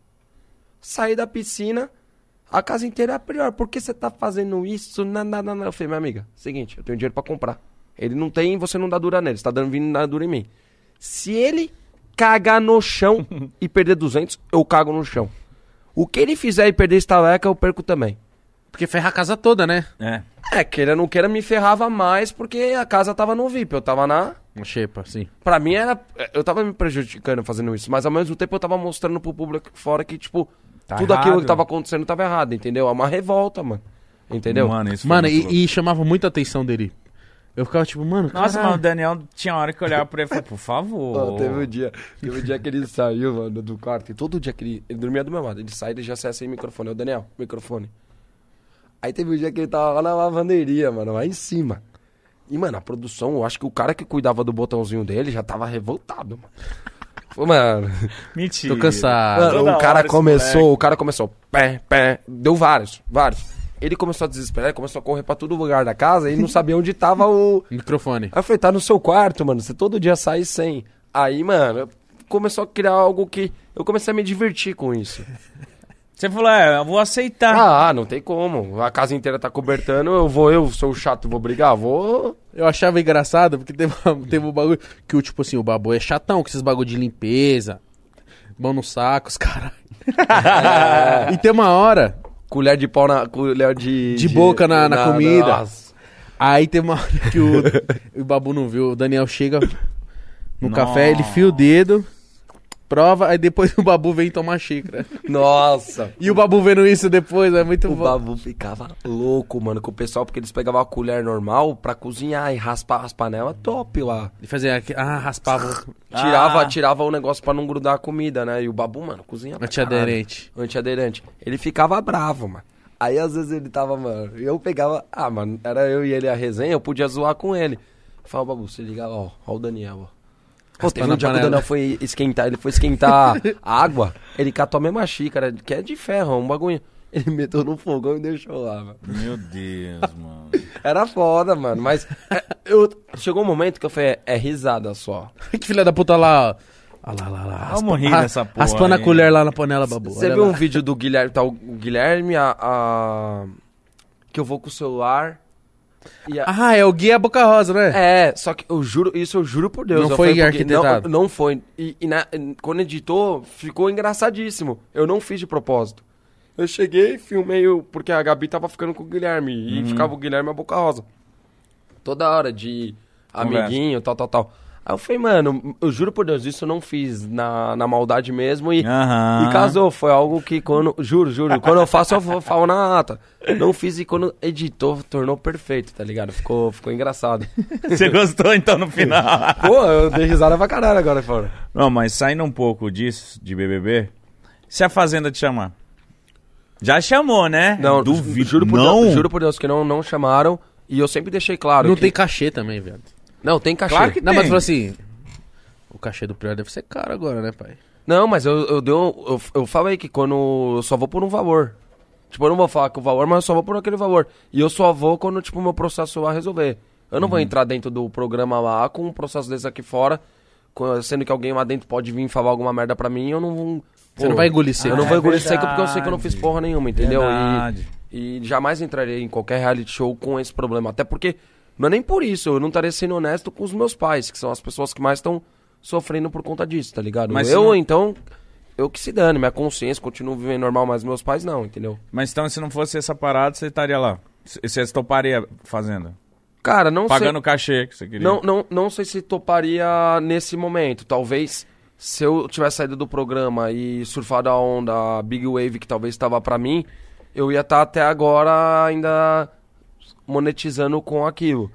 C: Saí da piscina, a casa inteira é pior. Por que você tá fazendo isso? Não, não, não, não. Eu falei, minha amiga, seguinte, eu tenho dinheiro pra comprar. Ele não tem, você não dá dura nele. Você tá dando vindo dá dura em mim. Se ele cagar no chão e perder 200, eu cago no chão. O que ele fizer e perder estaleca, eu perco também.
A: Porque ferra a casa toda, né?
B: É.
C: É, queira ou não queira, me ferrava mais porque a casa tava no VIP. Eu tava na
A: Uma Um xepa, sim.
C: Pra mim era. Eu tava me prejudicando fazendo isso, mas ao mesmo tempo eu tava mostrando pro público fora que, tipo,
B: Tá
C: tudo aquilo
B: errado.
C: que tava acontecendo tava errado, entendeu? É uma revolta, mano. Entendeu?
B: Mano, isso foi
A: Mano,
B: muito louco.
A: e, e chamava muito a atenção dele. Eu ficava tipo, mano,
B: Nossa, mano, o
A: caralho.
B: Daniel tinha hora que eu olhava pra ele e falava, por favor.
C: Ó, teve um dia, teve um dia que ele saiu, mano, do quarto. E todo dia que ele. Ele dormia do meu lado. Ele sai e já sai sem microfone. Eu, Daniel, microfone. Aí teve um dia que ele tava lá na lavanderia, mano, lá em cima. E, mano, a produção, eu acho que o cara que cuidava do botãozinho dele já tava revoltado, mano. Falou, mano.
B: Mentira.
A: Tô cansado.
C: Mano,
B: Toda
C: o cara
B: hora esse
C: começou,
B: moleque.
C: o cara começou, pé, pé, deu vários, vários. Ele começou a desesperar, ele começou a correr pra todo lugar da casa e não sabia onde tava o.
A: Microfone.
C: Aí eu falei, tá no seu quarto, mano, você todo dia sai sem. Aí, mano, começou a criar algo que. Eu comecei a me divertir com isso.
B: Você falou, é, eu vou aceitar.
C: Ah, não tem como. A casa inteira tá cobertando, eu vou, eu sou o chato, vou brigar, vou.
A: Eu achava engraçado, porque teve, uma- teve um bagulho que o, tipo assim, o babu é chatão com esses bagulho de limpeza, mão no saco, os
B: (laughs)
A: caralho. e tem uma hora,
C: Colher de pau na. Colher de.
A: De boca na- na comida.
C: Nossa.
A: aí tem uma hora que o, o babu não viu, o Daniel chega no
B: Nossa.
A: café, ele fia o dedo, prova, aí depois (laughs) o babu vem tomar a xícara.
C: Nossa.
A: E o babu vendo isso depois, é muito
C: O
A: bom.
C: Babu ficava louco, mano, com o pessoal, porque eles pegavam a colher normal pra cozinhar e raspar as panelas top lá.
A: E fazia, aqui- ah, raspava,
C: Tirava,
B: Ah.
C: tirava o negócio pra não grudar a comida, né? E o Babu, mano, cozinhava.
A: antiaderente.
C: Antiaderente. Ele ficava bravo, mano. Aí às vezes ele tava, mano, eu pegava. Ah, mano, era eu e ele a resenha, eu podia zoar com ele. Fala, Babu, se ligava, ó, ó o Daniel, ó. Pô, teve
A: na
C: um dia que o
A: panela.
C: Daniel foi esquentar, ele foi esquentar a água, ele catou a mesma xícara, que é de ferro, um bagulho. Ele meteu no fogão e deixou lá, mano.
B: Meu Deus,
C: (laughs)
B: mano.
C: Era foda, mano, mas é, eu, chegou um momento que eu falei, é risada só.
A: (laughs) que filha da puta lá, ó. Olha lá, lá, lá.
B: Ah, Eu morri nessa porra
A: Raspando a
B: aí.
A: colher lá na panela, babu.
C: Você
A: olha
C: viu
A: lá.
C: um vídeo do Guilherme, tá, o Guilherme, a, a- que eu vou com o celular e a-
A: Ah, é o Guia Boca Rosa, né?
C: É, só que eu juro, isso eu juro por Deus.
A: Não
C: eu
A: foi
C: falei porque-
A: arquitetado.
C: Não, não foi. E, e na- quando editou, ficou engraçadíssimo. Eu não fiz de propósito. Eu cheguei, filmei, o- porque a Gabi tava ficando com o Guilherme. E
A: Uhum.
C: ficava o Guilherme a boca rosa. Toda hora de
B: Conversa.
C: amiguinho, tal, tal, tal. Aí eu falei, mano, eu juro por Deus, isso eu não fiz na, na maldade mesmo. E,
B: Aham.
A: Ah.
C: e casou, foi algo que quando. Juro, juro. Quando eu faço, eu fa- falo na ata. Não fiz e quando editou, tornou perfeito, tá ligado? Ficou, ficou engraçado.
B: Você gostou então no final? (laughs)
C: Pô, eu dei risada pra caralho agora fora.
B: Não, mas saindo um pouco disso, de BBB, se a Fazenda te chamar. Já chamou, né?
C: Não,
B: duvido.
C: Juro por,
B: não.
C: Deus, juro por Deus que não, não chamaram. E eu sempre deixei claro.
A: Não
C: que-
A: tem cachê também, velho.
C: Não, tem cachê.
B: Claro que
A: Não, mas
B: tem.
A: falou assim. O cachê do Prior deve ser caro agora, né, pai?
C: Não, mas eu, eu, dei um- eu, eu falei que quando. Eu só vou por um valor. Tipo, eu não vou falar com o valor, mas eu só vou por aquele valor. E eu só vou quando, tipo, meu processo lá resolver. Eu não
A: Uhum.
C: vou entrar dentro do programa lá com um processo desse aqui fora, com- sendo que alguém lá dentro pode vir falar alguma merda pra mim, eu não vou.
A: Você não vai engolir
C: Eu
A: seco.
C: não
B: Ah,
C: vou
B: é
C: engolir seco porque eu sei que eu não fiz
B: verdade.
C: porra nenhuma, entendeu?
B: Verdade.
C: E, e jamais entraria em qualquer reality show com esse problema. Até porque, não é nem por isso, eu não estaria sendo honesto com os meus pais, que são as pessoas que mais estão sofrendo por conta disso, tá ligado?
B: Mas
C: Mas
B: se
C: eu,
B: não-
C: então, eu que se dane, minha consciência continua vivendo normal, mas meus pais não, entendeu?
B: Mas então, se não fosse essa parada, você estaria lá. C- Você toparia a Fazenda.
C: Cara, não sei.
B: Pagando o cachê que você queria.
C: Não, não, não sei se toparia nesse momento. Talvez se eu tivesse saído do programa e surfado a onda a Big Wave que talvez estava pra mim, eu ia estar até agora ainda monetizando com aquilo.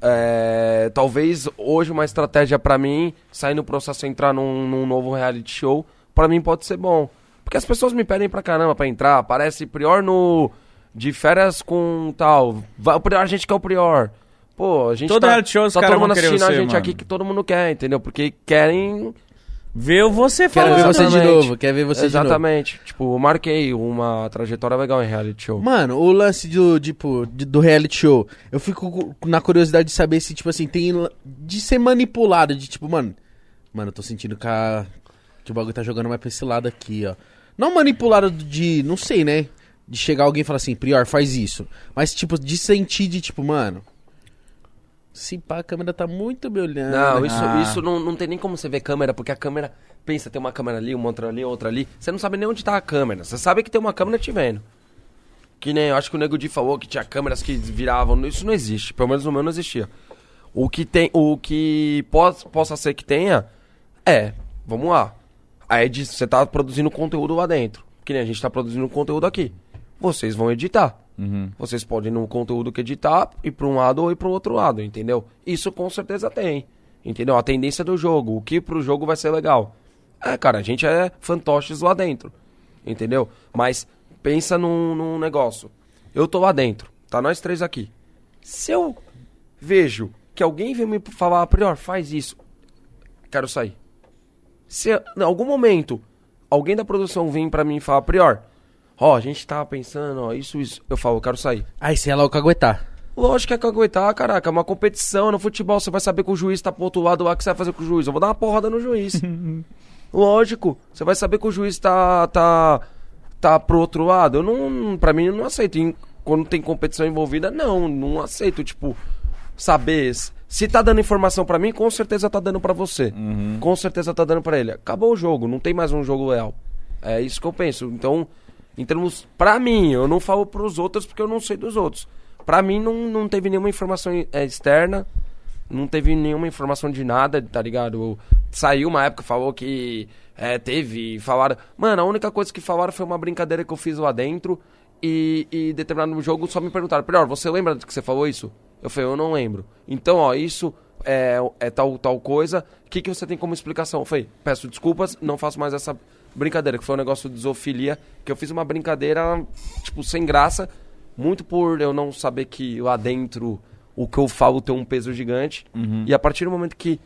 C: É, talvez hoje uma estratégia pra mim, sair no processo e entrar num, num novo reality show, pra mim pode ser bom. Porque as pessoas me pedem pra caramba pra entrar, aparece Prior no de férias com tal, vai o Prior, a gente quer o Prior. Pô, a gente
B: Todo
C: tá,
B: reality show os
C: tá
B: caras
C: todo mundo
B: vão querer
C: assistindo a
B: você,
C: gente
B: mano.
C: aqui que todo mundo quer, entendeu? Porque querem
B: Vê você
A: Quero
B: falando.
A: ver você de
C: Exatamente.
A: novo, quero ver você de novo.
C: Exatamente. Tipo, eu marquei uma trajetória legal em reality show.
A: Mano, o lance do, tipo, de- do reality show, eu fico cu- na curiosidade de saber se, tipo assim, tem. l- De ser manipulado, de tipo, mano. Mano, eu tô sentindo que, a- que o bagulho tá jogando mais pra esse lado aqui, ó. Não manipulado de. Não sei, né? De chegar alguém e falar assim, Prior, faz isso. Mas, tipo, de sentir de, tipo, mano. Se pá, a câmera tá muito me olhando.
C: Não, isso,
B: Ah.
C: isso não, não tem nem como você ver câmera, porque a câmera. Pensa, tem uma câmera ali, uma outra ali, outra ali. Você não sabe nem onde tá a câmera. Você sabe que tem uma câmera te vendo. Que nem, eu acho que o Nego Di falou que tinha câmeras que viravam. Isso não existe. Pelo menos no meu não existia. O que tem. O que pos- possa ser que tenha é. Vamos lá. A edi- você tá produzindo conteúdo lá dentro. Que nem a gente tá produzindo conteúdo aqui. Vocês vão editar. Vocês podem ir no conteúdo que editar, ir para um lado ou ir para o outro lado, entendeu? Isso com certeza tem. Entendeu? A tendência do jogo, o que pro jogo vai ser legal. É, cara, a gente é fantoches lá dentro. Entendeu? Mas pensa num, num negócio. Eu tô lá dentro, tá nós três aqui. Se eu vejo que alguém vem me falar, Prior, faz isso, quero sair. Se em algum momento alguém da produção vir pra mim e falar, Prior, ó, a gente tava pensando, ó, isso, isso, eu falo, eu quero sair.
A: Aí você é lá o caguetar.
C: Lógico que é caguetar, caraca, é uma competição no futebol, você vai saber que o juiz tá pro outro lado lá, o que você vai fazer com o juiz? Eu vou dar uma porrada no juiz. Lógico, você vai saber que o juiz tá, tá, tá pro outro lado. Eu não, pra mim, eu não aceito. E Quando tem competição envolvida, não, não aceito, tipo, saber. s- Se tá dando informação pra mim, com certeza tá dando pra você. Com certeza tá dando pra ele. Acabou o jogo, não tem mais um jogo leal. É isso que eu penso. Então, em termos, pra mim, eu não falo pros outros porque eu não sei dos outros. Pra mim, não, não teve nenhuma informação eh, externa. Não teve nenhuma informação de nada, tá ligado? Saiu uma época, falou que é, teve, falaram. Mano, a única coisa que falaram foi uma brincadeira que eu fiz lá dentro. E, e determinado jogo só me perguntaram: Pior, você lembra do que você falou isso? Eu falei: Eu não lembro. Então, ó, isso é, é tal, tal coisa. O que, que você tem como explicação? Eu falei: Peço desculpas, não faço mais essa brincadeira. Que foi um negócio de zoofilia. Que eu fiz uma brincadeira, tipo, sem graça. Muito por eu não saber
B: Uhum.
C: que lá dentro o que eu falo tem um peso gigante. E a partir do momento que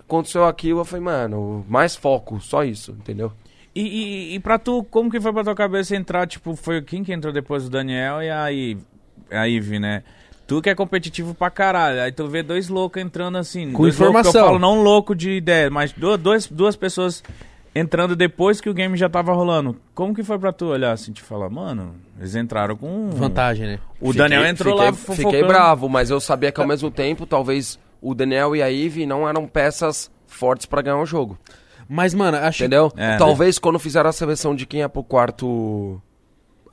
C: aconteceu aquilo, eu falei, mano, mais foco, só isso, entendeu?
B: E, e, e pra tu, como que foi pra tua cabeça entrar, tipo, foi quem que entrou depois do Daniel e aí a Ive, né? Tu que é competitivo pra caralho. Aí tu vê dois loucos entrando assim.
A: Com
B: dois loucos que
A: informação.
B: eu falo não louco de ideia, mas do- dois, duas pessoas entrando depois que o game já tava rolando. Como que foi pra tu olhar assim, te falar, mano, eles entraram com.
A: Vantagem, né?
B: O Daniel entrou
C: Hum. fiquei,
B: lá fofocando.
C: Fiquei bravo, mas eu sabia que ao mesmo tempo, talvez o Daniel e a Ive não eram peças fortes pra ganhar o jogo.
A: Mas, mano, acho
C: Entendeu?
B: É.
C: Talvez quando fizeram a seleção de quem é pro quarto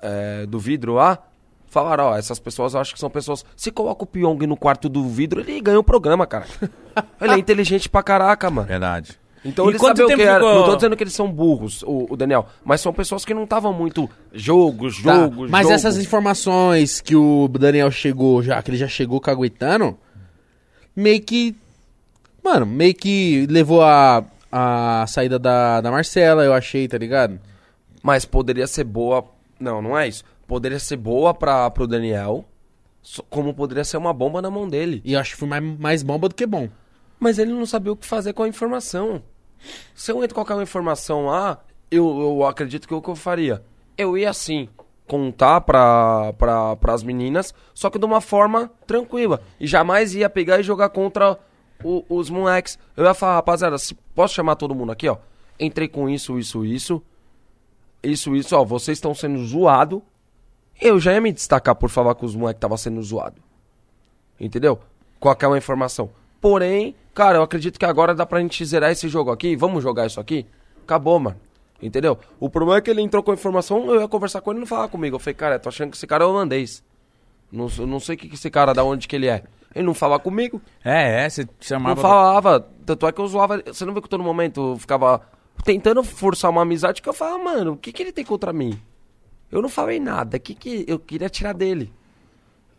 C: é, do vidro lá, falaram, ó, essas pessoas eu acho que são pessoas. Se coloca o Pyong no quarto do vidro, ele ganha o
B: (laughs)
C: programa, cara. ele é inteligente pra caraca, mano.
B: Verdade.
C: Então
B: E
C: eles
B: quanto
C: sabem o que
B: tempo
C: era.
B: ficou?
C: Não tô dizendo que eles são burros, o, o Daniel, mas são pessoas que não estavam muito jogo,
A: Tá,
C: jogo,
A: Mas
C: jogo.
A: essas informações que o Daniel chegou já, que ele já chegou caguetando, meio que. Mano, meio que levou a, a saída da, da Marcela, eu achei, tá ligado?
C: Mas poderia ser boa. Não, não é isso. Poderia ser boa pra, pro Daniel, so- como poderia ser uma bomba na mão dele.
A: E eu acho que foi mais, mais bomba do que bom.
C: Mas ele não sabia o que fazer com a informação. Se eu entro com aquela informação lá, eu, eu acredito que é o que eu faria? Eu ia assim, contar pra, pra, pras meninas, só que de uma forma tranquila. E jamais ia pegar e jogar contra o- os moleques. Eu ia falar, rapaziada, se- posso chamar todo mundo aqui, ó? Entrei com isso, isso, isso. Isso, isso, ó, vocês estão sendo zoado. Eu já ia me destacar por falar que os moleques estavam sendo zoado. Entendeu? Com aquela informação. Porém, cara, eu acredito que agora dá pra gente zerar esse jogo aqui. Vamos jogar isso aqui? Acabou, mano. Entendeu? O problema é que ele entrou com a informação, eu ia conversar com ele e não falar comigo. Eu falei, cara, eu tô achando que esse cara é holandês. Não, eu não sei o que que esse cara, da onde que ele é. Ele não fala comigo,
B: É, é, você
C: não
B: chamava.
C: falava. Tanto é que eu zoava. Você não viu que todo momento eu ficava tentando forçar uma amizade que eu falava, mano, o que, que ele tem contra mim? Eu não falei nada. O que, que eu queria tirar dele?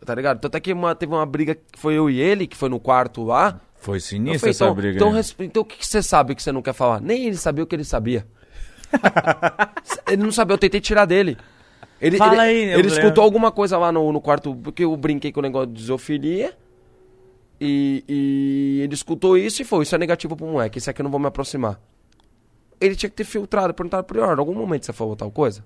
C: Tá ligado? Tanto é que uma- teve uma briga que foi eu e ele, que foi no quarto lá.
B: Foi
C: Eu
B: sinistro
C: falei,
B: essa
C: então,
B: briga.
C: então,
B: aí.
C: respe- então o que, que você sabe que você não quer falar? Nem ele sabia o que
B: (laughs)
C: ele sabia. ele não sabia, eu tentei tirar dele. Ele,
B: Fala
C: ele-
B: aí, eu
C: ele
B: lembro.
C: escutou alguma coisa lá no, no quarto, porque eu brinquei com o negócio de zoofilia. E, e ele escutou isso e foi, isso é negativo pro moleque, isso aqui eu não vou me aproximar. Ele tinha que ter filtrado, perguntado pro Ior, em algum momento você falou tal coisa?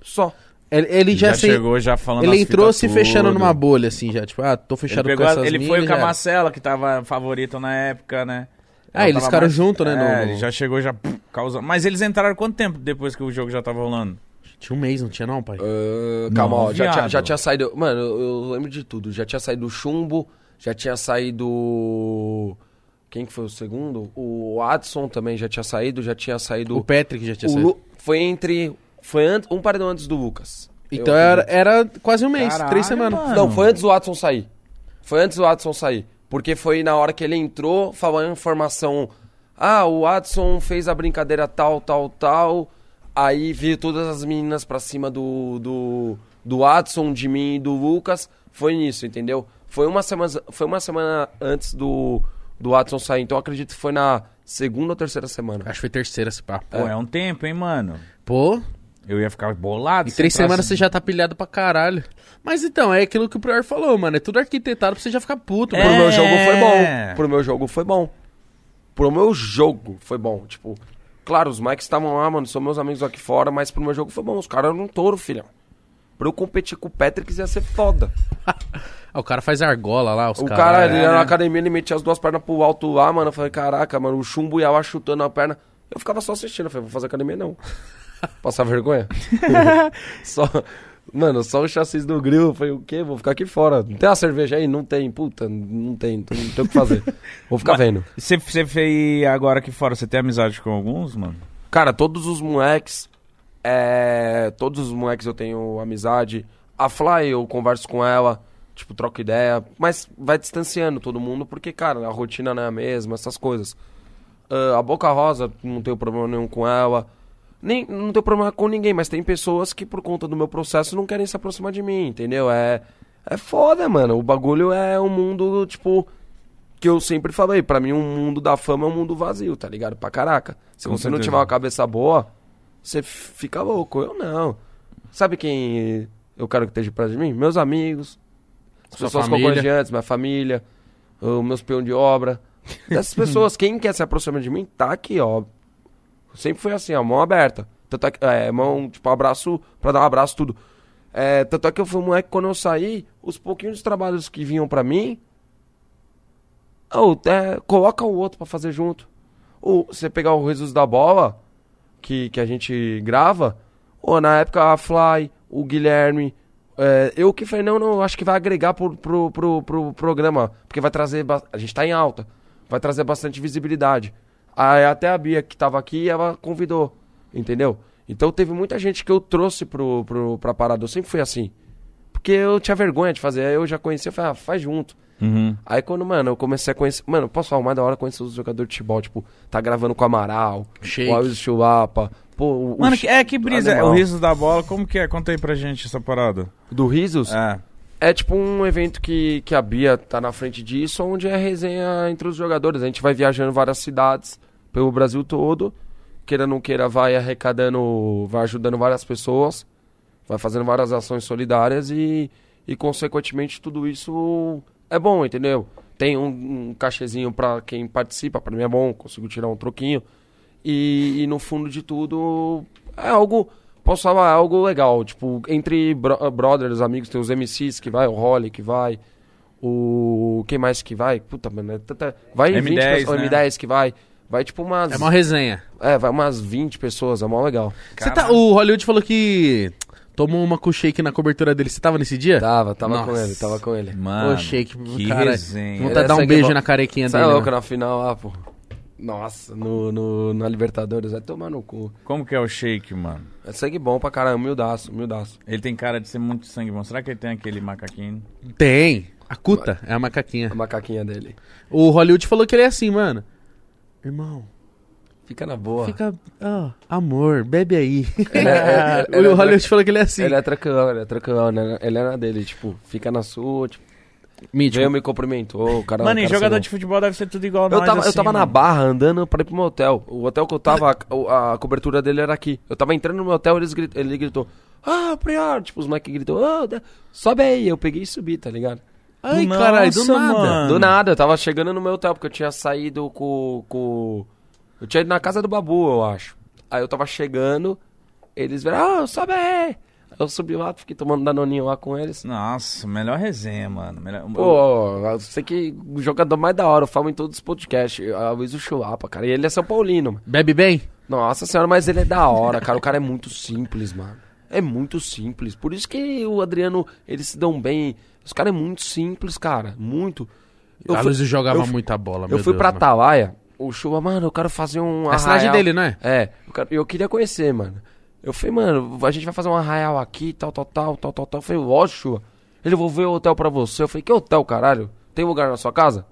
C: Só.
A: Ele, ele já, se-
B: chegou já falando
A: Ele
B: as
A: entrou
B: fitas
A: se
B: tudo.
A: fechando numa bolha, assim, já. Tipo, ah, tô
B: Ele,
A: fechado
B: pegou
A: com
B: a-
A: essas
B: ele foi
A: minas,
B: com a
A: já era.
B: Marcela, que tava favorita na época, né?
A: Ah,
B: Ela
A: eles
B: tava
A: ficaram
B: mais-
A: junto, né, no-
B: É, ele já chegou, já pum, causando. Mas eles entraram quanto tempo depois que o jogo já tava rolando?
A: Tinha um mês, não tinha não, pai?
C: Ah, calma, ó, já,
B: viado.
C: tinha, já tinha saído. Mano, eu, eu lembro de tudo. Já tinha saído o chumbo, já tinha saído. Quem que foi o segundo? O Adson também já tinha saído, já tinha saído.
A: O Patrick já tinha
C: o
A: saído.
C: Lu- Foi entre. Foi an- um paredão antes do Lucas.
A: Então
C: Eu-
A: era, era quase um mês,
B: Caralho,
A: três semanas.
B: mano.
C: Não, foi antes do Adson sair. Foi antes do Adson sair. Porque foi na hora que ele entrou, falando informação. Ah, o Adson fez a brincadeira tal, tal, tal. Aí veio todas as meninas pra cima do, do, do Adson, de mim e do Lucas. Foi nisso, entendeu? Foi uma semana, foi uma semana antes do, do Adson sair. Então acredito que foi na segunda ou terceira semana.
A: Acho que foi terceira, se pá.
B: Pô, é um tempo, hein, mano?
A: Pô,
B: Eu ia ficar bolado.
A: Em
B: se
A: três
B: entrasse-
A: semanas você já tá pilhado pra caralho. Mas então, é aquilo que o Prior falou, mano. É tudo arquitetado pra você já ficar puto,
B: É.
C: Pro
A: mano.
C: meu jogo foi
B: É.
C: bom. Pro meu jogo foi bom. Pro meu jogo foi bom. Tipo, claro, os Mikes estavam lá, mano, são meus amigos aqui fora, mas pro meu jogo foi bom. Os caras eram um touro, filhão. Pra eu competir com o Patrick ia ser foda.
A: Ah, o cara faz argola lá, os é,
C: o
A: caras.
C: cara, ele
B: né?
C: ia na academia, ele metia as duas pernas pro alto lá, mano. Eu falei, caraca, mano, o chumbo ia lá chutando a perna. Eu ficava só assistindo. Eu falei, vou fazer academia não. Passar vergonha. só. Mano, só o chassis do grill. Eu falei, o quê? Vou ficar aqui fora. Não tem uma cerveja aí? Não tem. Puta, não tem. Não tem o que fazer. Vou ficar vendo.
B: Você, você fez agora aqui fora, você tem amizade com alguns, mano?
C: Cara, todos os moleques. É, todos os moleques eu tenho amizade. A Fly, eu converso com ela, tipo, troco ideia. Mas vai distanciando todo mundo, porque, cara, a rotina não é a mesma, essas coisas. Ah, a Boca Rosa, não tenho problema nenhum com ela. Nem, não tenho problema com ninguém, mas tem pessoas que, por conta do meu processo, não querem se aproximar de mim, entendeu? É, é foda, mano. O bagulho é um mundo, tipo, que eu sempre falei. Pra mim, um mundo da fama é um mundo vazio, tá ligado? Pra caraca. Se
B: Com
C: você não
B: certeza.
C: tiver uma cabeça boa, você f- fica louco. Eu não. Sabe quem eu quero que esteja perto de mim? Meus amigos, as
A: Sua
C: pessoas
A: família.
C: concordantes, minha família, os meus peões de obra,
A: (laughs)
C: Dessas pessoas, quem quer se aproximar de mim, tá aqui, ó. Sempre foi assim, ó, mão aberta. Tanto é, que- é, mão, tipo, abraço, pra dar um abraço, tudo. É, tanto é que eu fui um moleque, quando eu saí, os pouquinhos trabalhos que vinham pra mim, ou é, coloca o outro pra fazer junto. Ou você pegar o Jesus da Bola, que, que a gente grava, ou na época a Fly, o Guilherme, é, eu que falei, não, não, eu acho que vai agregar pro, pro, pro, pro programa, porque vai trazer, ba- a gente tá em alta, vai trazer bastante visibilidade. Aí até a Bia que tava aqui, ela convidou, entendeu? Então teve muita gente que eu trouxe pro, pro, pra parada, eu sempre fui assim. Porque eu tinha vergonha de fazer, aí eu já conhecia, eu falei, ah, faz junto.
B: Uhum.
C: Aí quando, mano, eu comecei a conhecer. Mano, posso falar, o mais da hora é conhecer os jogadores de futebol, tipo, tá gravando com o Amaral,
A: Shake.
C: o Alves Chulapa, pô, o, o
B: Mano,
C: Ch-
B: que- é que brisa. É
C: Alemão.
B: o riso da bola. Como que é? Conta aí pra gente essa parada.
C: do Risos. É.
B: É.
C: tipo um evento que, que a Bia tá na frente disso, onde é resenha entre os jogadores. A gente vai viajando várias cidades pelo Brasil todo. Queira ou não queira, vai arrecadando, vai ajudando várias pessoas, vai fazendo várias ações solidárias e, e consequentemente, tudo isso é bom, entendeu? Tem um, um cachezinho pra quem participa, pra mim é bom, consigo tirar um troquinho. E, e no fundo de tudo, é algo, posso falar, é algo legal. Tipo, entre bro- brothers, amigos, tem os MCs que vai, o Holly que vai, o. Quem mais que vai? Puta, mano, é tanta. Vai
B: M10,
C: 20 pessoas,
B: né?
C: M10 que vai. Vai tipo umas.
A: É uma resenha.
C: É, vai umas 20 pessoas, é mó legal.
A: Você tá, o Hollywood falou que tomou uma com o Shake na cobertura dele. Você tava nesse dia?
C: Tava, tava com
A: Nossa.
C: ele, tava com ele.
B: Mano,
A: Ô, Shake,
B: que
A: cara,
B: resenha.
A: vontade de dar
C: Essa
A: um
C: que
A: beijo
C: é bo-
A: na carequinha
C: Você é
A: dele.
C: louco
A: né?
C: na final lá, pô. Nossa, no, no, na Libertadores, vai tomar no cu.
B: Como que é o shake, mano?
C: É sangue bom pra caralho, humildaço, humildaço.
B: Ele tem cara de ser muito sangue bom. Será que ele tem aquele macaquinho?
A: Tem. A Cuta é a macaquinha.
C: A macaquinha dele.
A: O Hollywood falou que ele é assim, mano. Irmão,
C: Fica na boa.
A: fica. ó, amor, bebe aí. (laughs)
C: Ele é- ele- ele
A: o
C: é
A: Hollywood falou que ele é assim.
C: Ele é tranquilão, ele é tranquilão, né? Ele é na dele, tipo, fica na sua, tipo,
A: Mítico.
C: veio me cumprimentou, o cara...
B: mano,
C: o
B: e
C: um cara
B: jogador
C: sangue
B: de futebol deve ser tudo igual
C: Eu
B: nós,
C: tava, eu
B: assim,
C: tava na
B: mano.
C: barra andando pra ir pro meu hotel. O hotel que eu tava, a- o- a, cobertura dele era aqui. Eu tava entrando no meu hotel, eles grit- ele gritou, ah, Prior! Tipo, os moleques gritou, ah, da- sobe aí. Eu peguei e subi, tá ligado?
A: Ai,
B: Nossa,
A: caralho, do nada.
B: mano.
C: Do nada, eu tava chegando no meu hotel, porque eu tinha saído com. com... Eu tinha ido na casa do babu, eu acho. Aí eu tava chegando, eles vieram, ah, sobe aí. Eu subi lá, fiquei tomando danoninho lá com eles.
B: Nossa, melhor resenha, mano. Melhor...
C: Pô, eu sei que o jogador mais da hora, eu falo em todos os podcasts, é o Luiz Chulapa, cara. E ele é São Paulino, mano.
A: Bebe bem?
C: Nossa senhora, mas ele é da hora, cara. O cara é muito simples, mano. É muito simples. Por isso que o Adriano, eles se dão bem. Os cara é muito simples, cara. Muito.
A: O
C: Eu fui-
A: Luiz jogava
C: eu fui-
A: muita bola, meu
C: Eu fui
A: Deus,
C: pra
A: mano.
C: Atalaia, o Chuva, mano, eu quero fazer um
A: É a cidade
C: arraial.
A: dele, não é?
C: É, eu, quero- eu queria conhecer, mano. Eu falei, mano, a gente vai fazer um arraial aqui, tal, tal, tal, tal, tal, tal. Eu falei, lógico, Chuva. Ele, eu vou ver o hotel pra você. Eu falei, que hotel, caralho? Tem lugar na sua casa?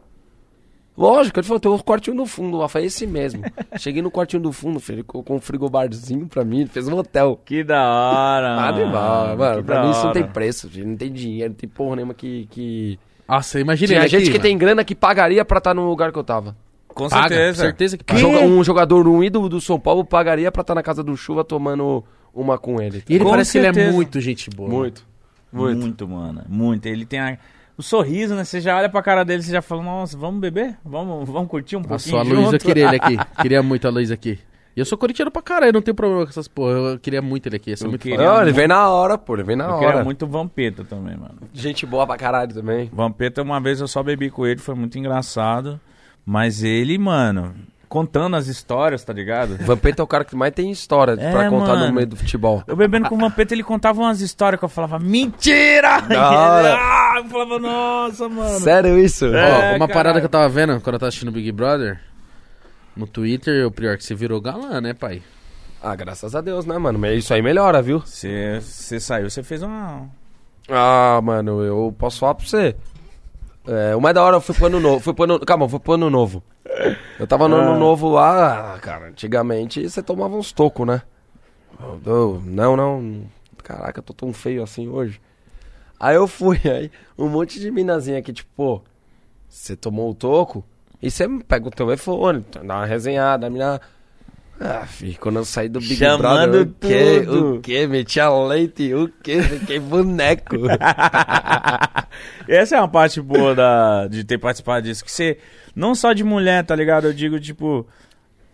C: Lógico, ele falou, tem um quartinho no fundo lá. Eu falei,
A: (laughs)
C: esse mesmo. Cheguei no quartinho do fundo, filho, ele colocou um frigobarzinho pra mim, ele fez um hotel.
B: Que da hora,
A: Ah,
B: mano.
C: Animal, Tá mano.
B: Que
C: Pra
B: da
C: mim isso não
B: hora.
C: tem preço, filho. Não tem dinheiro, não tem porra nenhuma que. que...
A: Nossa, imagina
C: Tinha
A: ele
C: gente
A: aqui, né?
C: que
A: mano.
C: tem grana que pagaria pra estar no lugar que eu tava.
B: Com
A: Paga,
B: certeza.
A: certeza que paga.
C: Joga- um jogador, um ídolo do São Paulo, pagaria pra estar na casa do Chuva tomando uma com ele. tá?
A: E ele
B: Com
A: parece que ele é
B: certeza.
A: muito gente boa.
C: Muito.
B: Muito. mano. Muito. Ele tem a- o sorriso, né? Você já olha pra cara dele, você já fala, nossa, vamos beber? Vamos, vamos curtir um
A: Nossa,
B: pouquinho
A: a
B: junto?
A: Luísa queria ele aqui. Queria muito a Luísa aqui. E eu sou corintiano pra caralho, não tenho problema com essas porra. Eu queria muito ele aqui, ia ser
B: Eu
A: muito
B: queria.
A: foda.
C: Não, ele vem na hora, pô, ele vem na
B: Eu queria
C: hora.
B: muito Vampeta também, mano.
C: Gente boa pra caralho também.
B: Vampeta, uma vez eu só bebi com ele, foi muito engraçado. Mas ele, mano, contando as histórias, tá ligado?
C: Vampeta é o cara que mais tem história
B: É,
C: pra contar
B: mano.
C: no meio do futebol.
B: Eu bebendo com o Vampeta, ele contava umas histórias que eu falava, mentira! (laughs) E ele,
C: hora.
B: ah, eu falava, nossa, mano.
C: (laughs) Sério isso?
A: Ó,
B: É.
A: uma
B: caralho.
A: parada que eu tava vendo quando eu tava assistindo Big Brother no Twitter, o pior que você virou galã, né, pai?
C: Ah, graças a Deus, né, mano? Mas Isso aí melhora, viu?
B: Você você saiu, você fez uma.
C: Ah, mano, eu posso falar pra você. É, o mais da hora foi pro ano novo. Foi pro ano, calma, foi pro ano novo. Eu tava no ano novo lá, ah, cara. Antigamente você tomava uns tocos, né? Eu- eu- Não, não. Caraca, eu tô tão feio assim hoje. Aí eu fui, (laughs) aí um monte de minazinha aqui, tipo, pô, você tomou o toco? E você pega o telefone, dá uma resenhada, a mina. Ah, filho, quando eu saí do Big
B: Chamando
C: Brother, o quê?
B: tudo.
C: O quê? Meti a leite, o quê? Fiquei boneco.
B: (laughs) Essa é uma parte boa da, de ter participado disso. Que você, não só de mulher, tá ligado? Eu digo, tipo.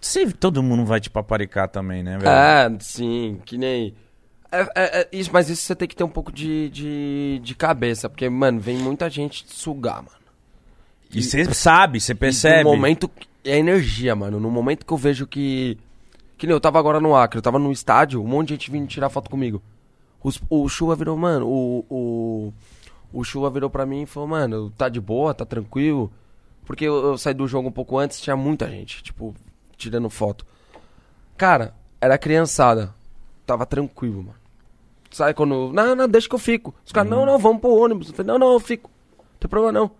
B: Você, todo mundo vai te paparicar também, né, velho?
C: ah, sim, que nem... É, é, é, isso, mas isso você tem que ter um pouco de, de, de cabeça, porque, mano, vem muita gente te sugar, mano.
B: e você sabe, você percebe.
C: No um momento. que- É energia, mano. No momento que eu vejo que. Que nem eu tava agora no Acre, eu tava no estádio, um monte de gente vindo tirar foto comigo. Os- o Chuva virou, mano, o. O, o Chuva virou pra mim e falou, mano, tá de boa, tá tranquilo. Porque eu, eu saí do jogo um pouco antes, tinha muita gente, tipo, tirando foto. Cara, era criançada. Tava tranquilo, mano. Sabe quando. Não, não, deixa que eu fico. Os caras, não, não, vamos pro ônibus. Eu falei, não, não, eu fico. Não tem problema não.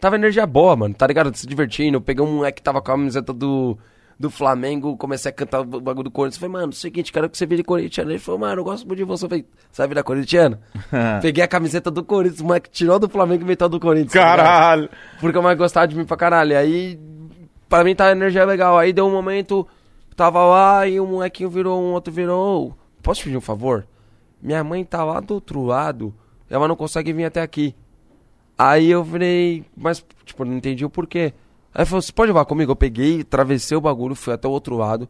C: Tava energia boa, mano, tá ligado? Se divertindo. Eu peguei um moleque que tava com a camiseta do, do Flamengo, comecei a cantar o bagulho do Corinthians. Falei, mano, é seguinte, quero que você vire corintiano. Ele falou, mano, eu gosto muito de você. Eu falei, você vai virar corintiano? peguei a camiseta do Corinthians, o moleque tirou do Flamengo e meteu do Corinthians. tá ligado?
B: Caralho!
C: Porque o Mike gostava de mim pra caralho. E Aí, pra mim, tá uma energia legal. Aí deu um momento, tava lá e um molequinho virou, um outro virou. "Ô, Posso te pedir um favor? Minha mãe tá lá do outro lado, ela não consegue vir até aqui. Aí eu virei, mas, tipo, não entendi o porquê. Aí falou, você pode levar comigo? Eu peguei, atravessei o bagulho, fui até o outro lado.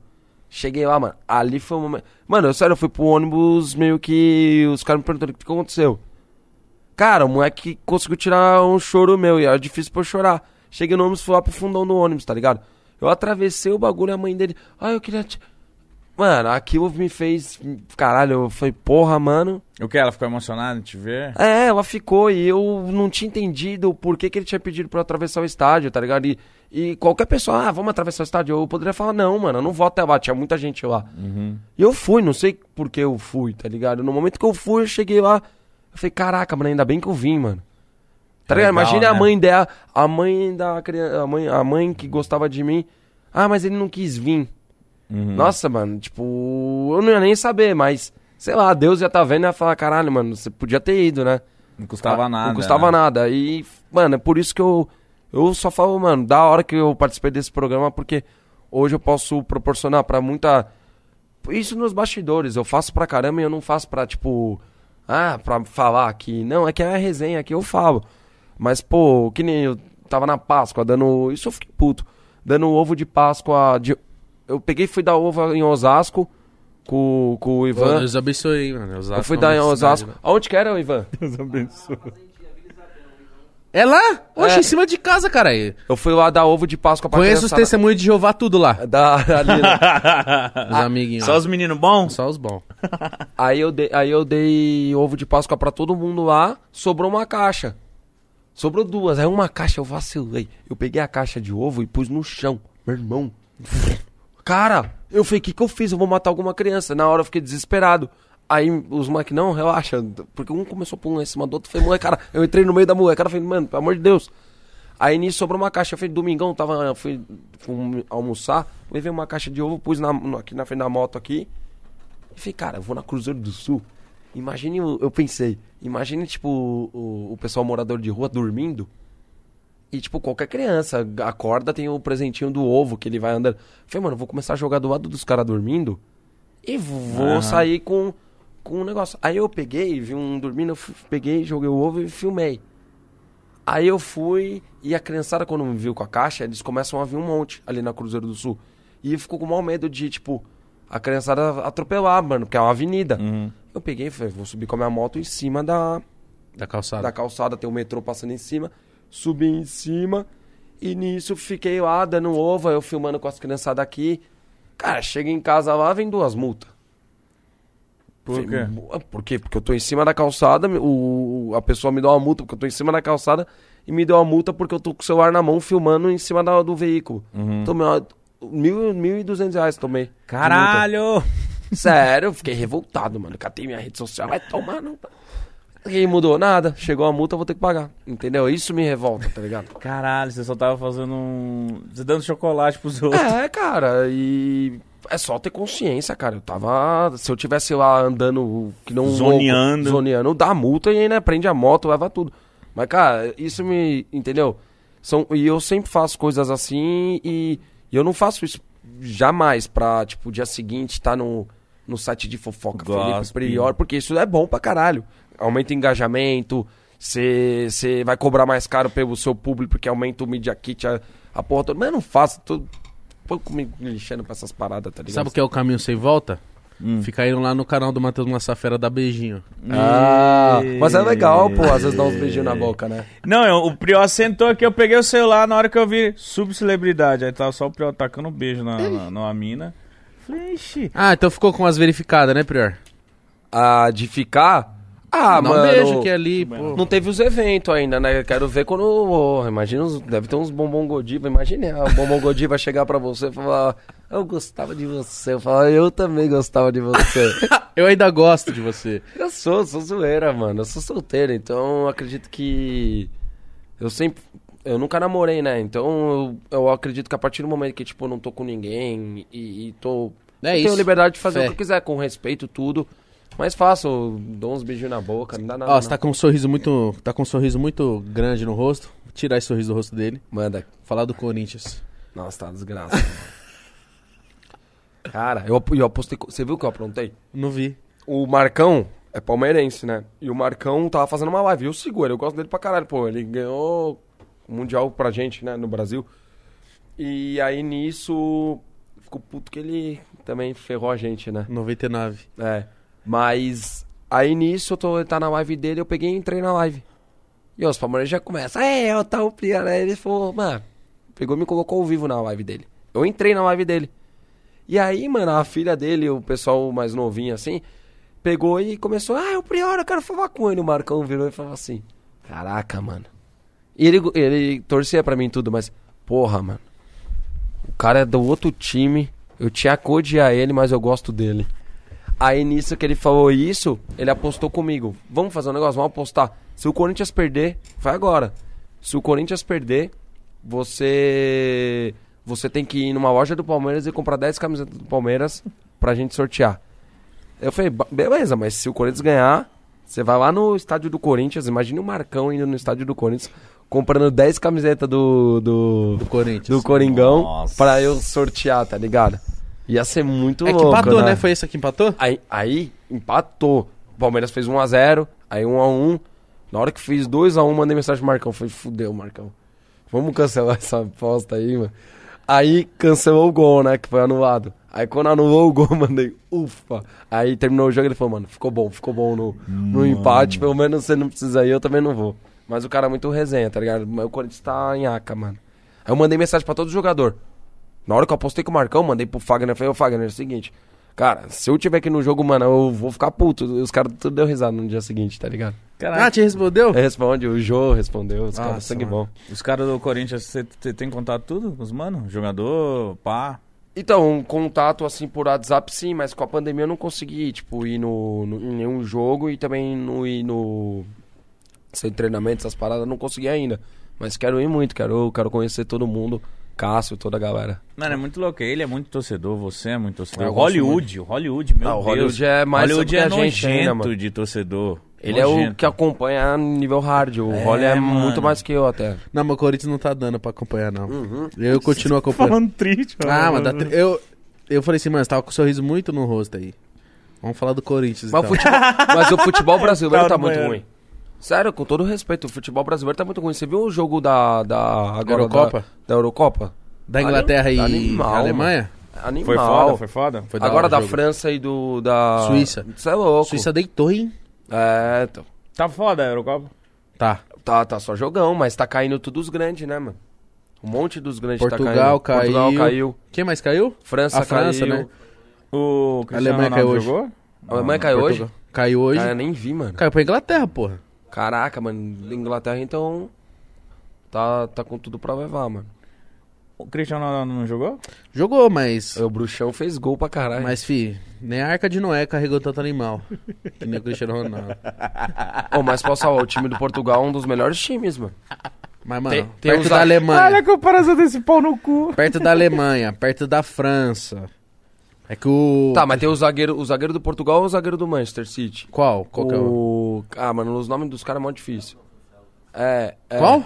C: Cheguei lá, mano. Ali foi o momento. Mano, eu sério, eu fui pro ônibus meio que. Os caras me perguntaram o que que aconteceu. Cara, o moleque conseguiu tirar um choro meu e era difícil pra eu chorar. Cheguei no ônibus, fui lá pro fundão do ônibus, tá ligado? Eu atravessei o bagulho e a mãe dele. Ah, eu queria. Te... Mano, aquilo me fez. Caralho, eu falei, porra, mano.
B: O que? Ela ficou emocionada em te ver?
C: É, ela ficou e eu não tinha entendido por que, que ele tinha pedido pra eu atravessar o estádio, tá ligado? E, e qualquer pessoa, ah, vamos atravessar o estádio. Eu poderia falar, não, mano, eu não vou até lá, tinha muita gente lá. E eu fui, não sei por que eu fui, tá ligado? No momento que eu fui, eu cheguei lá, eu falei, caraca, mano, ainda bem que eu vim, mano. Tá ligado?
B: Legal,
C: Imagina a
B: né?
C: mãe dela, a mãe da criança, a mãe, a mãe que gostava de mim. Ah, mas ele não quis vir.
B: Uhum.
C: Nossa, mano, tipo, eu não ia nem saber, mas sei lá, Deus já tá vendo e ia falar, caralho, mano, você podia ter ido, né?
B: Não custava
C: Ah,
B: nada.
C: Não custava
B: né?
C: nada. E, mano, é por isso que eu, eu só falo, mano, da hora que eu participei desse programa, porque hoje eu posso proporcionar pra muita. Isso nos bastidores, eu faço pra caramba e eu não faço pra, tipo, ah, pra falar aqui. Não, é que é a resenha aqui, eu falo. Mas, pô, que nem eu tava na Páscoa dando. Isso eu fiquei puto. Dando ovo de Páscoa. De... Eu peguei e fui dar ovo em Osasco com, com o Ivan.
A: Deus abençoe, hein, mano. Osasco
C: eu fui
A: é
C: dar em
A: uma cidade,
C: Osasco.
A: né?
C: Aonde que era, o Ivan?
A: É lá? Oxe,
C: É.
A: em cima de casa, cara. aí.
C: Eu fui lá dar ovo de Páscoa pra
A: Conheço os
C: criançada.
A: testemunhos de Jeová tudo lá.
C: Da, ali, né?
A: Os amiguinhos.
B: Só os meninos bons?
A: Só os bons.
C: aí, eu dei, aí eu dei ovo de Páscoa pra todo mundo lá, sobrou uma caixa. Sobrou duas, aí uma caixa eu vacilei. Eu peguei a caixa de ovo e pus no chão. Meu irmão. Cara, eu falei, o que, que eu fiz? Eu vou matar alguma criança. Na hora eu fiquei desesperado. Aí os moleques, não, relaxa. Porque um começou a pular em cima do outro. Eu Falei, moleque, cara, eu entrei no meio da mulher. Cara, eu falei, mano, pelo amor de Deus. Aí nisso sobrou uma caixa. Eu falei, domingão, tava, eu fui, fui almoçar. Levei uma caixa de ovo, pus na- no- aqui na frente da moto aqui. Eu falei, cara, eu vou na Cruzeiro do Sul. Imagine, o- eu pensei, imagine, tipo, o, o pessoal morador de rua dormindo. E, tipo, qualquer criança acorda, tem o presentinho do ovo que ele vai andando. Eu falei, mano, eu vou começar a jogar do lado dos caras dormindo e vou
B: Aham.
C: sair com, com um negócio. Aí eu peguei, vi um dormindo, eu fu- peguei, joguei o ovo e filmei. Aí eu fui e a criançada, quando me viu com a caixa, eles começam a vir um monte ali na Cruzeiro do Sul. E ficou com o maior medo de, tipo, a criançada atropelar, mano, porque é uma avenida.
B: Uhum.
C: Eu peguei e falei, vou subir com a minha moto em cima da,
A: Da calçada.
C: da calçada, tem o metrô passando em cima. Subi em cima e nisso fiquei lá dando ovo, eu filmando com as criançadas aqui. Cara, chega em casa lá, vem duas multas.
B: Por
C: Falei,
B: quê?
C: "Ué, Por quê? Porque eu tô em cima da calçada, me- o, o- a pessoa me deu uma multa porque eu tô em cima da calçada e me deu uma multa porque eu tô com o celular na mão filmando em cima da- do veículo.
B: Uhum.
C: Tomei uma, mil, mil e duzentos reais tomei. de multa.
B: Caralho!
C: Sério, eu fiquei revoltado, mano. Catei minha rede social, vai tomar não. Ninguém mudou nada, chegou a multa, eu vou ter que pagar. Entendeu? Isso me revolta, tá ligado?
B: Caralho, você só tava fazendo um. Você dando chocolate
A: (laughs)
B: pros outros.
C: É, cara, e é só ter consciência, cara. Eu tava. Se eu tivesse lá andando que não. um
B: Zoneando.
C: Louco, zoneando, dá multa e ainda prende a moto, leva tudo. Mas, cara, isso me. Entendeu? São, e eu sempre faço coisas assim e, e eu não faço isso jamais pra, tipo, dia seguinte estar no, no site de fofoca Felipe
B: Gossip.
C: Prior, porque isso é bom pra caralho. Aumenta o engajamento, você vai cobrar mais caro pelo seu público, porque aumenta o Media Kit, a, a porra toda. Mas eu não faço, tô um pouco me lixando pra essas paradas, tá ligado?
A: Sabe o que é o caminho sem volta?
C: Hum.
A: Fica indo lá no canal do Matheus Massafera da Beijinho.
C: Ah, mas é legal, pô, às vezes dá uns beijinhos na boca, né?
B: Não, eu- o Prió sentou aqui, eu peguei o celular na hora que eu vi subcelebridade. Aí tava só o Prió tacando um beijo na, na, numa mina. Falei, ixi.
A: Ah, então ficou com as verificadas, né, Prior?
C: Ah, de ficar. Ah,
A: Dá um
C: mano.
A: beijo que é ali, pô.
C: Não teve os eventos ainda, né? Eu quero ver quando. oh, imagina, os- deve ter uns bombom Godiva. Imagine, ah, o bombom Godiva chegar pra você e falar: "Ah, Eu gostava de você. Eu falar: Eu também gostava de você.
A: (laughs) Eu ainda gosto de você.
C: eu sou, sou zoeira, mano. Eu sou solteiro, então eu acredito que. Eu sempre. Eu nunca namorei, né? Então eu, eu acredito que a partir do momento que, tipo, eu não tô com ninguém e, e tô.
A: É
C: eu
A: isso.
C: tenho liberdade de fazer
A: Fé.
C: o que eu quiser, com respeito, tudo. Mas faço, dou uns beijinhos na boca, não dá nada.
A: Ó,
C: não.
A: você tá com um sorriso muito. Tá com um sorriso muito grande no rosto. Vou Tirar esse sorriso do rosto dele.
C: Manda.
A: Falar do Corinthians.
C: Nossa, tá uma desgraça. (laughs) Cara, eu, ap- eu apostei. co- Você viu o que eu aprontei?
A: Não vi.
C: O Marcão é palmeirense, né? E o Marcão tava fazendo uma live. E eu sigo ele, eu gosto dele pra caralho. Pô, ele ganhou o Mundial pra gente, né? No Brasil. E aí nisso. Ficou puto que ele também ferrou a gente, né?
A: 99.
C: É. Mas aí nisso eu tô, ele tá na live dele, eu peguei e entrei na live. E ó, os palmeirenses já começam, é, ó, tá o Prian, né? Ele falou, mano, pegou e me colocou ao vivo na live dele. Eu entrei na live dele. E aí, mano, a filha dele, o pessoal mais novinho assim, pegou e começou, ah, é o Prior, eu quero falar com ele. O Marcão virou e falou assim, caraca, mano. E ele, ele torcia pra mim e tudo, mas, porra, mano. O cara é do outro time, eu tinha que odiar ele, mas eu gosto dele. Aí nisso que ele falou isso, ele apostou comigo. Vamos fazer um negócio, vamos apostar. Se o Corinthians perder, vai agora. Se o Corinthians perder, você você tem que ir numa loja do Palmeiras e comprar 10 camisetas do Palmeiras pra gente sortear. Eu falei, "Ba- beleza, mas se o Corinthians ganhar, você vai lá no estádio do Corinthians, imagine o Marcão indo no estádio do Corinthians comprando 10 camisetas do do,
A: Do Corinthians.
C: do Coringão
B: Nossa.
C: pra eu sortear, tá ligado? Ia ser muito
A: É que
C: louco,
A: empatou, né? Foi esse que empatou?
C: Aí, aí empatou. O Palmeiras fez 1x0, aí 1x1. Na hora que fez 2x1, mandei mensagem pro Marcão. Falei, fudeu, Marcão. Vamos cancelar (laughs) essa aposta aí, mano. Aí cancelou o gol, né? Que foi anulado. Aí quando anulou o gol, (laughs) mandei, ufa. Aí terminou o jogo ele falou, mano, ficou bom, ficou bom no, no empate. Pelo menos você não precisa ir, eu também não vou. Mas o cara é muito resenha, tá ligado? Mas O Corinthians tá em aca, mano. Aí eu mandei mensagem pra todo jogador. Na hora que eu apostei com o Marcão, mandei pro Fagner. Falei, ô Fagner, é o seguinte. Cara, se eu tiver aqui no jogo, mano, eu vou ficar puto. Os caras tudo deu risada no dia seguinte, tá ligado?
A: Ah,
B: Caralho.
A: te respondeu?
C: Aí Responde, o Jô respondeu, os
A: Nossa,
C: caras sangue
A: mano.
C: bom.
B: Os caras do Corinthians, você tem contato tudo com os mano? Jogador, pá.
C: Então, um contato assim por WhatsApp sim, mas com a pandemia eu não consegui, tipo, ir no, no- em nenhum jogo e também não ir no. Sem treinamento, essas paradas, não consegui ainda. Mas quero ir muito, quero, quero conhecer todo mundo, Cássio, toda a galera.
B: Mano, é muito louco. Ele é muito torcedor, você é muito torcedor.
C: Ah, Eu
B: O
C: gosto
B: Hollywood, o Hollywood, meu
C: Ah, o
B: Deus.
C: Hollywood é mais
B: Hollywood
C: do que
B: é
C: a gente
B: nojento
C: ainda, mano.
B: de torcedor.
C: Ele é o
B: Nojento.
C: que acompanha nível hard, o Rolly é
B: mano.
C: muito mais que eu até.
A: Não, mas o Corinthians não tá dando pra acompanhar, não.
C: Uhum.
A: Eu continuo acompanhando.
B: Falando triste,
A: Ah, mas
B: Tá, mano.
A: dá tri- eu, eu falei assim, mano, você tava com um sorriso muito no rosto aí. Vamos falar do Corinthians,
C: Mas, o
A: então.
C: futebol, mas o futebol brasileiro
B: Tá
C: tá
B: no
C: muito
B: banheiro.
C: ruim. Sério, com todo respeito, o futebol brasileiro tá muito ruim. Você viu o jogo da, da agora
A: Eurocopa?
C: Da, da Eurocopa?
A: Da Inglaterra e
C: Animal,
A: Alemanha?
C: Animal.
B: Foi foda, foi foda.
A: Foi hora
C: Agora
A: o
C: da
A: jogo.
C: França e do da
A: Suíça.
C: Isso é louco.
A: Suíça deitou, hein?
C: É, então.
B: Tá foda a Eurocopa.
A: Tá.
C: tá, tá só jogão, mas tá caindo tudo os grandes, né, mano? Um monte dos grandes
A: Portugal
C: tá caindo. Portugal
A: caiu.
C: caiu.
A: Quem mais caiu?
C: França
A: A França,
C: caiu.
A: né?
B: O Cristiano
A: Alemanha caiu
B: Ronaldo
A: hoje.
B: jogou?
C: A Alemanha caiu hoje?
A: Portugal. Caiu hoje.
C: Cara, nem vi, mano.
A: Caiu pra Inglaterra, porra.
C: Caraca, mano, Inglaterra então tá tá com tudo pra levar, mano.
B: O Cristiano Ronaldo não jogou?
A: Jogou, mas.
C: O bruxão fez gol pra caralho.
A: Mas, fi, nem a arca de Noé carregou tanto animal. (laughs) Que nem o Cristiano Ronaldo.
C: Ô, mas posso falar, o time do Portugal é um dos melhores times, mano.
A: Mas, mano,
C: Tem- tem
A: perto
C: os
A: da
C: a-
A: Alemanha.
B: a comparação desse pau no cu.
A: Perto da Alemanha, perto da França. É que o.
C: Tá, mas tem o zagueiro, o zagueiro do Portugal ou o zagueiro do Manchester City?
A: Qual? Qual que é o.
C: o... Ah, mano, os nomes dos caras é mó difícil. É, é...
A: Qual?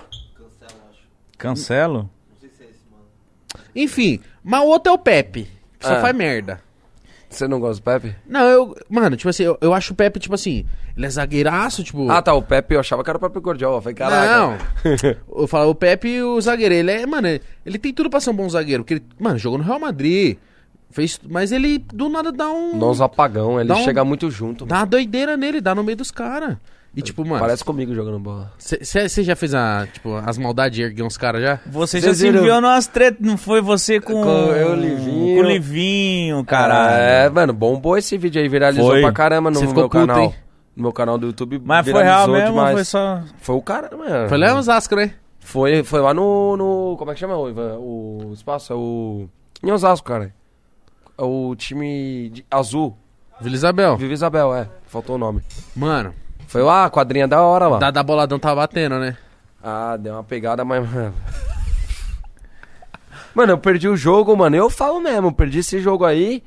B: Cancelo?
A: Enfim, Mas o outro é o Pepe, que só
C: Ah.
A: faz merda.
C: Você não gosta do Pepe?
A: Não, eu. Mano, tipo assim, eu, eu acho o Pepe, tipo assim, ele é zagueiraço, tipo.
C: Ah, tá. O Pepe, eu achava que era o Pepe Guardiola. Eu Falei, caraca. (laughs)
A: Não. eu falo, o Pepe e o zagueiro. Ele é, mano, ele- ele tem tudo pra ser um bom zagueiro. Porque ele, mano, jogou no Real Madrid. Fez, mas ele do nada dá um.
C: Nós apagão, ele
A: Dá um-
C: chega muito junto.
A: Dá uma doideira nele, dá no meio dos caras. E tipo, mano.
C: Parece comigo jogando bola.
A: Você já fez a, tipo, as maldades de erguer uns caras já?
B: Você
C: Vocês
B: já se
C: viram-
B: enviou numas tretas, não foi você com,
C: Com eu, Livinho.
B: Com o Livinho, caralho.
C: É, mano, bombou esse vídeo aí, viralizou
B: Foi.
C: pra caramba no
A: Você
C: meu
A: ficou culto,
C: canal.
A: hein?
C: No meu canal do YouTube.
B: Mas foi
C: viralizou
B: real mesmo, ou
C: demais.
B: foi só.
C: Foi o cara, mano.
A: Foi lá uns Osasco, né?
C: Foi, foi lá no, no. Como é que chama, o Ivan? O espaço? É o. Em Osasco, cara. É o time de- azul.
A: Vila Isabel.
C: Viva Isabel, é. Faltou o nome.
A: Mano,
C: Foi lá, quadrinha da hora lá.
A: da, da boladão tava batendo, né?
C: Ah, deu uma pegada, mas. mano. Mano, eu perdi o jogo, mano. Eu falo mesmo, eu perdi esse jogo aí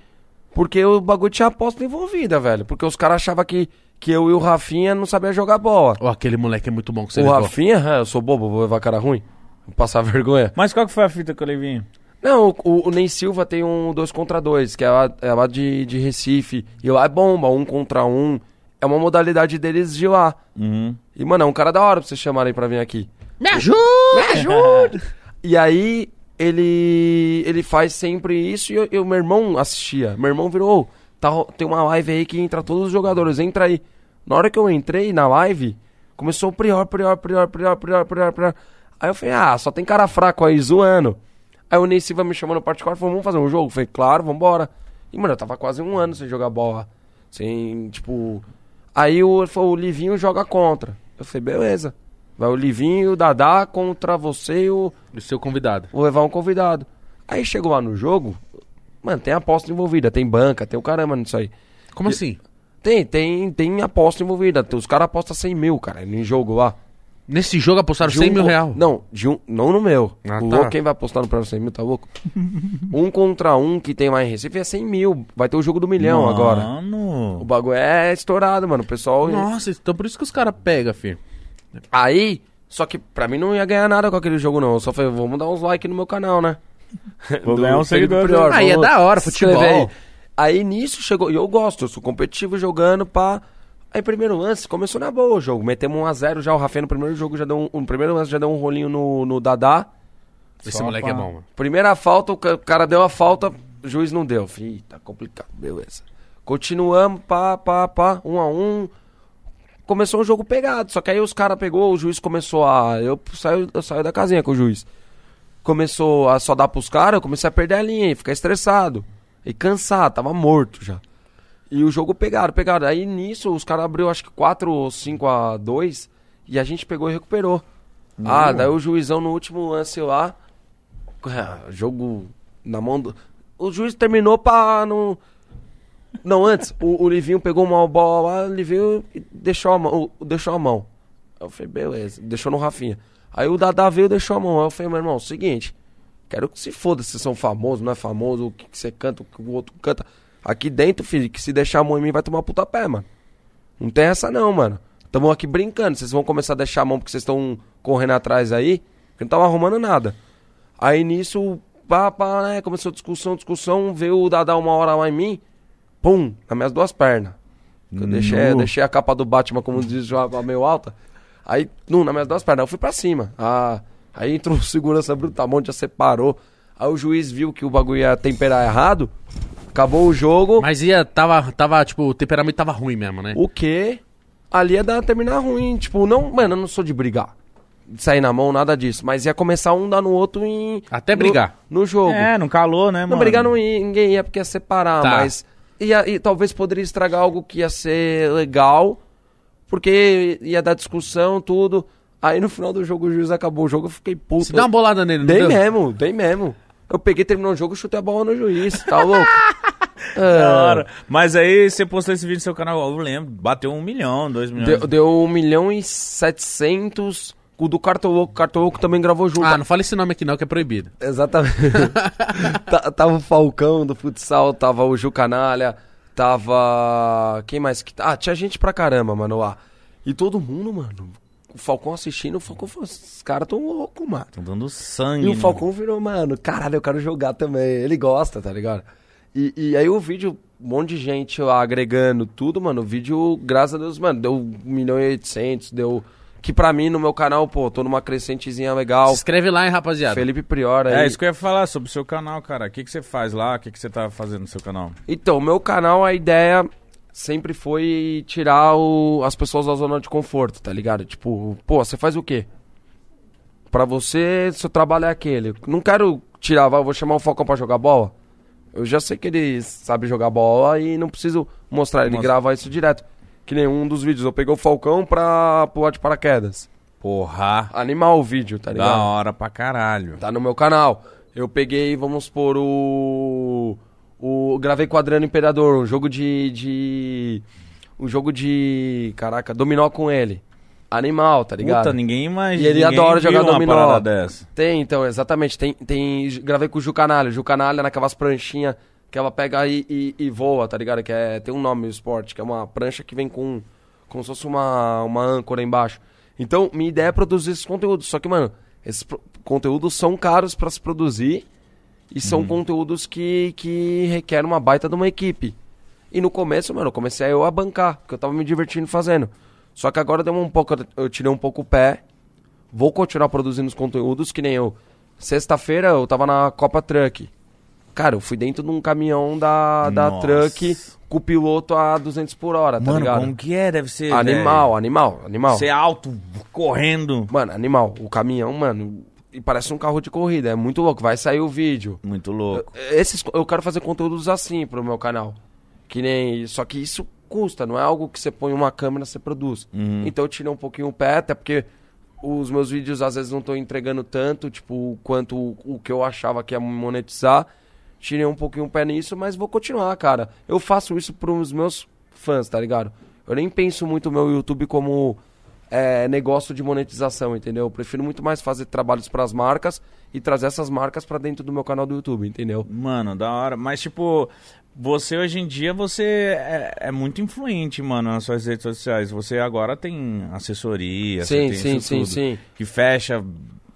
C: porque o bagulho tinha aposta envolvida, velho. Porque os caras achavam que, que eu e o Rafinha não sabia jogar bola.
A: Ó, aquele moleque é muito bom que você
C: O
A: levou.
C: Rafinha, ah, eu sou bobo, vou levar cara ruim. Vou passar (laughs) vergonha.
B: Mas qual que foi a fita com o Livinho?
C: Não, o- o, o Ney Silva tem um 2 contra 2, que é lá, é lá de, de Recife. E lá é bomba, um contra um. É uma modalidade deles de lá.
B: Uhum.
C: E, mano, é um cara da hora pra vocês chamarem pra vir aqui.
A: Me ajuda!
C: Me ajuda! e aí, ele ele faz sempre isso e eu- e o meu irmão assistia. Meu irmão virou, "Ô, tá, ro- tem uma live aí que entra todos os jogadores, entra aí. Na hora que eu entrei na live, começou o prior, prior, prior, prior, prior, prior, prior. Aí eu falei, ah, só tem cara fraco aí, zoando. Aí o Ney Silva me chamou no particular e falou, vamos fazer um jogo? Eu falei, claro, vambora. E, mano, eu tava quase um ano sem jogar bola. Sem, tipo... Aí o, ele falou, o Livinho joga contra. Eu falei, beleza. Vai o Livinho e o Dadá contra você e o...
A: (laughs) O seu convidado.
C: Vou levar um convidado. Aí chegou lá no jogo, mano, tem aposta envolvida, tem banca, tem o caramba nisso aí.
A: Como assim?
C: Tem, tem, tem aposta envolvida. tem- Os caras apostam 100 mil, cara, em jogo lá.
A: Nesse jogo apostaram
C: De
A: 100
C: um
A: mil
C: co-
A: reais.
C: Não, de um, não no meu.
A: Ah,
C: o
A: tá.
C: louco, quem vai apostar no próprio 100 mil, tá louco? um contra um que tem lá em Recife é 100 mil. Vai ter o jogo do milhão agora. O
B: (laughs) Mano.
C: bagulho é estourado, mano. O pessoal.
A: Nossa, então por isso que os caras pegam, filho.
C: Aí, só que pra mim não ia ganhar nada com aquele jogo, não. Eu só falei, vamos dar uns like no meu canal, né?
B: Vou
C: Do
B: ganhar um
C: Felipe
B: seguidor,
C: Prior,
A: né? Aí é
C: vamos
A: da hora,
C: se inscrever
A: futebol.
C: Aí. Aí nisso chegou, e eu gosto, eu sou competitivo jogando pra. Aí primeiro lance, começou na boa o jogo. Metemos 1x0 já, o Rafinha no primeiro jogo já deu um. No primeiro lance já deu um rolinho no, no Dadá.
A: Esse
B: Só
A: moleque
B: pra-
A: é bom, mano.
C: Primeira falta, o ca- o cara deu a falta, o juiz não deu. Falei, "Ih, tá complicado, beleza. Continuamos, pá, pá, pá, um a um. Começou um jogo pegado, só que aí os caras pegou, o juiz começou a... Eu saio, eu saio da casinha com o juiz. Começou a só dar pros caras, eu comecei a perder a linha e ficar estressado. E cansado, tava morto já. E o jogo pegaram, pegaram. Aí nisso os caras abriu acho que 4 ou 5 a 2 e a gente pegou e recuperou. Ah, daí o juizão no último lance lá. ah, Jogo na mão do. O juiz terminou pra não. Não, antes, o, o Livinho pegou uma bola lá, o Livinho deixou a mão. o- Deixou a mão. Aí Eu falei, beleza, deixou no Rafinha. Aí o Dadá veio e deixou a mão. Aí eu falei, meu irmão, é seguinte, quero que se foda se são famosos, não é famoso, o que, que você canta, o que o outro canta. Aqui dentro, filho, que se deixar a mão em mim vai tomar puta pé, mano. Não tem essa não, mano. Tamo aqui brincando. Vocês vão começar a deixar a mão porque vocês estão correndo atrás aí. Porque não tava arrumando nada. Aí nisso, pá, pá, né? Começou discussão, discussão. Veio o Dadá uma hora lá em mim. Pum, nas minhas duas pernas. Que Eu deixei,
B: Nu.
C: deixei a capa do Batman, como diz, já meio alta. Aí, num, nas minhas duas pernas. Eu fui pra cima. Ah, aí entrou (laughs) um segurança brutal, um monte já separou. Aí o juiz viu que o bagulho ia temperar errado. Acabou o jogo.
A: Mas ia, tava, tava, tipo, o temperamento tava ruim mesmo, né?
C: O que ali ia dar terminar ruim. Tipo, não, mano, eu não sou de brigar. De sair na mão, nada disso. Mas ia começar um dar no outro em.
A: Até
C: no-
A: brigar.
C: No, jogo.
B: É, não calou, né, mano?
C: não brigar não ia, ninguém ia, porque ia separar,
A: Tá.
C: mas. Ia, e talvez poderia estragar algo que ia ser legal, porque ia dar discussão, tudo. Aí no final do jogo o juiz acabou o jogo, eu fiquei puto.
A: Se dá uma bolada nele, não
C: Dei
A: deu?
C: mesmo, dei mesmo. Eu peguei, terminou o jogo, chutei a bola no juiz, tá louco?
B: Da
C: Ah.
B: hora. Mas aí você postou esse vídeo no seu canal, eu lembro, bateu um milhão, dois milhões.
A: Ah.
C: Deu, deu 1 milhão e 700. O do Cartoloco, Cartoloco também gravou junto.
A: Ah, não fala esse nome aqui não, que é proibido. (laughs)
C: Exatamente. Ta- tava o Falcão do futsal, tava o Ju Canalha, tava. Quem mais que. tá- Ah, tinha gente pra caramba, mano, lá. E todo mundo, mano, o Falcão assistindo, o Falcão falou, os caras tão loucos, mano.
D: Estão dando sangue.
C: E o
D: né?
C: Falcão virou, mano, caralho, eu quero jogar também. Ele gosta, tá ligado? E, e aí o vídeo, um monte de gente lá agregando tudo, mano. O vídeo, graças a Deus, mano, deu 1 milhão e 800, deu... Que pra mim, no meu canal, pô, tô numa crescentezinha
A: Se
C: legal.
A: inscreve lá, hein, rapaziada.
C: Felipe Prior aí.
B: É, isso que eu ia falar sobre o seu canal, cara. O que, que você faz lá? O que, que você tá fazendo no seu canal?
C: Então, meu canal, a ideia sempre foi tirar o- as pessoas da zona de conforto, tá ligado? Tipo, pô, você faz o quê? Pra você, seu trabalho é aquele. Não quero tirar, vai, vou chamar o Falcão pra jogar bola. Eu já sei que ele sabe jogar bola e não preciso mostrar, ele
B: Mostra.
C: grava isso direto. Que nem um dos vídeos, eu peguei o Falcão pra pular de paraquedas.
B: Porra.
C: Animal o vídeo, tá ligado?
B: Da hora pra caralho.
C: Tá no meu canal. Eu peguei, vamos supor, o. o gravei com o Adriano Imperador, um jogo de. de um jogo de. Caraca, dominó com ele. Animal, tá ligado?
B: Puta, ninguém imagina.
C: E ele
B: ninguém
C: adora
B: viu
C: jogar
B: uma
C: dominó.
B: parada dessa.
C: Tem, então, exatamente. Tem, tem. Gravei com o Ju Canalha. Ju Canalha naquelas pranchinhas que ela pega e, e, e voa, tá ligado? Que é, tem um nome o esporte, que é uma prancha que vem com. Como se fosse uma, uma âncora embaixo. Então, minha ideia é produzir esses conteúdos. Só que, mano, esses pro- conteúdos são caros pra se produzir. E são
B: Uhum.
C: conteúdos que, que requerem uma baita de uma equipe. E no começo, mano, eu comecei eu a bancar, porque eu tava me divertindo fazendo. Só que agora deu um pouco, eu tirei um pouco o pé. Vou continuar produzindo os conteúdos, que nem eu. Sexta-feira eu tava na Copa Truck. Cara, eu fui dentro de um caminhão da, da
D: Nossa.
C: Truck com o piloto a 200 por hora, tá
B: Mano,
C: ligado?
B: como que é? Deve ser.
C: Animal, animal, animal.
B: velho. é Ser alto, correndo.
C: Mano, animal. O caminhão, mano, e parece um carro de corrida. É muito louco. Vai sair o vídeo.
D: Muito louco.
C: Eh, Esses, eu quero fazer conteúdos assim pro meu canal. Que nem. Só que isso custa, não é algo que você põe uma câmera você produz. Então eu tirei um pouquinho o pé, até porque os meus vídeos às vezes não estão entregando tanto, tipo, quanto o, o que eu achava que ia monetizar. Tirei um pouquinho o pé nisso, mas vou continuar, cara. Eu faço isso pros meus fãs, tá ligado? Eu nem penso muito o meu YouTube como é, negócio de monetização, entendeu? Eu prefiro muito mais fazer trabalhos pras marcas e trazer essas marcas pra dentro do meu canal do YouTube, entendeu?
B: Mano, da hora. Mas, tipo, você hoje em dia, você é, é muito influente, mano, nas suas redes sociais. Você agora tem assessoria, você
C: Sim,
B: tem
C: sim,
B: isso
C: sim,
B: tudo,
C: sim.
B: Que fecha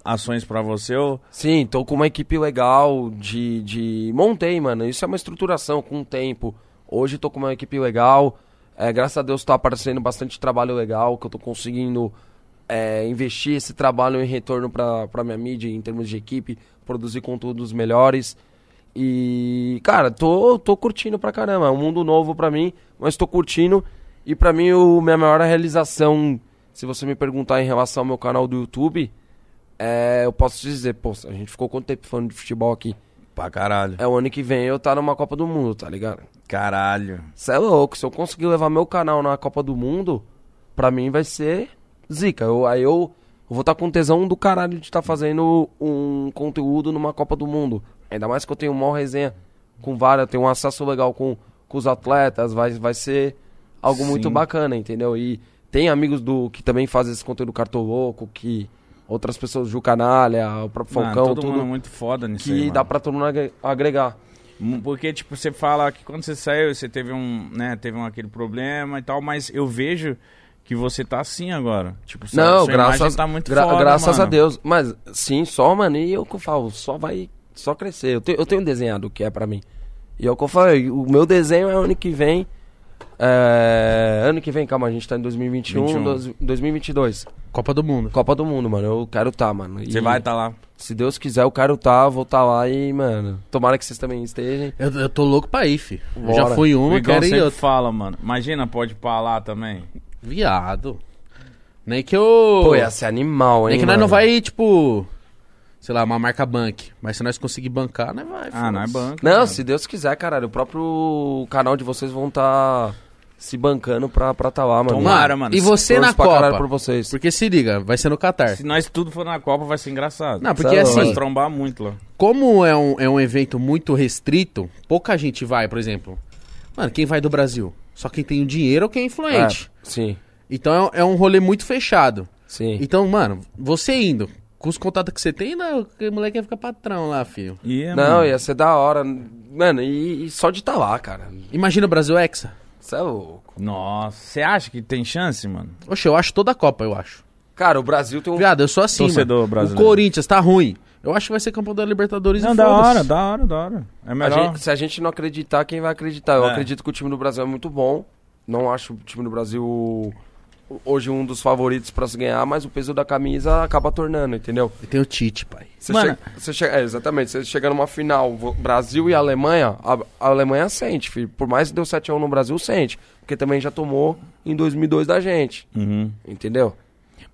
B: ações pra você ou...
C: Sim, tô com uma equipe legal de, de. Montei, mano. Isso é uma estruturação com o tempo. Hoje tô com uma equipe legal. É, graças a Deus tá aparecendo bastante trabalho legal, que eu tô conseguindo é, investir esse trabalho em retorno pra, pra minha mídia, em termos de equipe, produzir conteúdos melhores. E, cara, tô, tô curtindo pra caramba. É um mundo novo pra mim, mas tô curtindo. E pra mim, o, minha maior realização, se você me perguntar em relação ao meu canal do YouTube, é, eu posso te dizer, pô, a gente ficou quanto tempo falando de futebol aqui?
B: Pra caralho.
C: É o ano que vem eu tá numa Copa do Mundo, tá ligado?
B: Caralho.
C: Cê é louco, se eu conseguir levar meu canal na Copa do Mundo, pra mim vai ser zica. Eu, aí eu, eu vou estar com tesão do caralho de estar fazendo um conteúdo numa Copa do Mundo. Ainda mais que eu tenho uma resenha com várias, eu tenho um acesso legal com, com os atletas, vai, vai ser algo muito
B: Sim.
C: bacana, entendeu? E tem amigos do que também fazem esse conteúdo cartoloco, que outras pessoas, Ju Canalha, o próprio Falcão,
B: mano, todo
C: tudo
B: mundo é muito foda nisso
C: que
B: aí, mano.
C: dá pra todo mundo agre- agregar.
B: Hum, Porque, tipo, você fala que quando você saiu, você teve um, né, teve um, aquele problema e tal, mas eu vejo que você tá assim agora. Tipo, sua,
C: Não,
B: sua
C: graças,
B: imagem tá muito
C: gra-
B: foda,
C: graças
B: mano.
C: a Deus. Mas sim, só, mano, e eu que eu falo, só vai só crescer. Eu, te- eu tenho desenhado o que é pra mim. E é o que eu falei, o meu desenho é ano que vem. é, ano que vem, calma, a gente tá em 2021,
B: 21.
C: dois- 2022.
A: Copa do Mundo.
C: Copa do Mundo, mano. Eu quero tá, mano. E
B: Você vai estar tá lá.
C: Se Deus quiser, eu quero tá, vou tá lá e, mano. Tomara que vocês também estejam.
A: Eu, eu tô louco pra ir, fi. Eu
C: Bora.
A: Já fui em
B: O
A: uma,
B: Igão
A: quero ir em
B: sempre
A: outra.
B: fala, mano. Imagina, pode ir lá também.
A: Viado. Nem que eu...
C: Pô, ia ser animal, hein?
A: Nem É que nós não
C: mano.
A: vai, tipo... Sei lá, uma marca bank. Mas se nós conseguir bancar, nós vai.
B: Ah, não é banco.
C: Não,
B: cara.
C: se Deus quiser, caralho, o próprio canal de vocês vão tá se bancando pra, pra tá lá, mano.
B: Tomara, mano.
A: E você
C: Torço
A: na
C: pra
A: Copa.
C: caralho por vocês.
A: Porque se liga, vai ser no Catar.
B: Se nós tudo for na Copa, vai ser engraçado.
A: Não, porque
C: Sei lá.
B: Vai
A: assim,
B: trombar muito lá.
A: como é um, é um evento muito restrito, pouca gente vai, por exemplo. Mano, quem vai do Brasil? Só quem tem o dinheiro ou quem é influente.
C: É, sim,
A: Então é, é um rolê muito fechado.
C: sim.
A: Então, mano, você indo, com os contatos que você tem, não, o moleque ia ficar patrão lá, filho.
B: Ia,
C: não,
B: é,
C: é-
B: mano.
C: ia ser da hora. Mano, e, e só de tá lá, cara.
A: Imagina o Brasil Hexa.
C: Isso é louco.
B: Nossa, você acha que tem chance, mano?
A: Oxe, eu acho toda a Copa, eu acho.
C: Cara, o Brasil tem um.
A: Viado, eu sou assim,
B: Torcedor
A: mano.
B: brasileiro.
A: O Corinthians tá ruim. Eu acho que vai ser campeão da Libertadores
B: Não,
A: e
B: da
A: foda-se.
B: hora, da hora, da hora. É
C: A
B: melhor.
C: gente- se a gente não acreditar, quem vai acreditar? Eu
B: É.
C: acredito que o time do Brasil é muito bom. Não acho o time do Brasil hoje um dos favoritos pra se ganhar, mas o peso da camisa acaba tornando, entendeu?
A: E Tem o Tite, pai.
C: Você
B: Mano-
C: chega, você chega- é, exatamente, você chega numa final, vo- Brasil e Alemanha, a, a Alemanha sente, filho. Por mais que deu 7x1 no Brasil, sente. Porque também já tomou em 2002 da gente,
B: Uhum.
C: entendeu?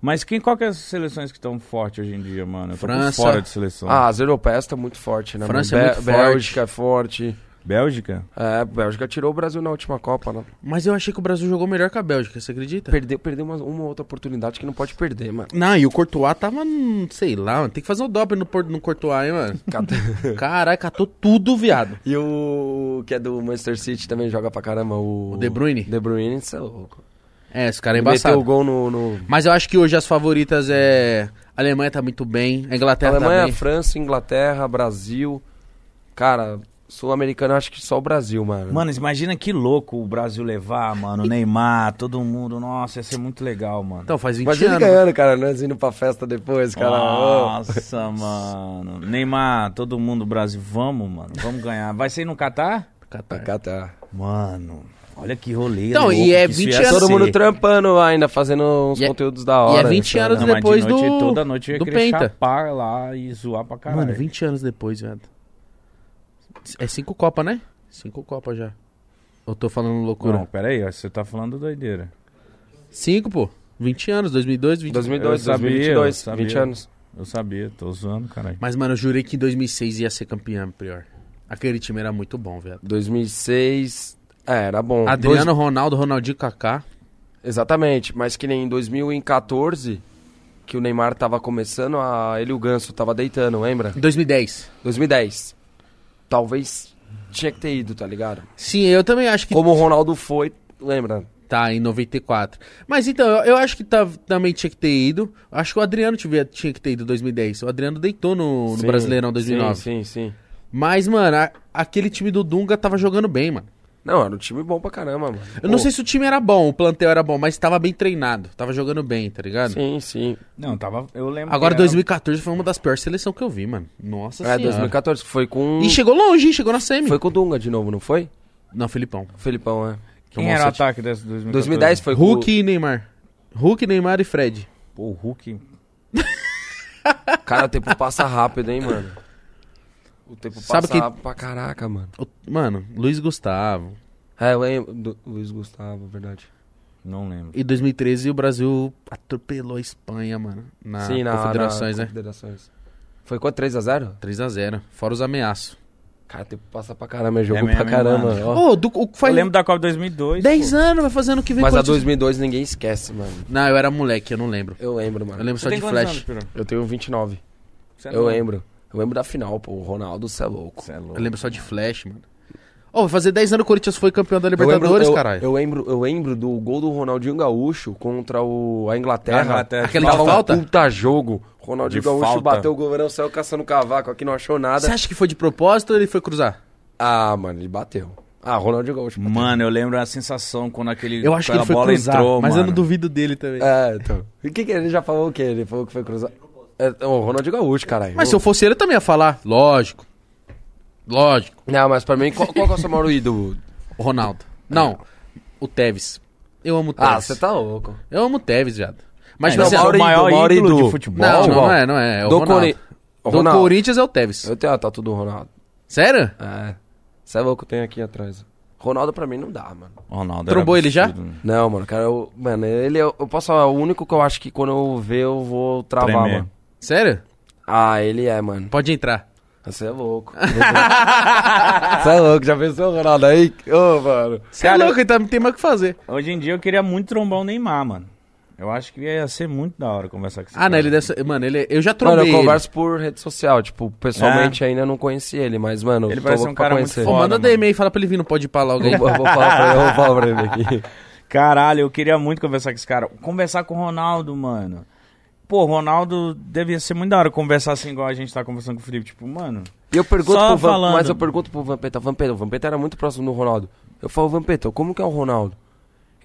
B: Mas quem, qual que é as seleções que estão fortes hoje em dia, mano? Eu tô por
A: França.
B: fora de seleção.
C: Ah, as europeias estão muito forte, né? mano?
A: Então, França é muito forte.
C: Bélgica é forte.
B: Bélgica?
C: É, Bélgica tirou o Brasil na última Copa, né?
A: Mas eu achei que o Brasil jogou melhor que a Bélgica, você acredita?
C: Perdeu, perdeu uma, uma outra oportunidade que não pode perder, mano.
A: Não, e o Courtois tava, hum, sei lá, mano. Tem que fazer o dobro no, por- no Courtois, hein, mano.
C: (laughs)
A: Caralho, catou tudo, viado.
C: E o que é do Manchester City também joga pra caramba. O,
A: O De Bruyne?
C: De Bruyne, isso é louco.
A: É, esse cara é
C: Ele meteu o
A: embaçado.
C: gol no. no-
A: Mas eu acho que hoje as favoritas é... A Alemanha tá muito bem, a Inglaterra
C: Alemanha, é
A: tá bem.
C: França, Inglaterra, Brasil. Cara, sul-americano acho que só o Brasil, mano.
B: Mano, imagina que louco o Brasil levar, mano. Neymar, todo mundo. Nossa, ia ser muito legal, mano.
A: Então, faz 20
C: Mas ele
A: anos.
C: ganhando, cara, nós indo pra festa depois, cara.
A: Ah,
C: Ô.
A: (laughs)
B: Nossa, mano. Neymar, todo mundo do Brasil, vamos, mano. Vamos ganhar. Vai ser no Catar?
A: Catar.
C: Catar.
B: Mano, olha que rolê.
A: Então,
B: louco
A: e é
B: que isso
A: 20
B: ia
A: anos-
B: ser.
C: Todo mundo trampando ainda, fazendo uns
A: E é-
C: conteúdos da
A: E é
C: hora. né?
A: 20
C: isso,
A: anos
B: Não, mas
A: depois
B: de noite,
A: do...
B: Toda noite eu ia
A: do
B: querer
A: Penta.
B: chapar lá e zoar pra caralho.
A: Mano, 20 anos depois, viado. É cinco Copa, né? Cinco Copa já. Eu tô falando loucura.
B: Não, pera aí, ó, você tá falando doideira.
A: Cinco, pô. 20 anos, 2002, 20...
C: 2002,
B: Eu sabia,
C: 2022,
B: eu sabia.
C: 20 anos.
B: Eu sabia, tô zoando, caralho.
A: Mas, mano, eu jurei que em 2006 ia ser campeão, pior. Aquele time era muito bom, viado.
C: 2006, é, era bom.
A: Adriano, Ronaldo, Ronaldinho, Kaká.
C: Exatamente, mas que nem em 2014, que o Neymar tava começando, a... ele e o Ganso tava deitando, lembra?
A: Em 2010.
C: 2010. Talvez tinha que ter ido, tá ligado?
A: Sim, eu também acho que
C: Como o Ronaldo foi, lembra?
A: tá em 94. Mas então, eu, eu acho que tá- também tinha que ter ido. Acho que o Adriano tivia- tinha que ter ido em 2010. O Adriano deitou no, no
C: Sim,
A: Brasileirão 2009.
C: Sim, sim, sim.
A: Mas, mano, a- aquele time do Dunga tava jogando bem, mano.
C: Não, era um time bom pra caramba, mano.
A: Eu não
C: Pô,
A: sei se o time era bom, o plantel era bom, mas tava bem treinado. Tava jogando bem, tá ligado?
C: Sim, sim.
B: Não, tava. Eu lembro.
A: Agora,
B: que era-
A: 2014 foi uma das piores seleções que eu vi, mano. Nossa
C: É,
A: senhora.
C: 2014, foi com... um-
A: E chegou longe, hein? Chegou na semi.
C: Foi com o Dunga de novo, não foi?
A: Não, Felipão.
C: Felipão, é.
B: Quem
C: Tomou
B: era o
C: sete-
B: ataque dessa 2014?
C: 2010 foi com...
A: Hulk e Neymar. Hulk, Neymar e Fred.
B: Pô, o Hulk.
C: Cara, o tempo passa rápido, hein, mano. O tempo passa
A: Sabe quem-
C: rápido pra caraca, mano.
A: O- Mano, Luiz Gustavo.
C: É, eu lembro do Luiz Gustavo, verdade.
B: Não lembro.
A: E 2013 o Brasil atropelou a Espanha, mano. Na confederações, né?
C: Ah, Confederações. Foi quanto? 3x0?
A: 3x0. Fora os ameaços.
C: Cara, tem que passar pra caramba, é jogo
B: mesmo,
C: pra
B: hein,
C: caramba.
B: mano?
C: ó.
A: Ô, do- o que
B: Eu
A: faz
B: lembro da Copa 2002.
A: 10
B: pô.
A: anos, vai fazendo o que vem
C: Mas a
A: quando-
C: 2002 ninguém esquece, mano.
A: Não, eu era moleque, eu não lembro.
C: Eu lembro, Tá
A: Eu
C: mano.
A: lembro
B: Você
A: só
B: tem
A: de
B: quantos
A: flash.
B: anos, Pirão?
C: Eu tenho 29.
B: Você é
C: Eu
B: novo.
C: lembro. Eu lembro da final, pô. O Ronaldo, cê é louco.
B: Você é
A: Eu
B: louco.
A: lembro só de flash, mano. Ô, vai fazer 10 anos que o Corinthians foi campeão da
C: Eu lembro,
A: Libertadores,
C: eu,
A: caralho.
C: eu lembro, eu lembro do gol do Ronaldinho Gaúcho contra o, a Inglaterra.
B: A Inglaterra.
A: Aquele
C: Tava
A: de falta?
C: um puta jogo. Ronaldinho
B: De
C: Gaúcho
B: falta.
C: bateu o governo, saiu caçando cavaco aqui, não achou nada.
A: Você acha que foi de propósito ou ele foi cruzar?
C: Ah, mano, ele bateu. Ah, Ronaldinho Gaúcho bateu.
B: Mano, eu lembro a sensação quando aquele.
A: Eu acho que
B: aquela
A: ele foi
B: bola
A: cruzar,
B: entrou,
A: mas
B: mano.
A: eu não duvido dele também.
C: É, então. E que que ele já falou o quê? Ele falou que foi cruzar. É, o Ronaldinho Gaúcho, caralho.
A: Mas se eu fosse ele, eu também ia falar. Lógico. Lógico.
C: Não, mas pra mim, qual, qual que é o seu maior ídolo?
A: O Ronaldo. Não, o Tevez. Eu amo o Tevez.
C: Ah, você tá louco.
A: Eu amo o Tevez, viado. Mas,
B: É,
A: tipo
B: não,
A: assim,
B: o
A: não,
B: maior
C: maior
B: ídolo
C: ídolo.
B: de futebol.
A: não,
C: futebol.
A: não é, não é. É o
C: Do
A: Ronaldo.
C: Cori-
A: Do
C: Ronaldo.
A: Corinthians é o Tevez.
C: Eu tenho a tatu do Ronaldo.
A: Sério?
C: É. Você é louco, tem aqui atrás. Ronaldo pra mim não dá, mano.
B: Ronaldo
A: Trombou
B: era
A: ele já?
B: absurdo, né?
C: Não, mano, cara, eu, mano, ele é, eu posso falar, é o único que eu acho que quando eu ver eu vou travar,
B: Tremer.
C: mano.
A: Sério?
C: Ah, ele é, mano.
A: Pode entrar.
C: Você
B: (laughs)
C: é louco. Você é louco, já pensou o Ronaldo aí? Ô, mano.
A: Você é
B: Cara,
A: louco, então não tem mais o que fazer.
B: Hoje em dia eu queria muito trombar o Neymar, mano. Eu acho que ia ser muito da hora conversar com esse
A: Ah, não,
B: cara.
A: ele deve ser... Mano, ele... eu já
C: Mano,
A: trombei
C: eu
A: ele.
C: converso por rede social, tipo, pessoalmente ainda não conheci ele, mas, mano,
B: É. Ele
C: tô
B: parece
C: louco
B: um
C: pra
B: cara muito
C: conhecer.
A: Ô,
B: foda.
A: manda
B: mano.
A: DM aí, fala pra ele vir no Pode Pá logo aí.
C: Eu vou, eu vou falar pra ele, eu vou falar pra ele aqui.
B: Caralho, eu queria muito conversar com esse cara. Conversar com o Ronaldo, mano. Pô, Ronaldo devia ser muito da hora conversar assim igual a gente tá conversando com o Felipe. Tipo, mano.
C: E eu pergunto
B: Só
C: pro Van,
B: falando.
C: mas eu pergunto pro Vampeta, Vampeta, o Vampeta era muito próximo do Ronaldo. Eu falo, Vampeta, como que é o Ronaldo?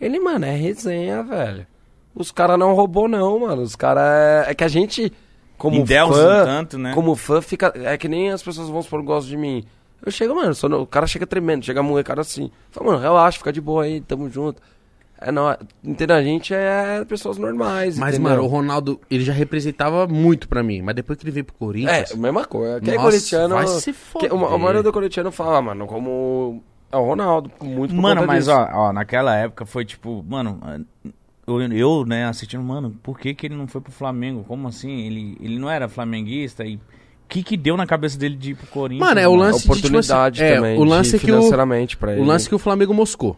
C: Ele, mano, é resenha, velho. Os caras não roubou, não, mano. Os caras. É... é que a gente, como
B: Indelza,
C: fã.
B: tanto, né?
C: Como fã, fica. É que nem as pessoas vão supor gostam de mim. Eu chego, mano, sou no- o cara chega tremendo, chega molecada assim. Fala, mano, relaxa, fica de boa aí, tamo junto. É, não, entendeu? A gente é pessoas normais.
A: Mas,
C: entendeu?
A: mano, o Ronaldo, ele já representava muito pra mim. Mas depois que ele veio pro Corinthians.
C: É, mesma coisa. Quem
A: Nossa,
C: é corintiano.
A: vai se
C: que-
A: foder.
C: o, o maioria do corintiano fala, ah, mano, como. É o Ronaldo, muito por
B: Mano,
C: conta
B: mas
C: disso.
B: ó, ó, naquela época foi tipo, mano, eu, eu, né, assistindo, mano, por que, que ele não foi pro Flamengo? Como assim? Ele, ele não era flamenguista e o que que deu na cabeça dele de ir pro Corinthians?
A: Mano, é o lance de, tipo assim,
C: oportunidade
A: é,
C: também.
A: o lance
C: de,
A: é que o-
C: financeiramente pra ele.
A: O lance que o Flamengo moscou.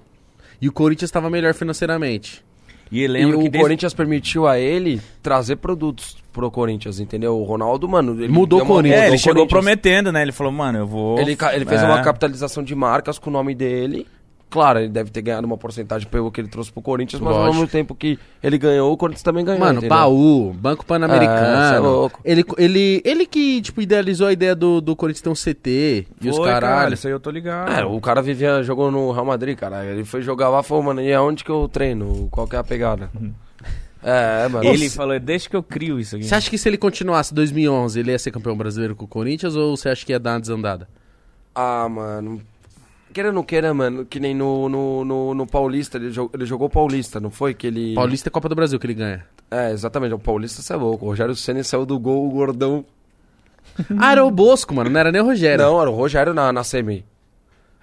A: E o Corinthians tava melhor financeiramente.
B: E ele
C: E
B: lembra que
C: o
B: desde-
C: Corinthians permitiu a ele trazer produtos pro Corinthians, entendeu? O Ronaldo, mano, ele
A: Mudou
C: deu
A: o Corinthians.
B: É, ele
C: mudou o
B: chegou
C: Corinthians.
B: prometendo, né? Ele falou, mano, eu vou.
C: Ele, ca- ele fez
B: É.
C: uma capitalização de marcas com o nome dele. Claro, ele deve ter ganhado uma porcentagem pelo que ele trouxe pro Corinthians, mas ao
A: Lógico.
C: mesmo tempo que ele ganhou, o Corinthians também ganhou.
A: Mano,
C: entendeu?
A: baú, Banco
C: É, cê é
A: Pan-Americano.
C: louco.
A: ele, ele, ele que, tipo, idealizou a ideia do, do Corinthians ter um CT e os
B: Foi,
A: caralhos.
B: Isso aí eu tô ligado.
C: É, o cara vivia, jogou no Real Madrid, cara. Ele foi jogar lá e falou, mano, e aonde que eu treino? Qual que é a pegada? (laughs) é, mano.
B: Ele falou, deixa que eu crio isso aqui.
A: Você acha que se ele continuasse em 2011, ele ia ser campeão brasileiro com o Corinthians ou você acha que ia dar uma desandada?
C: Ah, mano. Queira ou não queira, mano, que nem no, no, no, no Paulista, ele, jo- ele jogou Paulista, não foi? Que ele...
A: Paulista é Copa do Brasil que ele ganha.
C: É, exatamente, o Paulista você é louco. O Rogério Senna saiu do gol, o gordão.
A: Ah, era o Bosco, mano, não era nem o Rogério.
C: Não, era o Rogério na, na semi.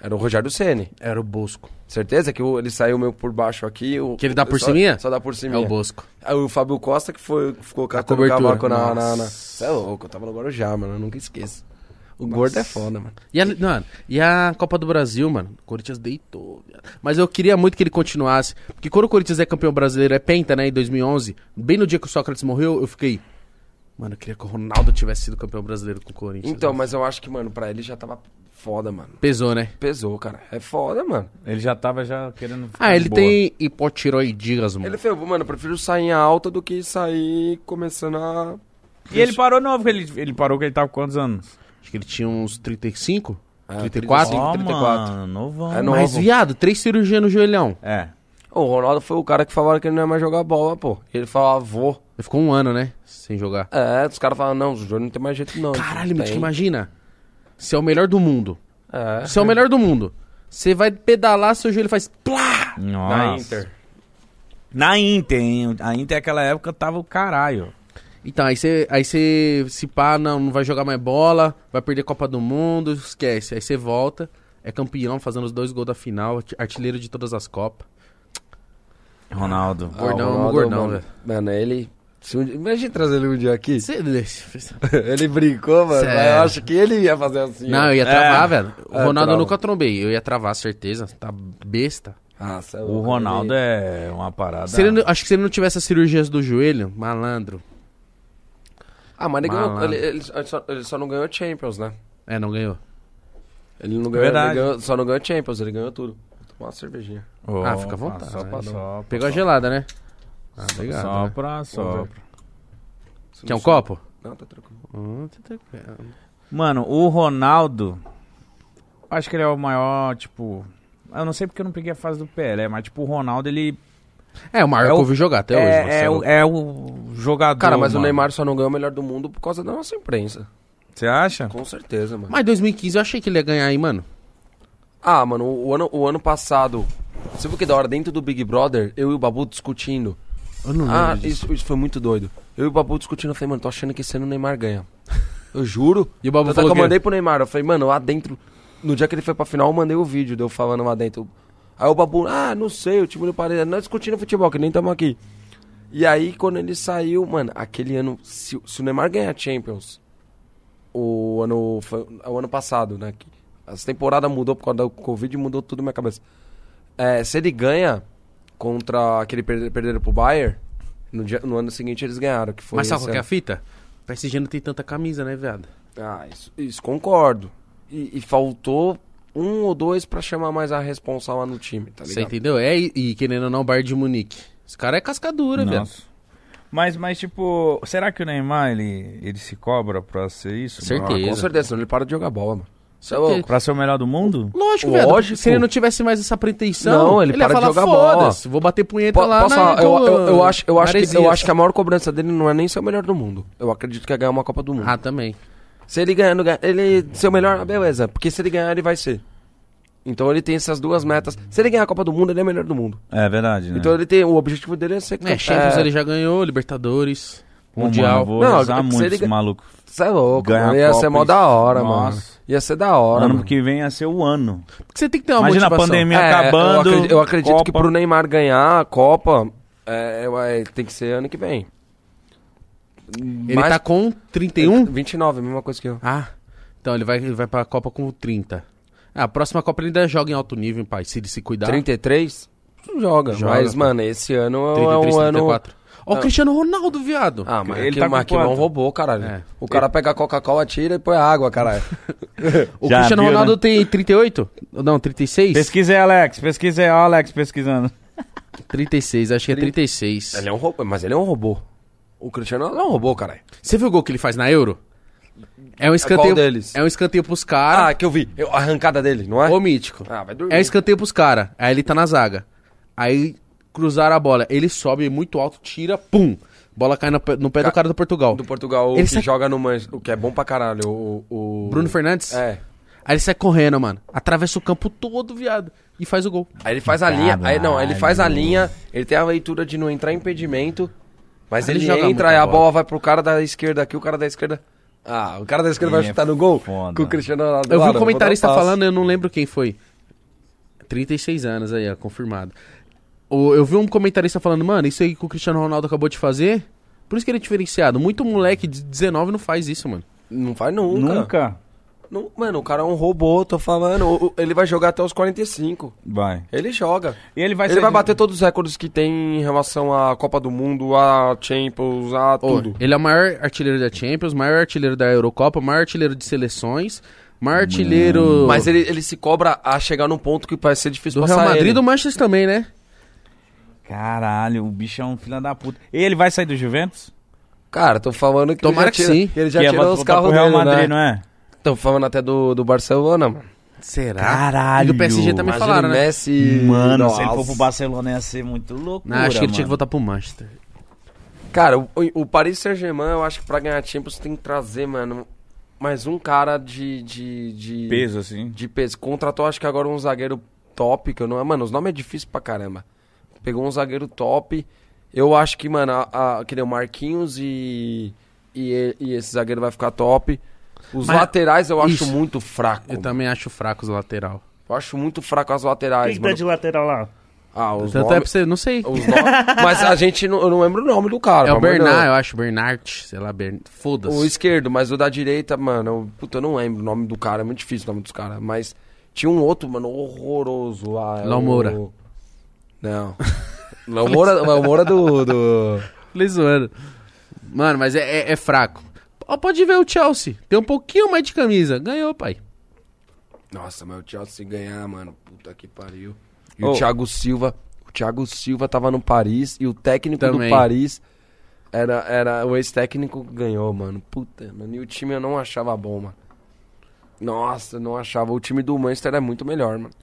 C: Era o Rogério Senna.
A: Era o Bosco.
C: Certeza que o- ele saiu meio por baixo aqui. o-
A: Que ele dá por
C: só,
A: cima?
C: Só dá por cima.
A: É o Bosco.
C: Aí o Fábio Costa que foi, ficou catando o
A: cobertura.
C: cavaco na... na, na...
A: Nossa.
C: Cê é louco, eu tava no Guarujá, mano, eu nunca esqueço. O gordo é foda, mano.
A: E a, mano, e a Copa do Brasil, mano, o Corinthians deitou. viado. Mas eu queria muito que ele continuasse. Porque quando o Corinthians é campeão brasileiro, é penta, né, em 2011, bem no dia que o Sócrates morreu, eu fiquei... Mano, eu queria que o Ronaldo tivesse sido campeão brasileiro com o Corinthians.
C: Então,
A: né?
C: mas eu acho que, mano, pra ele já tava foda, mano.
A: Pesou, né?
C: Pesou, cara. É foda, mano.
B: Ele já tava já querendo. ficar
A: Ah,
B: de
A: ele
B: boa.
A: tem hipotiroidias, mano.
C: Ele falou, mano, eu prefiro sair em alta do que sair começando a.
B: E ele parou novo, ele, ele parou que ele tava com quantos anos?
A: Acho que ele tinha uns 35,
C: Ah,
A: 34.
C: 35.
B: Ó,
C: 34.
B: Mano, novão.
C: É novo.
A: Mas, viado, três cirurgias no joelhão.
B: É.
C: O Ronaldo foi o cara que falaram que ele não ia mais jogar bola, pô. Ele falava, vou.
A: Ele ficou um ano, né, sem jogar.
C: É, os caras falaram, não, o jogo não tem mais jeito, não.
A: Caralho,
C: Tem.
A: Mítico, imagina. Você é o melhor do mundo.
C: É.
A: Você é o melhor do mundo. Você vai pedalar, seu joelho faz plá!
B: Nossa.
C: Na Inter.
B: Na Inter, hein? A Inter, aquela época, tava o caralho.
A: Então, aí você aí você se pá, não, não vai jogar mais bola, vai perder Copa do Mundo, esquece. Aí você volta, é campeão, fazendo os dois gols da final, arti- artilheiro de todas as Copas.
B: Ronaldo.
C: Ah,
A: Gordão,
C: o Ronaldo,
A: gordão,
C: mano.
A: velho.
C: Mano, ele. se um dia- Imagina trazer ele um dia aqui.
A: Você...
C: (laughs) ele brincou, mano.
A: Sério.
C: mas eu acho que ele ia fazer assim.
A: Não, eu
C: ó.
A: ia travar, velho. O
C: É,
A: Ronaldo
C: trava.
A: eu nunca trombei. Eu ia travar, certeza. Tá besta.
C: Ah, cê é
B: O
C: louco,
B: Ronaldo
C: ele-
B: é uma
C: Tá
B: parada.
A: Se ele não- acho que se ele não tivesse as cirurgias do joelho, malandro.
B: é
C: Ah, mas ele, ganhou,
A: Malandro.
C: ele, ele só, ele só não ganhou Champions, né?
A: É, não ganhou.
C: Ele não ganhou,
B: Verdade.
C: ele ganhou- só não ganhou Champions, ele ganhou tudo. Vou tomar uma cervejinha.
B: Ô,
A: Ah, fica à vontade,
B: Só pra
A: né?
B: só.
A: Pegou a gelada, né? Ah, obrigado.
B: Só
A: né?
B: pra só.
A: Quer um copo?
C: Não, tá tranquilo.
A: Hum, tá tranquilo.
B: Mano, o Ronaldo. Acho que ele é o maior, tipo. Eu não sei porque eu não peguei a fase do Pelé, mas tipo, o Ronaldo, ele.
A: É, o maior
B: É
A: que
B: o-
A: eu vi jogar até hoje.
B: É, é,
A: Marcelo.
B: o, é o jogador.
C: Cara, mas
B: mano.
C: o Neymar só não ganhou o melhor do mundo por causa da nossa imprensa.
B: Você acha?
C: Com certeza, mano.
A: Mas 2015 eu achei que ele ia ganhar, hein, mano.
C: Ah, mano, o ano, o ano passado. Você viu que da hora dentro do Big Brother, eu e o Babu discutindo.
A: Eu não lembro
C: Ah,
A: disso.
C: isso, isso foi muito doido. Eu e o Babu discutindo, eu falei, mano, tô achando que esse ano o Neymar ganha. Eu juro.
A: E o Babu
C: Tanto é
A: falou
C: que eu
A: que...
C: mandei pro Neymar, eu falei, mano, lá dentro. No dia que ele foi pra final, eu mandei o vídeo de eu falando lá dentro. Aí o Babu, ah, não sei, o time do Palmeiras, nós discutindo futebol, que nem estamos aqui. E aí, quando ele saiu, mano, aquele ano, se, se o Neymar ganhar a Champions, o ano, foi, o ano passado, né? que Essa temporada mudou por causa do Covid, mudou tudo na minha cabeça. É, se ele ganha contra aquele perder, perderam pro Bayern, no, dia- no ano seguinte eles ganharam, que foi
A: Mas sabe
C: esse
A: qual que é a
C: ano.
A: fita? O PSG não tem tanta camisa, né, viado?
C: Ah, isso, isso concordo. E, e faltou um ou dois pra chamar mais a responsa lá no time, tá
A: Você
C: ligado?
A: entendeu? É, e, e querendo ou não, Bayern de Munique. Esse cara é cascadura, velho.
B: Nossa. Mas, mas, tipo, será que o Neymar ele, ele se cobra pra ser isso?
A: Certeza.
C: Com certeza, senão ele para de jogar bola, mano. Tá bom.
A: Porque-
B: Pra ser o melhor do mundo?
A: Lógico,
C: Lógico.
A: velho. Se ele não tivesse mais essa pretensão,
C: Não, ele
A: ia
C: para de
A: falar,
C: jogar bola.
A: "Foda-se, Vou bater punheta
C: Po-
A: tá lá
C: posso
A: na,
C: falar? Eu, eu- eu acho, eu, acho que, eu
A: Maresias.
C: acho que a maior cobrança dele não é nem ser o melhor do mundo. Eu acredito que é ganhar uma Copa do Mundo.
A: Ah, também.
C: Se ele ganhar, não ganhar, ele ser o melhor, ah, beleza. Porque se ele ganhar, ele vai ser. Então ele tem essas duas metas. Se ele ganhar a Copa do Mundo, ele é o melhor do mundo.
B: É verdade, né?
C: Então ele tem. O objetivo dele é ser
A: É, Champions ele já ganhou, Libertadores, Mundial.
B: Mano, Um vou
C: Não,
B: usar
C: se
B: muito
C: ele
B: esse
C: ga-
B: maluco.
C: Você é louco,
B: Ganhar
C: mano.
B: a
C: Ia
B: Copa,
C: ser mó
B: isso.
C: da hora,
B: Nossa.
C: mano. Ia ser da hora,
B: ano
C: mano.
B: que vem ia ser o ano.
A: Você tem que ter uma
B: Imagina a
A: motivação.
B: pandemia
C: É,
B: acabando.
C: Eu acredito, eu acredito que
B: Copa.
C: pro Neymar ganhar a Copa, é, ué, tem que ser ano que vem.
A: Ele tá com 31?
C: 29, mesma coisa que eu.
A: Ah, então ele vai, ele vai pra Copa com 30. Ah, a próxima Copa ele ainda joga em alto nível, pai, se ele se cuidar.
C: 33? Joga,
A: Joga,
C: mas,
A: pô.
C: mano, esse ano é um
A: 33,
C: ano...
A: 34. Ó, o Cristiano Ronaldo, viado.
C: Ah, mas
B: Ele
C: ele
B: tá
C: tá
B: com
C: Marquinhos
B: quanto?
C: roubou, caralho.
A: É.
C: O cara pega a Coca-Cola, tira e põe água, caralho.
A: o
B: já
A: Cristiano
B: viu,
A: Ronaldo
B: né?
A: tem 38? Não, 36?
B: Pesquisa aí, Alex. Pesquisa aí, ó, Alex pesquisando.
A: 36, acho que é 36.
C: (laughs) ele é um robô, mas ele é um robô. O Cristiano não é um robô, caralho.
A: Você viu o gol que ele faz na Euro? É um escanteio.
C: deles?
A: É um escanteio pros
C: Ah,
A: caras.
C: que eu vi. Eu- a arrancada dele, não é?
A: ô mítico.
C: Ah, vai dormir.
A: É um escanteio pros caras. Aí ele tá na zaga. Aí cruzaram a bola. Ele sobe muito alto, tira, pum. Bola cai no pé, no pé do cara do Portugal.
C: Do Portugal, o
A: Ele
C: que
A: sai-
C: joga no Manchester, o que é bom pra caralho, o... o-
A: Bruno Fernandes?
C: É.
A: Aí ele sai correndo, mano. Atravessa o campo todo, viado. E faz o gol.
C: Aí ele faz a linha, aí não, aí ele faz a
B: Caralho.
C: linha, ele tem a leitura de não entrar em impedimento, mas
A: Ele
C: ele,
A: joga
C: entra,
A: muita
C: aí a
A: bola.
C: bola vai pro cara da esquerda aqui, o cara da esquerda. Ah, o cara da esquerda
B: Ele
C: vai
B: é
C: chutar no gol
B: foda.
C: com o Cristiano Ronaldo.
A: Eu vi
C: Ah, não,
A: um
C: vou dar
A: comentarista
C: passe.
A: falando, eu não lembro quem foi. 36 anos aí, ó, confirmado. O- Eu vi um comentarista falando, mano, isso aí que o Cristiano Ronaldo acabou de fazer, por isso que ele é diferenciado. Muito moleque de 19 não faz isso, mano.
C: Não faz nunca.
B: Nunca.
C: Não- mano, o cara é um robô, tô falando. O- o- Ele vai jogar até os 45.
B: Vai.
C: Ele joga.
B: E ele vai
C: ele
B: ser-
C: vai bater todos os recordes que tem em relação à Copa do Mundo, à Champions, a
A: Ô,
C: tudo.
A: ele é o maior artilheiro da Champions, maior artilheiro da Eurocopa, maior artilheiro de seleções, maior artilheiro
C: Mas ele, ele se cobra a chegar num ponto que vai ser difícil
A: do
C: passar
A: Real Madrid e
C: ele.
A: do Manchester também, né?
B: Caralho, o bicho é um filho da puta. E ele vai sair do Juventus?
C: Cara, tô falando que
A: Tomara
C: ele já,
A: que
C: tira-
A: sim.
C: ele já
B: que é, vai
C: tirou os
B: voltar
C: carros
B: pro Real
C: dele,
B: Madrid,
C: né?
B: não é?
C: Estão falando até do, do Barcelona, mano.
A: Será?
B: Caralho.
A: E do PSG também
C: Imagina
A: falaram,
C: o
A: né?
C: Messi...
B: Mano,
C: Nossa.
B: se ele for pro Barcelona ia ser muito louco.
A: Não, acho que ele tinha que voltar pro Manchester.
C: Cara, o, o Paris Saint-Germain, eu acho que pra ganhar Champions tem que trazer, mano, mais um cara de... de, de
B: Peso, assim.
C: De peso. Contratou, acho que agora um zagueiro top, que eu não... Mano, os nomes é difícil pra caramba. Pegou um zagueiro top. Eu acho que, mano, a, a, que nem o Marquinhos e, e... e esse zagueiro vai ficar top. Os
A: Mas-
C: laterais eu acho
A: Isso.
C: muito fraco.
A: Eu também acho fraco os lateral.
C: Eu acho muito fraco as laterais, mano.
B: tá lateral lá?
C: Ah, os
A: Tanto é pra
C: nomes...
A: você, não sei.
C: os
A: (laughs)
C: nomes- Mas a gente não, eu não lembro o nome do cara.
A: É o
C: pelo amor de
A: Bernard, eu
C: Deus.
A: acho, Bernard, sei lá, Bern... foda-se.
C: O esquerdo, mas o da direita, mano. eu- Puta, eu não lembro o nome do cara. É muito difícil o nome dos caras. Mas tinha um outro, mano, horroroso lá. é
A: Léo
C: o-
A: Moura. (laughs)
C: Não. Léo Moura, Léo Moura do, do.
A: Falei zoando. Mano, mas é, é- é fraco. Ó, pode ver o Chelsea. Tem um pouquinho mais de camisa. Ganhou, pai.
C: Nossa, mas o Chelsea ganhar, mano. Puta que pariu. E
B: Ô.
C: o Thiago Silva. O Thiago Silva tava no Paris e o técnico
A: Também.
C: do Paris era, era o ex-técnico que ganhou, mano. Puta, mano. E o time eu não achava bom, mano. Nossa, eu não achava. O time do Manchester é muito melhor, mano.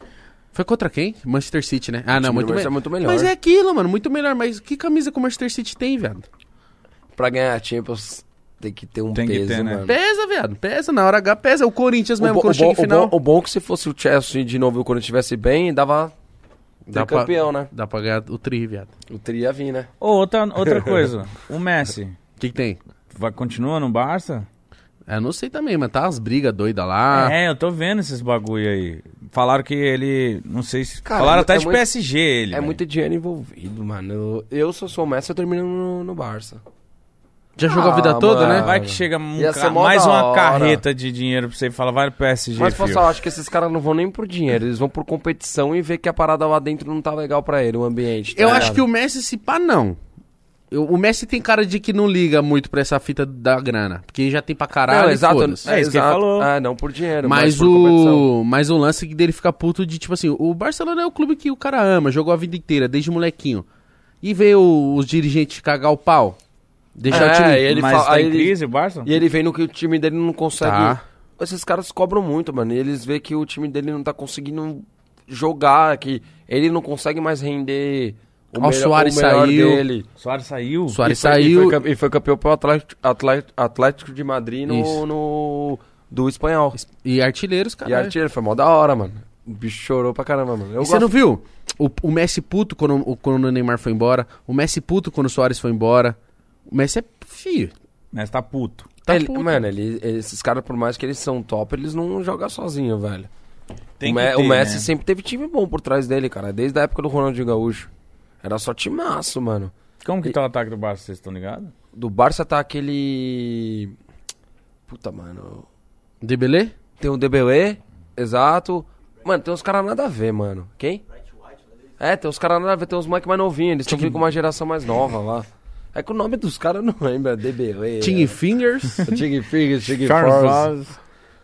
A: Foi contra quem? Manchester City, né? Ah, não,
C: time
A: muito,
C: do
A: me...
C: Manchester é muito melhor.
A: Mas é aquilo, mano, muito melhor. Mas que camisa que o Manchester City tem, viado?
C: Pra ganhar a Champions tem que ter um
B: Tem que
C: peso,
B: ter, né?
C: mano.
A: Pesa, viado. Pesa. Na hora H pesa. É O Corinthians mesmo,
C: bo-
A: quando chega em
C: bo-
A: final.
C: o bom é que se fosse o Chelsea de novo e o Corinthians estivesse bem, dava
A: Dá pra-
C: campeão, né?
A: Dá pra ganhar o tri, viado.
C: O Tri ia vir, né?
B: Ô, outra, outra coisa. O Messi
A: O que, que tem?
B: vai, continua no Barça?
A: Eu não sei também, mas tá umas brigas doidas lá.
B: É, eu tô vendo esses bagulho aí. Falaram que ele. Não sei se.
C: Cara,
B: falaram
C: é
B: até de
C: muito-
B: PSG ele. né?
C: É
B: velho.
C: muito dinheiro envolvido, mano. Eu, eu se eu sou o Messi, eu termino no, no Barça.
A: Já jogou a
C: Ah,
A: vida toda, né?
C: mano.
B: Vai que chega um
C: Ia
B: ca-
C: ser mó
B: mais
C: da
B: uma
C: hora.
B: carreta de dinheiro pra você e fala, vai no PSG.
C: Mas,
B: filho.
C: pessoal, acho que esses caras não vão nem por dinheiro. Eles vão por competição e ver que a parada lá dentro não tá legal pra ele, o ambiente. tá
A: Eu
C: ligado?
A: acho que o Messi, se pá, não. Eu- o Messi tem cara de que não liga muito pra essa fita da grana. Porque já tem pra caralho.
C: Não,
A: e
C: exato.
A: foda-se.
B: É isso que ele
C: exato.
B: falou.
C: É, não por dinheiro, mas,
A: Mas
C: por competição.
A: o, mas o lance dele fica puto de, tipo assim, o Barcelona é o clube que o cara ama, jogou a vida inteira, desde molequinho. E vê o- os dirigentes cagar o pau. Deixar
C: É,
A: o time.
C: ele
B: Mas
C: fala-
B: tá
C: aí
B: em
C: ele-
B: crise o Barça?
C: E ele vendo que o time dele não consegue.
A: Tá.
C: esses caras cobram muito, mano. E eles veem que o time dele não tá conseguindo jogar, que ele não consegue mais render
A: Ó,
C: o,
A: o
C: melhor-
A: Suárez
C: o melhor
A: saiu.
C: dele.
B: Soares saiu.
A: Soares
C: E foi- E
A: saiu.
C: foi, cam- e foi campeão pelo Atlético, Atlético, Atlético de Madrid
A: Isso.
C: no, no- do espanhol.
A: E artilheiros,
C: E
A: cara.
C: artilheiro, foi mó da hora, mano. O bicho chorou pra caramba, mano. Eu
A: E você
C: gosto.
A: não viu? O, o Messi puto quando o, quando o Neymar foi embora. O Messi puto quando o Soares foi embora. O Messi é fio.
B: Mas tá puto.
A: tá
C: Ele-
A: puto.
C: mano, ele- esses caras, por mais que eles são top, eles não jogam sozinho, velho.
B: Tem
C: o,
B: que
C: Me-
B: ter,
C: o Messi
B: né?
C: sempre teve time bom por trás dele, cara. Desde a época do Ronaldinho Gaúcho. Era só timaço, mano.
B: Como que tá o ataque do Barça, vocês estão ligados?
C: Do Barça tá aquele. Puta, mano.
A: Debelê?
C: Tem um o DBE, exato. Mano, tem uns caras nada a ver, mano. Quem? É, tem uns caras nada a ver, tem uns moleque mais novinhos, eles tinham que vir com uma geração mais nova lá. É que o nome dos caras eu não lembro, é DBE.
A: Ting
C: (laughs)
A: Fingers?
C: Chig Fig, Chig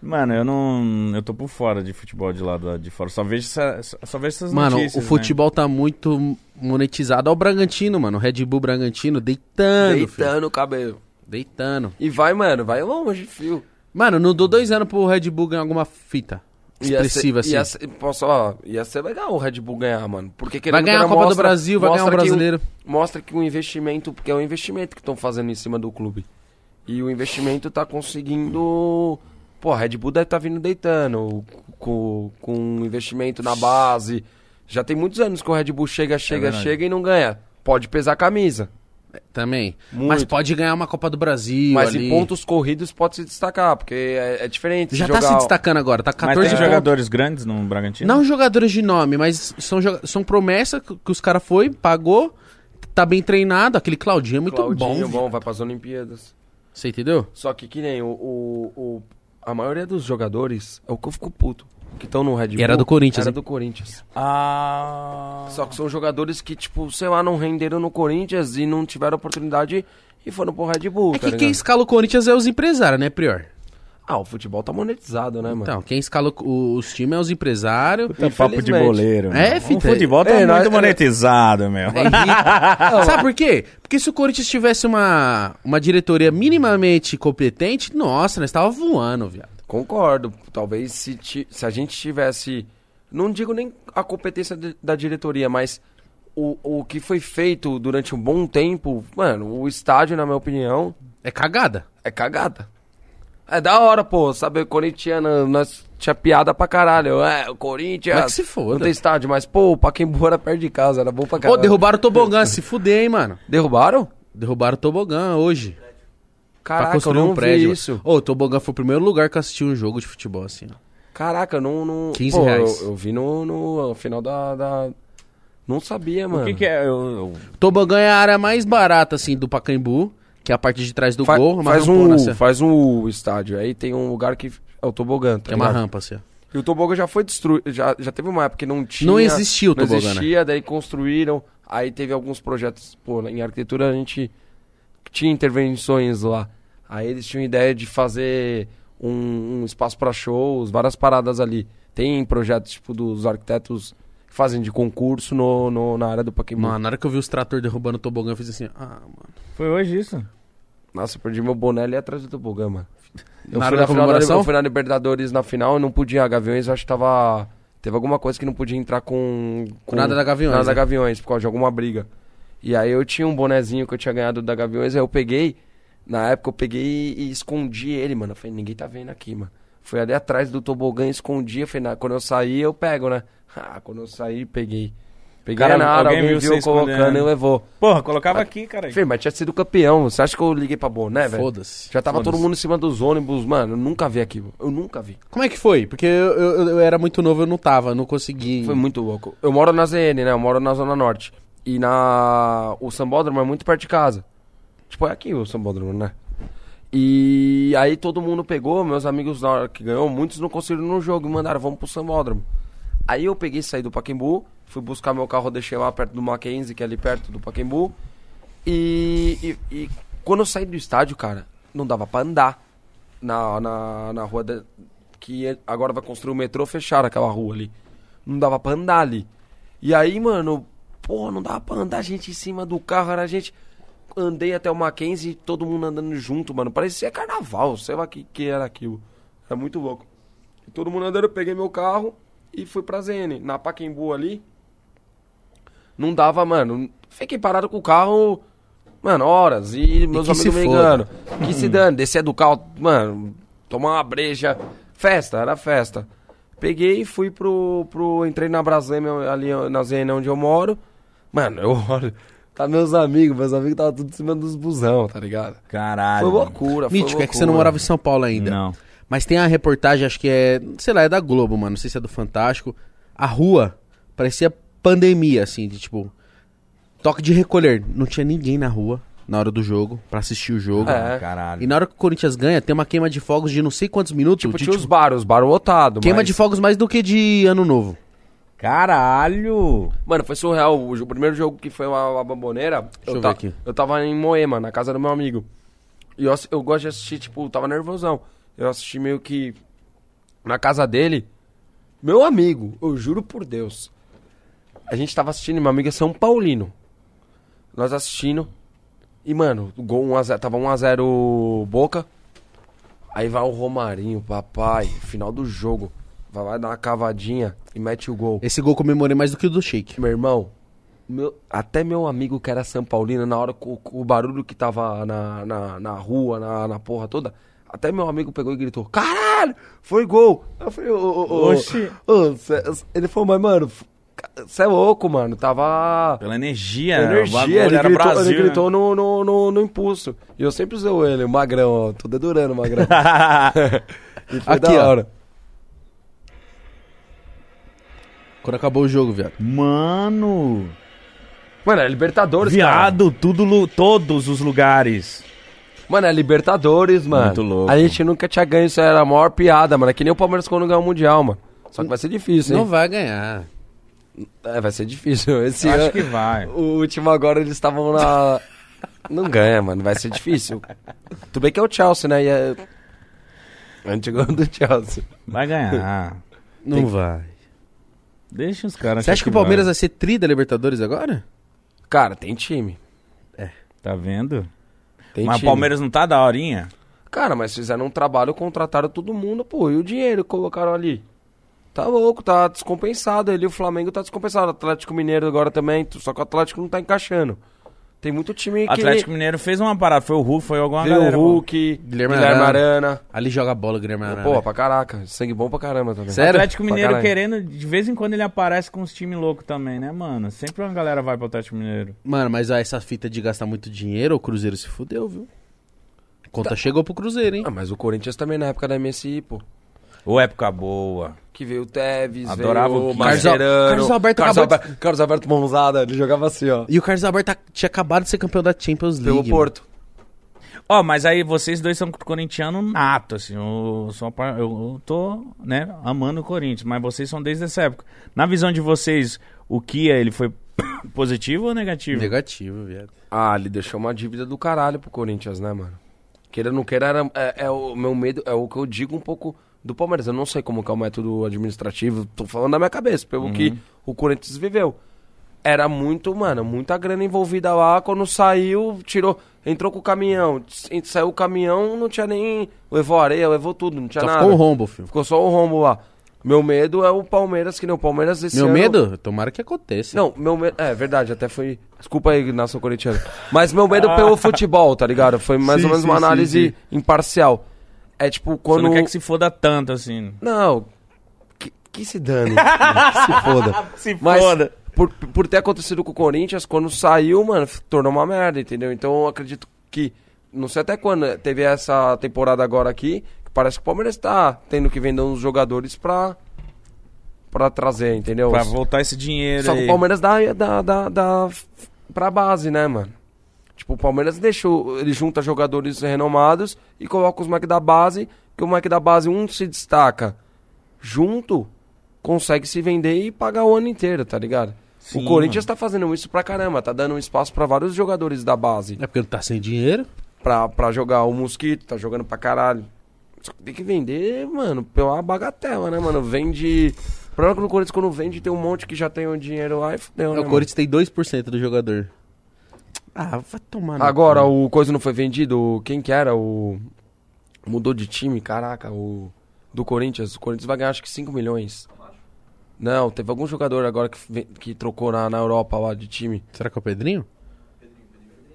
B: Mano, eu não. Eu tô por fora de futebol de lá do- de fora. Só vejo, essa, só vejo essas
A: Mano,
B: notícias. né?
A: o
C: né?
A: futebol tá muito monetizado. Olha o Bragantino, mano. O Red Bull Bragantino deitando. filho.
C: Deitando o cabelo.
A: Deitando.
C: E vai, mano, vai longe, fio.
A: Mano, não dou dois anos pro Red Bull ganhar alguma fita
C: Ia ser-
A: expressiva assim.
C: Ia ser, posso, ó, ia ser legal o Red Bull ganhar, mano. Porque
A: Vai
C: querendo
A: ganhar
C: ou
A: a
C: não,
A: Copa do
C: mostra-
A: Brasil, vai ganhar o
C: mostra que
A: brasileiro.
C: mostra que o investimento, porque é um investimento que estão fazendo em cima do clube. E o investimento tá conseguindo. Pô, a Red Bull deve tá vindo deitando com, com um investimento na base. Já tem muitos anos que o Red Bull chega,
A: É
C: chega,
B: verdade.
C: chega e não ganha. Pode pesar a camisa.
A: Também.
C: Muito.
A: Mas pode ganhar uma Copa do Brasil.
C: Mas
A: ali.
C: em pontos corridos pode se destacar, porque é, é diferente.
A: Já
C: jogar...
A: tá se destacando agora, tá
C: é
B: Mas
A: 14
B: tem
A: pontos.
B: jogadores grandes no Bragantino?
A: Não jogadores de nome, mas são, joga- são promessas que que os caras foi, pagou, tá bem treinado. Aquele Claudinho é muito bom.
C: Claudinho,
A: velho.
C: bom, vai pras Olimpíadas.
A: Você entendeu?
C: Só que que nem o, o, o- a maioria dos jogadores é o que eu fico puto. Que estão no Red Bull.
A: era do Corinthians,
C: Era
A: hein?
C: do Corinthians.
B: Ah.
C: Só que são jogadores que, tipo, sei lá, não renderam no Corinthians e não tiveram oportunidade e foram pro Red Bull.
A: É
C: tá
A: que quem
C: ligado?
A: escala o Corinthians é os empresários, né, Prior?
C: Ah, o futebol tá monetizado, né, mano?
A: Então, quem escala o- os times é os empresários.
B: Puta papo de
C: Infelizmente.
B: boleiro.
A: É,
B: meu.
A: fita,
B: O futebol tá
C: é,
B: muito
C: nós-
B: monetizado,
A: É
B: meu.
C: (laughs)
A: rico. Sabe por quê? Porque se o Corinthians tivesse uma, uma diretoria minimamente competente, nossa, nós tava voando, viado.
C: Concordo. Talvez se, ti- se a gente tivesse. Não digo nem a competência de- da diretoria, mas o, o que foi feito durante um bom tempo, mano, o estádio, na minha opinião,
A: É cagada.
C: É cagada. É da hora, pô, saber corintiano, nós tinha piada pra caralho. É, o Corinthians.
A: Mas que se foda.
C: Não tem estádio, mas, pô, o Pacaembu era perto de casa, era bom pra
A: Pô,
C: caralho.
A: derrubaram o tobogã, se fuder, hein, mano.
C: Derrubaram?
A: Derrubaram o tobogã hoje.
C: Caraca,
A: pra construir
C: eu não
A: um prédio.
C: vi isso.
A: Ô, o tobogã foi o primeiro lugar que eu assisti um jogo de futebol, assim, ó.
C: Caraca, eu não. não...
A: 15
C: pô,
A: reais.
C: Eu, eu vi no, no final da, da- Não sabia, mano.
B: O que, que é? Eu, eu-
A: Tobogã é a área mais barata, assim, do Pacaembu, que é a parte de trás do
C: Fa-
A: gol. Uma
C: faz,
A: rampona,
C: um,
A: assim, ó,
C: faz um U estádio. Aí tem um lugar que. É o tobogã, tá
A: que é uma
C: ligado?
A: rampa, assim, ó.
C: E o tobogã já foi destruído, já, já teve uma época que não tinha.
A: Não existia o tobogã, né?
C: Não existia, daí construíram, aí teve alguns projetos, pô, em arquitetura a gente tinha intervenções lá. Aí eles tinham ideia de fazer um, um espaço pra shows, várias paradas ali. Tem projetos, tipo, dos arquitetos que fazem de concurso no, no- na área do Pokémon.
A: Mano, na hora que eu vi os trator derrubando o tobogã, eu fiz assim, ah, mano.
B: Foi hoje isso.
C: Nossa, eu perdi meu boné ali atrás do tobogã, mano. Eu
A: Na hora
C: fui
A: da
C: na, final da,
A: comemoração?
C: eu fui na Libertadores na final e não podia. A Gaviões, eu acho que tava. Teve alguma coisa que não podia entrar com. com
A: nada da Gaviões,
C: Nada da
A: né?
C: Gaviões, por causa de alguma briga. E aí eu tinha um bonezinho que eu tinha ganhado da Gaviões, aí eu peguei. Na época eu peguei e escondi ele, mano. Eu falei, ninguém tá vendo aqui, mano. Fui ali atrás do tobogã, escondi. Eu falei, "Na- quando eu sair, eu pego, né? (laughs) Ah, quando eu sair, peguei. Peguei
B: Cara,
C: na hora,
B: alguém
C: alguém,
B: viu
C: viu
B: você
C: eu colocando
B: escondendo.
C: e
A: né?
C: levou.
B: Porra, colocava aqui, cara.
C: Falei, mas tinha sido campeão. Você acha que eu liguei pra boné, É, velho?
A: Foda-se.
C: Já tava
A: Foda-se.
C: todo mundo em cima dos ônibus, mano. Eu nunca vi aquilo. Eu nunca vi.
A: Como é que foi? Porque eu, eu- eu era muito novo, eu não tava, eu não consegui.
C: Foi muito louco. Eu moro na ZN, né? Eu moro na Zona Norte. E na. O Sambódromo é muito perto de casa. Tipo, é aqui o Sambódromo, né? E aí todo mundo pegou, meus amigos na hora que ganhou, muitos não conseguiram no jogo e mandaram, vamos pro Sambódromo. Aí eu peguei, saí do Paquembu, fui buscar meu carro, deixei lá perto do Mackenzie, que é ali perto do Paquembu. E, e, e quando eu saí do estádio, cara, não dava pra andar na, na, na rua da- que é- agora vai construir o metrô, fecharam aquela rua ali. Não dava pra andar ali. E aí, mano, porra, não dava pra andar, gente em cima do carro, era gente. Andei até o Mackenzie, todo mundo andando junto, mano. Parecia carnaval, sei lá o que, que era aquilo. Era Tá muito louco. E todo mundo andando, eu peguei meu carro e fui pra ZN. Na Paquembu ali. Não dava, mano. Fiquei parado com o carro, mano, horas. E meus
A: que se
C: amigos me
A: foda. Hum.
C: engano. Que se dane, descer do carro, mano, tomar uma breja. Festa, era festa. Peguei e fui pro. pro entrei na Brasília, ali na ZN onde eu moro. Mano, eu olho. Tá meus amigos, meus amigos estavam tudo em cima dos busão, tá ligado?
B: Caralho.
C: Foi loucura, foi
A: Mítico,
C: loucura.
A: é que você não morava em São Paulo ainda.
B: Não.
C: É.
A: Mas tem a reportagem, acho que é, sei lá, é da Globo, mano, não sei se é do Fantástico. A rua parecia pandemia, assim, de tipo, toque de recolher. Não tinha ninguém na rua na hora do jogo, pra assistir o jogo.
C: É.
A: E
B: Caralho.
A: na hora que o Corinthians ganha, tem uma queima de fogos de não sei quantos minutos.
C: Tipo,
A: de,
C: tinha os
A: tipo,
C: bares, os bares lotados.
A: queima
C: mas-
A: de fogos mais do que de ano novo.
B: Caralho.
C: Mano, foi surreal. O, jo- o primeiro jogo que foi uma, uma bomboneira,
A: eu
C: eu,
A: ver
C: ta-
A: aqui.
C: eu tava em Moema, na casa do meu amigo. E eu, ass- eu gosto de assistir, tipo, eu tava nervosão. Eu assisti meio que na casa dele. Meu amigo, eu juro por Deus. A gente tava assistindo, e meu amigo é São Paulino. Nós assistindo. E, mano, o gol 1x0, tava 1x0 Boca. Aí vai o Romarinho, papai, final do jogo. Vai lá dar uma cavadinha e mete o gol.
A: Esse gol eu comemorei mais do que o do Shake.
C: Meu irmão, meu- até meu amigo que era São Paulino, na hora com, com o barulho que tava na, na, na rua, na, na porra toda, até meu amigo pegou e gritou: Caralho, foi gol! Eu falei: Ô, ô, ô, ô,
B: Oxi.
C: ô, cê- Ele falou: Mas, mano, você é louco, mano, tava.
B: Pela energia. É, né? o bagulho
C: Energia, ele
B: era
C: gritou,
B: Brasil,
C: ele
B: né?
C: gritou no, no, no, no impulso. E eu sempre usei ele, o magrão, ó, tô dedurando o magrão. E foi
A: Aqui,
C: da
A: ó.
C: hora.
A: Quando acabou o jogo, viado.
B: (laughs) Mano.
C: Mano, é Libertadores, cara.
B: Viado, tudo, lu- todos os lugares.
C: Mano, é Libertadores, mano.
B: Muito louco.
C: A gente nunca tinha ganho, isso era a maior piada, mano. É que nem o Palmeiras quando ganhou o Mundial, mano. Só que vai ser difícil,
A: Não
C: hein?
A: vai ganhar.
C: É, vai ser difícil. (laughs) Esse
B: Acho
C: ano-
B: que vai.
C: O último agora eles estavam na. Não ganha, mano. Vai ser difícil. Tudo bem que é o Chelsea, né? E é... Antigão do Chelsea.
B: Vai ganhar.
A: Não vai.
B: Deixa os caras.
A: Você acha que o
B: vai.
A: Palmeiras vai ser tri da Libertadores agora?
C: Cara, tem time. é-
B: Tá vendo?
C: Tem
B: Mas o
C: time.
B: Palmeiras não tá da horinha?
C: Cara, mas fizeram um trabalho, contrataram todo mundo, pô. E o dinheiro que colocaram ali? Tá louco, tá descompensado ali. O Flamengo tá descompensado. O Atlético Mineiro agora também. Só que o Atlético não tá encaixando. Tem muito time que.
B: Atlético Mineiro fez uma parada. Foi o Hulk, foi alguma
C: Veio
B: galera.
C: o Hulk,
A: Guilherme
C: Guilherme,
A: Arana.
C: Arana.
A: Ali joga bola, o é Guilherme Arana. é
C: Pô, pra caraca. Sangue bom pra caramba também.
B: O
A: Sério?
B: Atlético
C: Pra
B: Mineiro
C: caralho.
B: querendo, de vez em quando ele aparece com uns times loucos também, né, mano? Sempre uma galera vai pro Atlético Mineiro.
A: Mano, mas ó, essa fita de gastar muito dinheiro, o Cruzeiro se fudeu, viu? A Conta chegou pro Cruzeiro, hein?
C: Ah, mas o Corinthians também na época da MSI, pô.
B: Ô, época boa.
C: Que veio o Tevez,
B: Adorava
C: veio
B: o
C: o
B: Kim.
A: Carlos-
C: Mascherano.
A: Carlos Alberto
C: Carlos,
A: acabou
C: Alberto, Carlos Alberto Mãozada, ele jogava assim, ó.
A: E o Carlos Alberto ac- tinha acabado de ser campeão da Champions League.
C: Pelo
A: mano.
C: Porto.
B: Ó, mas aí vocês dois são corintiano nato, assim. Eu, sou apa- eu, eu tô, né, amando o Corinthians, mas vocês são desde essa época. Na visão de vocês, o Kia, ele foi (coughs) positivo ou negativo?
A: Negativo, viado.
C: Ah, ele deixou uma dívida do caralho pro Corinthians, né, mano? Queira ou não queira, era, é, é o meu medo, é o que eu digo um pouco do Palmeiras. Eu não sei como que é o método administrativo, tô falando da minha cabeça, pelo
A: Uhum.
C: que o Corinthians viveu. Era muito, mano, muita grana envolvida lá. Quando saiu, tirou, entrou com o caminhão, s- saiu o caminhão, não tinha nem. Levou areia, levou tudo, não tinha
A: Só
C: Tá nada.
A: ficou um rombo, filho.
C: Ficou só o rombo lá. Meu medo é o Palmeiras, que nem o Palmeiras esse
A: Meu
C: ano-
A: medo? Tomara que aconteça.
C: não, meu medo. É verdade, até foi. Desculpa aí, nação corintiana. Mas meu medo
B: Ah.
C: pelo futebol, tá ligado? Foi mais
A: Sim,
C: ou menos
A: sim,
C: uma
A: sim,
C: análise
A: sim.
C: imparcial. É tipo
B: Você
C: quando.
B: não quer que se foda tanto, assim.
C: Não, que, que se
B: (laughs)
C: dane. que se foda.
B: Se
C: Mas
B: foda.
C: Por, por ter acontecido com o Corinthians, quando saiu, mano, f- tornou uma merda, entendeu? Então eu acredito que. Não sei até quando né, teve essa temporada agora aqui. que Parece que o Palmeiras tá tendo que vender uns jogadores pra. pra trazer, entendeu?
B: Pra
C: Os-
B: voltar esse dinheiro
C: só que
B: aí.
C: o Palmeiras dá, dá, dá, dá pra base, né, mano? Tipo, o Palmeiras deixou, ele junta jogadores renomados e coloca os moleques da base, que o moleque da base, um se destaca junto, consegue se vender e pagar o ano inteiro, tá ligado?
B: Sim,
C: o Corinthians tá fazendo isso pra caramba, tá dando espaço pra vários jogadores da base
A: É porque não tá sem dinheiro.
C: pra, pra jogar. O Mosquito tá jogando pra caralho. Só que tem que vender, mano, pela bagatela, né, mano? Vende. O problema é que no Corinthians, quando vende, tem um monte que já tem o dinheiro lá e fudeu, né?
A: É, o
C: mano?
A: Corinthians tem 2% do jogador. Ah, vai tomar no
C: Agora,
A: cu.
C: o Coisa não foi vendido. Quem que era? O. Mudou de time, caraca. O. do Corinthians. O Corinthians vai ganhar acho que 5 milhões. Não, teve algum jogador agora que, ve- que trocou na, na Europa lá de time.
A: Será que é o Pedrinho?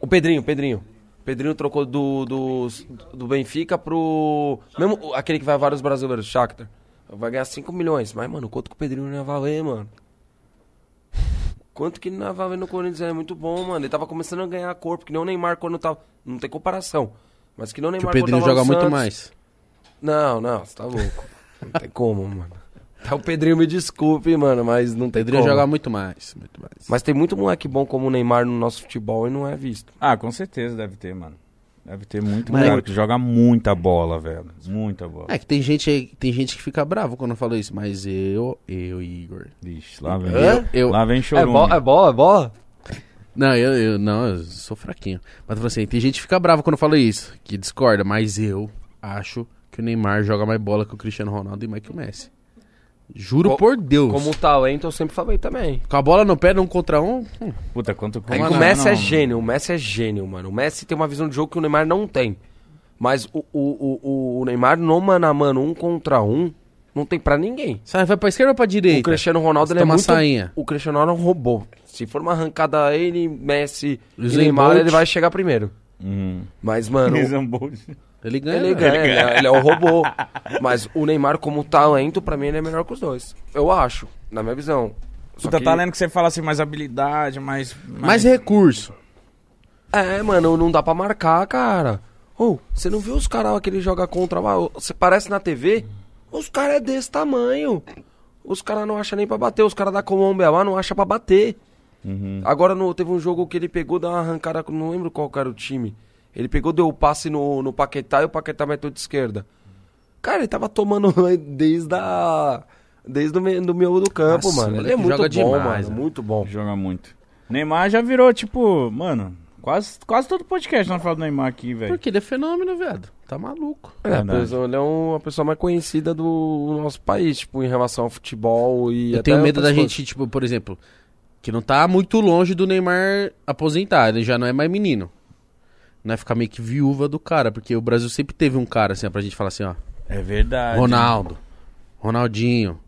C: O Pedrinho, Pedrinho. Pedrinho trocou do, do, do Benfica pro. Mesmo o- aquele que vai vários brasileiros, Shakhtar. Vai ganhar 5 milhões. Mas, mano, quanto que o Pedrinho não ia valer, mano? Quanto que ele não ia valer no Corinthians? É muito bom, mano. Ele tava começando a ganhar corpo, que nem o Neymar quando tava. Não tem comparação. Mas que nem o
A: Que o
C: Neymar
A: Pedrinho
C: quando tava
A: joga
C: no
A: muito
C: Santos.
A: mais.
C: Não, não, você tá louco. Não tem como, mano. Tá, o Pedrinho me desculpe, mano, mas não tem
A: Pedrinho
C: como.
A: joga muito mais. Muito mais.
C: Mas tem muito moleque bom como o Neymar no nosso futebol e não é visto.
B: Ah, com certeza deve ter, mano. Deve ter muito
A: Mano,
B: cara que joga muita bola, velho. Muita bola.
A: É que tem gente, aí- tem gente que fica bravo quando eu falo isso, mas eu, eu, Igor.
B: Vixe, lá vem.
A: Hã? Eu-
B: Lá vem chorume.
C: bola, é bola?
A: Não, eu, eu não, eu sou fraquinho. Mas eu falo assim, tem gente que fica brava quando eu falo isso, que discorda, mas eu acho que o Neymar joga mais bola que o Cristiano Ronaldo e mais que o Messi. Juro
C: Co-
A: por Deus.
C: Como talento, eu sempre falei também.
A: Com a bola no pé, num contra um, hum,
B: Puta, quanto
C: É que
B: Não,
C: o Messi
B: não.
C: é gênio, o Messi é gênio, mano. O Messi tem uma visão de jogo que o Neymar não tem. Mas o, o, o, o Neymar no mano a mano, um contra um, não tem pra ninguém.
A: sabe, vai pra esquerda ou pra direita?
C: O Cristiano Ronaldo ele é
A: toma
C: muito.
A: sainha.
C: O Cristiano Ronaldo é um robô. Se for uma arrancada ele, Messi e
A: Usain
C: Neymar,
A: Bolt.
C: ele vai chegar primeiro.
B: Uhum.
C: Mas, mano, o-
B: Usain Bolt.
A: Ele ganha.
C: é
A: né?
C: ele ganha, ele é, ele é um robô. Mas o Neymar, como talento, pra mim, ele é melhor que os dois. Eu acho, na minha visão. Só
B: Puta,
C: que-
B: talento que você fala assim, mais habilidade, mais...
A: Mais recurso.
C: É, mano, não dá pra marcar, cara. Ô, você não viu os caras que ele joga contra lá? Ô, Você parece na TV? Os caras é desse tamanho. Os caras não acham nem pra bater. Os caras da Colômbia lá não acham pra bater.
B: Uhum.
C: Agora no- teve um jogo que ele pegou, deu uma arrancada, com- não lembro qual que era o time. Ele pegou, deu o passe no, no Paquetá e o Paquetá meteu de esquerda. Cara, ele tava tomando (laughs) desde a. Desde o meio do miolo do campo,
A: Nossa,
C: mano.
A: moleque
C: Ele é muito
A: joga
C: bom,
A: demais,
C: mano.
A: né?
C: Muito bom.
B: Joga muito. Neymar já virou, tipo, mano, quase, quase todo podcast nós falamos do Neymar aqui, velho.
A: Porque ele é fenômeno, viado. Tá maluco.
C: É,
B: Verdade.
C: pois
A: né?
C: ele é um- a pessoa mais conhecida do nosso país, tipo, em relação ao futebol e
A: Eu
C: até
A: tenho medo da
C: outras
A: gente, tipo, por exemplo, que não tá muito longe do Neymar aposentar, ele já não é mais menino. Não é ficar meio que viúva do cara, porque o Brasil sempre teve um cara assim, ó, pra gente falar assim, ó,
B: É verdade.
A: Ronaldo, Ronaldinho,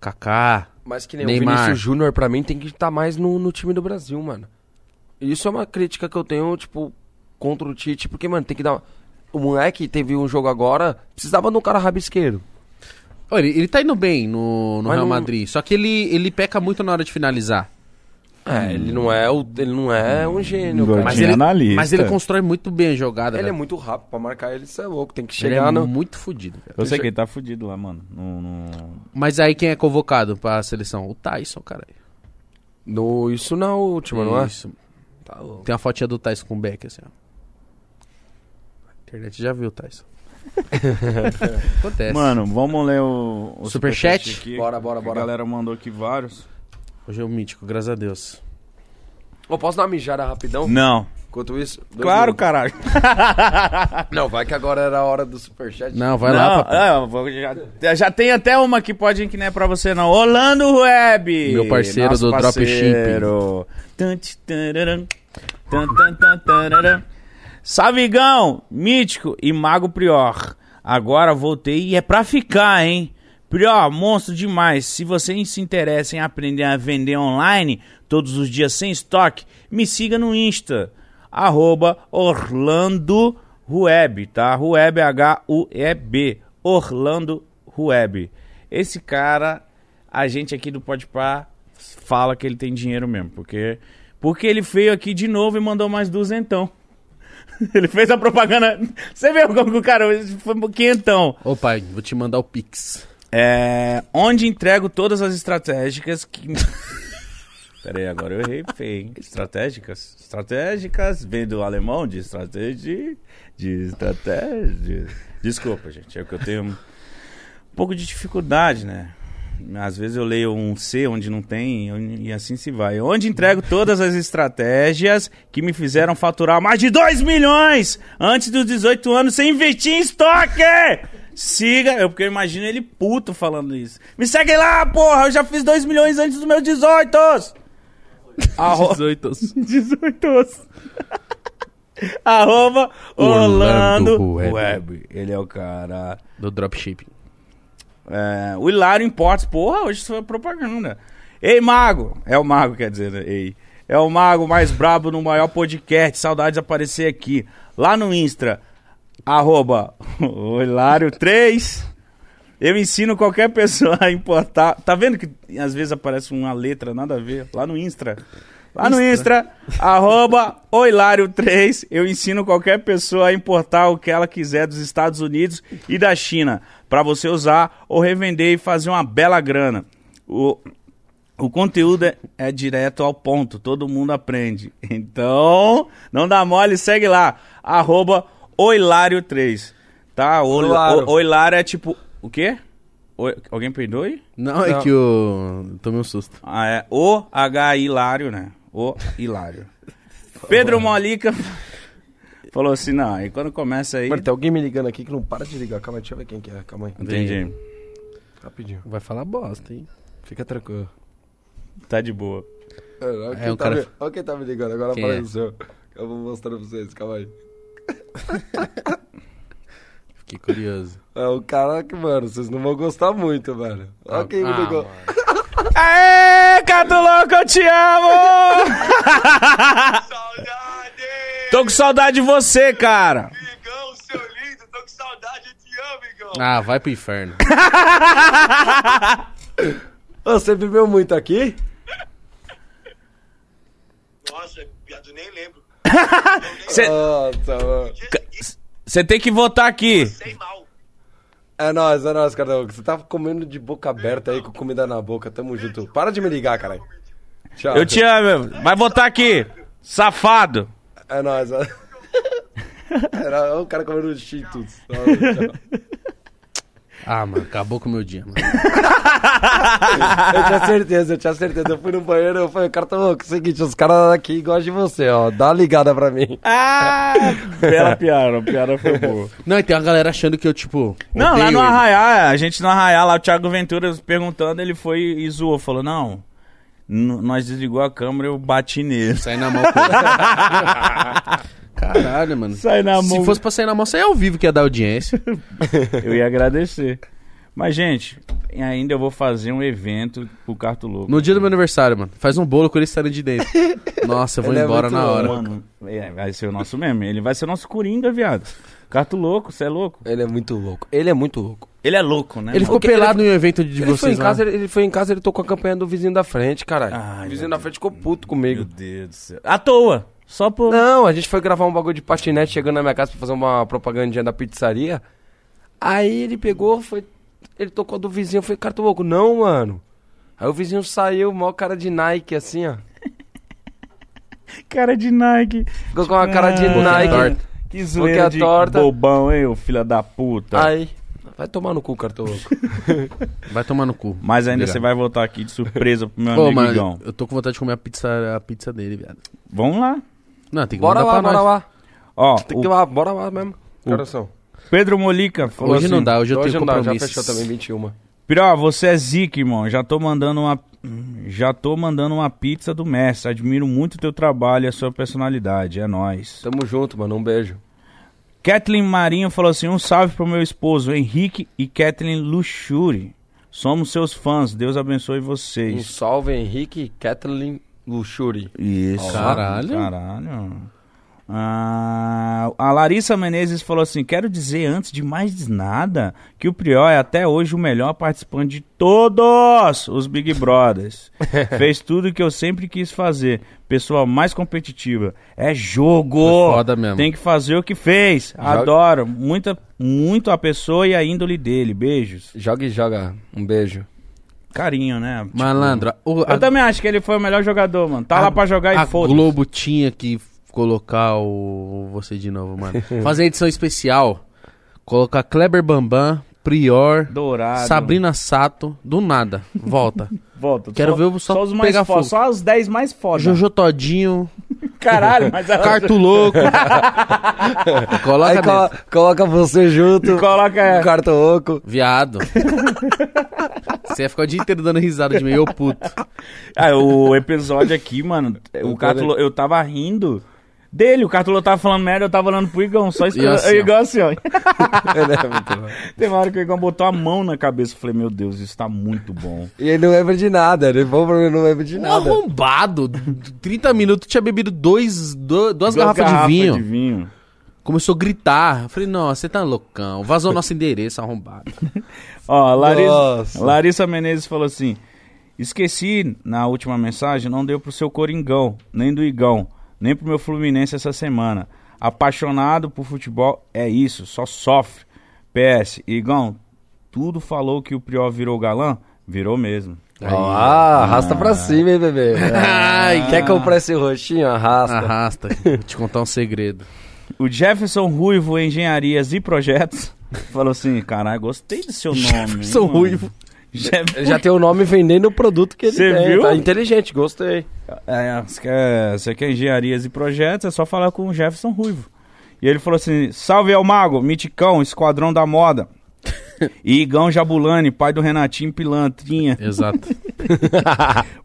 A: Kaká.
C: Mas que nem
A: Neymar.
C: o Vinícius Júnior, pra mim, tem que estar mais no, no time do Brasil, mano. E Isso é uma crítica que eu tenho, tipo, contra o Tite, porque, mano, tem que dar. O moleque teve um jogo agora, precisava de um cara rabisqueiro.
A: Ó, ele, ele tá indo bem no, no
C: Mas
A: Real
C: não-
A: Madrid, só que ele, ele peca muito na hora de finalizar.
C: É, ele não é, o, ele não é um
B: Gordinho.
C: gênio,
A: Mas
C: cara. Mas
B: Tinha
A: ele, é
B: analista.
A: mas ele constrói muito bem a jogada.
C: ele é
A: velho.
C: muito rápido, pra marcar ele, você é louco, tem que
A: Ele
C: chegar
A: é
C: no.
A: muito fodido, velho.
B: Eu sei que ele tá fudido lá, mano. No, no-
A: Mas aí quem é convocado pra seleção? O Tyson, cara.
C: no- isso na última, não é?
A: Isso.
C: Tá louco.
A: Tem uma fotinha do Tyson com o Beck, assim, ó. A internet já viu,
B: (laughs)
A: Tyson. Acontece.
B: Mano, vamos ler o, o
A: Superchat?
B: aqui.
C: Bora, bora,
B: que
C: bora.
B: A galera mandou aqui vários.
A: Hoje é o mítico, graças a Deus.
C: Eu posso dar uma mijada rapidão?
B: Não.
C: Enquanto isso. dois
B: Claro,
C: minutos.
B: caralho.
C: Não, vai que agora era a hora do superchat.
A: Não, vai
B: Não,
A: lá, papai.
B: é, eu vou- já, já tem até uma que pode que não é pra você, não. Orlando Web!
A: Meu parceiro do Dropship.
B: Dropship. Savigão, Mítico e Mago Prior. Agora voltei e é pra ficar, hein? Prior, monstro demais. Se vocês se interessam em aprender a vender online todos os dias sem estoque, me siga no Insta, arroba Orlando Rueb, tá? Rueb, H-U-E-B. Orlando Rueb. Esse cara, a gente aqui do Podpah fala que ele tem dinheiro mesmo, porque porque ele veio aqui de novo e mandou mais duzentão. (laughs) ele fez a propaganda. Você viu como que o cara foi um quinhentão.
A: Ô, pai, vou te mandar o Pix.
B: É, onde entrego todas as estratégicas que. (laughs) Peraí, agora eu errei feio, hein? Estratégicas? Estratégicas, vem do alemão de estratégia. De estratégia. Desculpa, gente, é que eu tenho um pouco de dificuldade, né? Às vezes eu leio um C onde não tem e- e assim se vai. Onde entrego todas as estratégias que me fizeram faturar mais de 2 milhões antes dos 18 anos sem investir em estoque! Siga, eu, porque eu imagino ele puto falando isso. Me segue lá, porra! Eu já fiz 2 milhões antes dos meus 18! Arro... (laughs)
A: 18.
B: 18 anos. Arroba Orlando,
A: Orlando Web.
B: Web. Ele é o cara.
A: Do dropshipping.
B: É, o Hilário Importes, porra, hoje isso é propaganda. Ei, Mago! É o Mago, quer dizer, né? Ei. É o Mago mais brabo no maior podcast. Saudades de aparecer aqui. Lá no Insta, arroba (laughs) o Hilário 3. Eu ensino qualquer (laughs) pessoa a importar. Tá vendo que às vezes aparece uma letra, nada a ver? Lá no Insta. Lá no Insta, arroba Oilário3. Eu ensino qualquer pessoa a importar o que ela quiser dos Estados Unidos e da China. Pra você usar ou revender e fazer uma bela grana. O, o conteúdo é, é direto ao ponto. Todo mundo aprende. (laughs) Então, não dá mole, segue lá. Arroba Oilário3. Tá? O,
C: Oilário.
B: o, Oilário é tipo... O quê? Oi- alguém perdoe?
A: Não, é
C: Não.
A: que eu tomei um susto.
B: Ah, é. O H Hilário, né? O Hilário. Pedro Molica falou assim: não, aí quando começa aí.
C: Mano, tem alguém me ligando aqui que não para de ligar. Calma aí, deixa eu ver quem que é. Calma aí.
B: Entendi.
C: Rapidinho.
A: Vai falar bosta, hein?
C: Fica tranquilo.
B: Tá de boa.
C: Olha
A: É,
C: quem,
A: o
C: tá
A: cara-
C: me... olha quem tá me ligando. Agora
A: Quem
C: fala
A: é?
C: do seu. Eu vou mostrar pra vocês. Calma aí.
A: Fiquei curioso.
C: É o cara que, mano, vocês não vão gostar muito, velho. Olha quem me
A: Ah,
C: ligou.
A: mano.
B: Aê, Cato Louco, eu te amo!
D: Saudade!
B: Tô com saudade de você, cara.
D: Migão, seu lindo, tô com saudade, eu te amo, Migão.
A: Ah, vai pro inferno.
C: Ô, Você bebeu muito aqui?
D: Nossa, viado, nem lembro.
C: Nossa, mano.
B: Você tem que votar aqui.
D: Sem mal.
C: É nóis, é nóis, cara. Você tá comendo de boca aberta aí, com comida na boca. Tamo junto. Para de me ligar, caralho. Tchau.
B: Eu te amo. Vai votar aqui. Safado.
C: É nóis. É... Era o cara comendo um (laughs) cheetos. Eu
A: Ah, mano, acabou com o meu dia, mano.
C: tinha certeza, eu tinha certeza. Eu fui no banheiro eu falei, o cara tá louco. Seguinte, os caras aqui gostam de você, ó. Dá uma ligada pra mim.
B: Ah, bela piada. A piada foi boa.
A: Não, e tem uma galera achando que eu, tipo.
B: Não,
A: odeio
B: lá no
A: ele.
B: Arraiá, a gente no Arraiá, lá o Thiago Ventura perguntando, ele foi e zoou, falou, não, n- nós desligou a câmera e eu bati nele. (laughs)
A: Sair na mão com ele. Caralho, mano.
B: Sai na
A: Se
B: mão.
A: fosse pra sair na mão, sair ao vivo que ia dar audiência.
B: Eu ia agradecer. Mas, gente, ainda eu vou fazer um evento pro Carto Louco.
A: No dia do meu aniversário, mano. Faz um bolo com ele estarem de
C: (laughs)
A: dentro. Nossa, eu vou
C: Ele é
A: embora
C: muito
A: na hora.
B: Mano, é, vai ser o nosso meme, ele vai ser o nosso coringa, viado. Carto Louco, você é louco?
C: Ele é muito louco. Ele é muito louco. né?
B: Ele é louco, né?
A: Ele ficou
B: mano?
C: Porque ele-
A: pelado em um evento de
C: ele,
A: vocês
C: foi em
A: lá.
C: casa, ele, ele foi em casa, ele tocou a campanha do vizinho da frente, caralho.
B: Ai,
C: o
B: meu
C: vizinho da
B: Deus.
C: frente ficou puto
B: Meu
C: comigo.
B: Deus do céu. À toa, só por...
C: Não, a gente foi gravar um bagulho de patinete chegando na minha casa pra fazer uma propagandinha da pizzaria. Aí ele pegou, foi. Ele tocou do vizinho, eu falei, cara, tô louco, não, mano. Aí o vizinho saiu, maior cara de Nike, assim, ó.
B: Cara de Nike.
C: Ficou com uma cara de
B: Ah,
C: Nike.
A: torta.
B: Que zoeira
C: Boquinha
B: de
C: torta.
B: bobão, hein, ô filha da puta.
C: Aí. Vai tomar no cu, cara,
A: (laughs)
C: tô louco.
A: Vai tomar no cu.
B: Mas ainda
A: Obrigado.
B: você vai voltar aqui de surpresa pro meu
A: Pô,
B: amigo
A: mano,
B: Igão.
A: eu tô com vontade de comer a pizza, a pizza dele, viado.
B: Vamos lá.
A: Não, tem que
C: Bora
A: mandar
C: lá,
A: pra
C: bora
A: nós.
C: lá.
B: Ó,
C: Tem
B: o
C: que ir lá, bora lá mesmo. Que horas são?
B: Pedro Molica falou
A: Hoje
B: assim,
A: não dá, hoje eu
C: Hoje
A: tenho
C: não dá, já
A: compromisso.
C: fechou também, 21.
B: Piró, você é zica, irmão. Já tô mandando uma... hum, Já tô mandando uma pizza do mestre. Admiro muito o teu trabalho e a sua personalidade. É nóis.
C: Tamo junto, mano, um beijo.
B: Kathleen Marinho falou assim: um salve pro meu esposo Henrique e Kathleen Luxuri. Somos seus fãs. Deus abençoe
C: Um
B: vocês.
C: salve, Henrique Kathleen Luxuri.
B: Isso.
A: Caralho.
B: Caralho. Ah, a Larissa Menezes falou assim: quero dizer antes de mais nada que o Prior é até hoje o melhor participante de todos os
A: (laughs)
B: Big Brothers. Fez tudo que eu sempre quis fazer. Pessoa mais competitiva. É jogo!
A: É foda mesmo.
B: Tem que fazer o que fez. Adoro. Muita, muito a pessoa e a índole dele. Beijos.
C: Joga e joga, um beijo.
B: Carinho, né? Tipo,
A: Malandro, o-
B: Eu também acho que ele foi o melhor jogador, mano. Tá lá pra jogar
A: a
B: e foda.
A: Globo tinha que colocar o você de novo,
C: (laughs)
A: mano. Fazer edição especial, colocar Kleber Bambam, Prior,
B: Dourado.
A: Sabrina Sato, do nada,
C: (laughs)
A: volta.
B: Volta.
A: Quero
B: só,
A: ver o- só
B: os mais
A: pegar
B: foda,
A: fogo.
B: Só os 10 mais foda.
A: Jojo Todinho,
B: Caralho, mas ela... (laughs)
A: Carto Louco. (laughs) Coloca
C: Aí colo-
A: dentro.
C: coloca você junto.
B: Coloca-
C: O cartão oco.
A: Viado. Você ia ficar o dia inteiro dando risada de mim, ô puto.
B: Ah, o episódio aqui, mano, o Cato, Lou- eu tava rindo Dele, o Cartola tava falando merda, eu tava falando pro Igão, só
A: E
B: esperando. (laughs)
A: assim, ó.
B: Igão assim, ó.
C: Ele é muito bom.
B: Tem uma hora que o Igão botou a mão na cabeça. Eu falei, meu Deus, isso tá muito bom.
C: E ele não lembra de nada, né? ele bom pra mim, não lembra de
A: Um
C: nada.
A: Arrombado. 30 minutos, tinha bebido dois, do- duas, garrafas
B: garrafas
A: de vinho.
B: de vinho.
A: Começou a gritar. Eu falei, não, você tá loucão. Vazou nosso endereço, arrombado.
B: Ó, Larissa,
C: Nossa.
B: Larissa Menezes falou assim: esqueci na última mensagem, não deu pro seu Coringão, nem do Igão, nem pro meu Fluminense essa semana. Apaixonado por futebol é isso, só sofre. PS, Igão, tudo falou que o Prior virou galã? Virou mesmo.
C: Ah, arrasta pra cima, hein, bebê. Ai, quer comprar esse roxinho? Arrasta.
A: Arrasta. Vou te contar um segredo.
B: O Jefferson Ruivo Engenharias e Projetos (laughs) falou assim: caralho, gostei do seu nome.
A: Sou
B: mano."
A: ruivo.
B: Jefferson
C: Ele já tem o nome vendendo o produto que ele
B: Cê
C: tem.
B: viu?
C: Tá inteligente, gostei.
B: É, você quer, você quer engenharias e projetos, é só falar com o Jefferson Ruivo. E ele falou assim: Salve El Mago, Miticão, Esquadrão da
C: (laughs)
B: Moda. E Igão Jabulani, pai do Renatinho Pilantrinha.
A: Exato.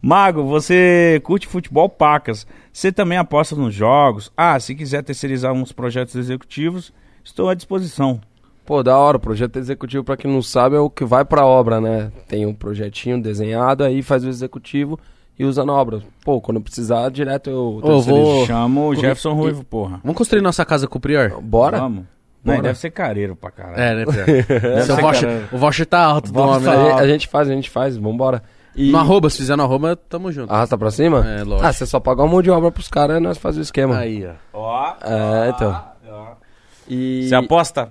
B: Mago, você curte futebol pacas. Você também aposta nos jogos. Ah, se quiser terceirizar uns projetos executivos, estou à disposição.
C: Pô, da hora, o projeto executivo, pra quem não sabe, é o que vai pra obra, né? Tem um projetinho desenhado, aí faz o executivo e usa na obra. Pô, quando precisar, direto eu
A: Ô, vou-
C: terceirizo.
A: Pô,
B: Chama o
A: co-
B: Jefferson Ruivo, porra.
A: Vamos construir nossa casa com o Prior?
C: é Bora?
B: Vamos. Não,
C: Bora.
B: deve ser careiro pra caralho.
A: É, né, Prior? Seu
B: ser
A: voucher-
B: caramba.
A: o voucher tá alto do
C: Vamos,
A: homem,
C: a,
A: né?
C: gente, a gente faz, a gente faz, vambora. E...
A: No arroba, se fizer no arroba, tamo junto.
C: Arrasta pra cima?
A: É, lógico.
C: Ah, você só pagar uma mão de obra pros caras e nós faz o esquema.
A: Aí, ó.
B: Ó,
C: É, então.
B: ó.
C: E...
B: Você aposta?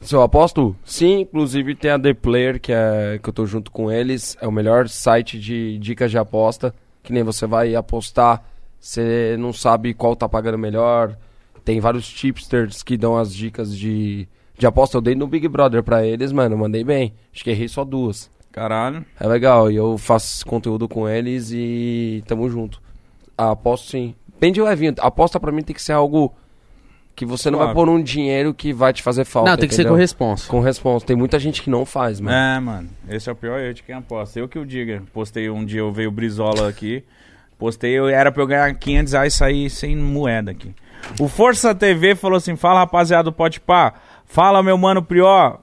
C: Se eu aposto? Sim, inclusive tem a The Player, que, é, que eu tô junto com eles. É o melhor site de dicas de aposta. Que nem você vai apostar, você não sabe qual tá pagando melhor. Tem vários tipsters que dão as dicas de, de aposta. Eu dei no Big Brother pra eles, mano. Mandei bem. Acho que errei só duas.
B: Caralho.
C: É legal, e eu faço esse conteúdo com eles e tamo junto. Ah, aposto sim. Bem de levinho. Aposta pra mim tem que ser algo que você não vai
B: Suave.
C: pôr um dinheiro que vai te fazer falta.
A: Não, tem que ser
C: entendeu?
A: com responsa.
C: Com responsa. Tem muita gente que não faz, mano.
B: É, mano. Esse é o pior eu de quem aposta. Eu que o diga. Postei um dia, eu veio o Brizola aqui. Postei, eu, era pra eu ganhar 500 reais e sair sem moeda aqui. O Força TV falou assim, fala rapaziada do Pode Pá. Fala meu mano Prió.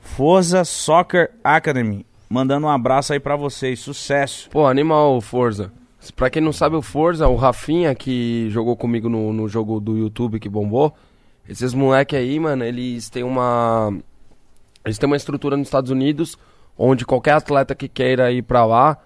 B: Forza Soccer Academy. Mandando um abraço aí pra vocês. Sucesso.
C: Pô, animal, Forza. Pra quem não sabe, o Forza, o Rafinha, que jogou comigo no, no jogo do YouTube que bombou, esses moleque aí, mano, eles têm uma. Eles têm uma estrutura nos Estados Unidos onde qualquer atleta que queira ir pra lá,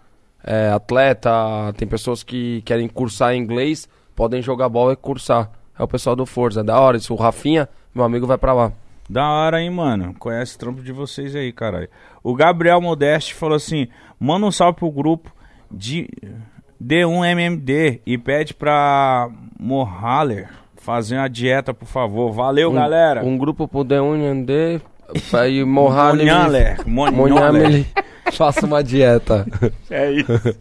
C: é, atleta, tem pessoas que querem cursar inglês, podem jogar bola e cursar. É o pessoal do Forza, da hora. Isso, o Rafinha, meu amigo, vai pra lá.
B: Da hora, hein, mano? Conhece o trampo de vocês aí, caralho. O Gabriel Modeste falou assim: manda um salve pro grupo de D1MMD e pede pra Mohaller fazer uma dieta, por favor. Valeu, galera.
C: Um grupo pro The Union de. pra ir morrar ali-
B: Monhaler. Monhaler.
C: Monhamele. Faça
B: (laughs)
C: uma dieta.
B: É isso.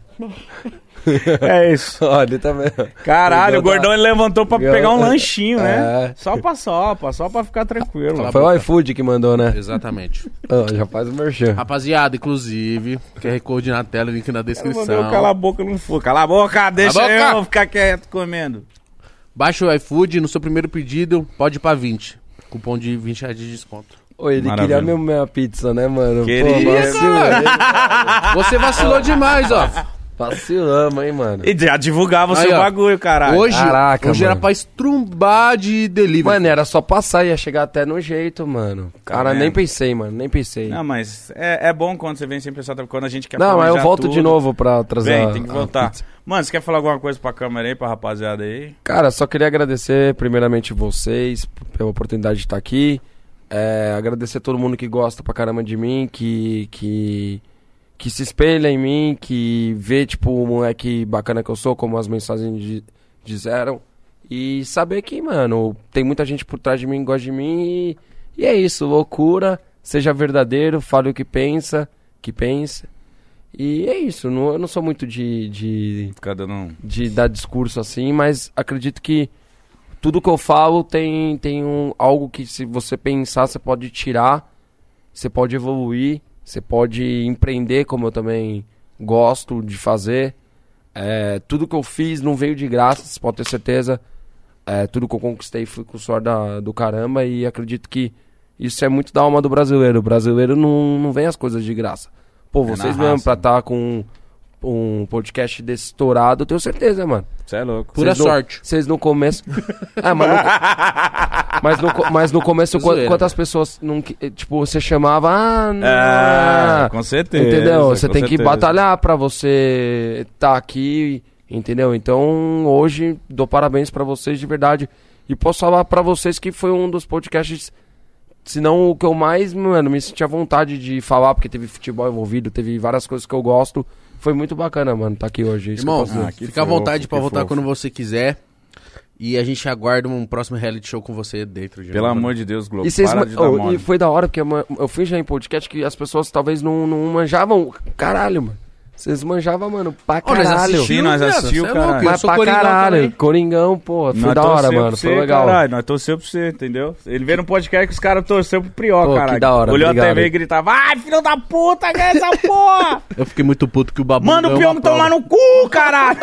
B: (laughs) é isso.
C: Olha, também.
B: Caralho, o gordão
C: Gordão
B: ele levantou pra
C: Gordão-
B: pegar um lanchinho, né?
C: É.
B: Só pra sopa, só pra ficar tranquilo.
C: Foi o iFood que mandou, né?
A: Exatamente.
C: Ah, já faz o merchan.
A: Rapaziada, inclusive, QR Code na tela, link na
B: Eu mandei eu
A: descrição.
B: calar a boca não fui. Cala a boca, deixa
A: a boca.
B: eu ficar quieto comendo.
A: Baixa o iFood no seu primeiro pedido, pode ir pra 20. Cupom de 20 reais de desconto.
C: Ô, ele
B: Maravilha.
C: queria mesmo minha pizza, né, mano?
B: Queria,
C: vacilamos,
A: Você vacilou demais, ó.
C: vacilamos, hein, mano?
B: E já divulgava o
A: Aí,
B: seu
A: ó.
B: bagulho, caralho.
A: Hoje,
C: caraca,
A: hoje era
C: mano.
A: pra estrumbar de delivery.
C: Mano, era só passar, ia chegar até no jeito, mano. Cara,
B: Tá vendo?
C: nem pensei, mano, nem pensei.
B: Não,
C: Não,
B: mas é, é bom quando você vem sem pensar, quando a gente quer
C: mas eu
B: planejar
C: volto
B: tudo.
C: de novo Ah, pra trazer
B: Vem,
C: a-
B: tem que
C: a
B: voltar.
C: pizza.
B: Mano, você quer falar alguma coisa pra câmera aí, pra rapaziada aí?
C: Cara, só queria agradecer primeiramente vocês p- pela oportunidade de estar aqui. É, agradecer todo mundo que gosta pra caramba de mim, que, que, que se espelha em mim, que vê, tipo, o moleque bacana que eu sou, como as mensagens di- disseram. E saber que, mano, tem muita gente por trás de mim, que gosta de mim. E, e é isso, loucura. Seja verdadeiro, fale o que pensa, que pensa. E é isso, não, eu não sou muito de- de
B: Ficar dando um...
C: de dar discurso assim, mas acredito que tudo que eu falo tem, tem um, algo que se você pensar, você pode tirar, você pode evoluir, você pode empreender, como eu também gosto de fazer. É, tudo que eu fiz não veio de graça, você pode ter certeza. é, tudo que eu conquistei foi com suor da, do caramba e acredito que isso é muito da alma do brasileiro. O brasileiro não, não vem as coisas de graça. Pô,
B: É na
C: vocês mesmo
B: raça, né?
C: pra estar com um, um podcast desse estourado, eu tenho certeza, mano.
E: Você é louco.
A: Pura
C: Vocês não-
A: sorte.
C: Vocês no começo. Ah, mas no, mas no, co- mas no começo, quan-
A: Zoeira,
C: quantas pessoas. Não, que- eh, tipo, você chamava. Ah,
B: É,
C: não. é."
E: Ah, com certeza.
C: Entendeu? Você
E: com
C: tem que
E: certeza.
C: batalhar pra você estar aqui, entendeu? Então, hoje, dou parabéns pra vocês de verdade. E posso falar pra vocês que foi um dos podcasts, se não o que eu mais, mano, me senti à vontade de falar, porque teve futebol envolvido, teve várias coisas que eu gosto. Foi muito bacana, mano, tá aqui hoje. Isso que eu
A: Irmão,
C: posso dizer.
E: Ah, que
A: fica à
E: fofo,
A: vontade pra
E: que
A: voltar
E: fofo.
A: quando você quiser. E a gente aguarda um próximo reality show com você dentro de
B: Pelo
A: novo.
B: amor de Deus, Globo.
C: E, vocês
B: para
C: ma-
B: de dar
C: oh,
B: mole.
C: e foi da hora, porque ma- eu fui já em podcast que as pessoas talvez não, não manjavam. Caralho, mano. Vocês manjavam, mano, pra
A: Ô, nós
C: caralho.
B: assistimos, Sim, nós
A: viado,
B: assistiu,
A: cê é louco,
B: caralho.
A: eu
C: Mas
A: sou
C: pra
A: coringão
C: caralho.
A: também.
C: Coringão, pô. Foi
B: Nós
C: da hora,
B: torceu pra
C: mano. Foi
B: você,
C: legal.
B: Caralho, nós torceu pra você, entendeu? Ele veio no podcast que os caras torceu pro Prió,
C: Pô, que
B: caralho.
C: da hora,
B: Olhou a
C: obrigado.
B: TV e gritava, ai, filho da puta, ganha essa
C: (laughs)
B: porra!
A: Eu fiquei muito puto que o babu.
B: Manda o
A: ganhou
B: peão
A: uma
B: tomar no cu,
C: (laughs)
B: caralho!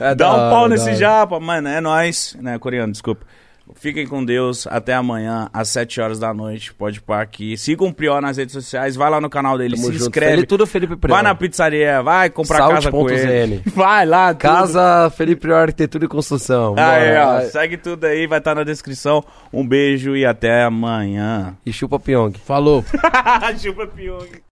C: É da
B: Dá um
C: hora,
B: pau
C: da
B: nesse
C: hora.
B: japa, mano, é nóis. Né, coreano, desculpa. Fiquem com Deus, até amanhã, às 7 horas da noite, pode pôr aqui. Sigam o Prió nas redes sociais, vai lá no canal dele,
C: Tamo
B: se
C: junto.
B: inscreve.
C: Felipe- tudo Felipe Prior.
B: Vai na pizzaria, vai comprar casa com ele.
C: Saúde.zn.
B: Vai lá, tudo.
C: Casa Felipe Prior Arquitetura e Construção.
B: Aí,
C: Bora.
B: ó, segue tudo aí, vai estar na descrição. Um beijo e até amanhã. (laughs)
C: E chupa Pyong.
A: Falou.
B: Chupa Pyong.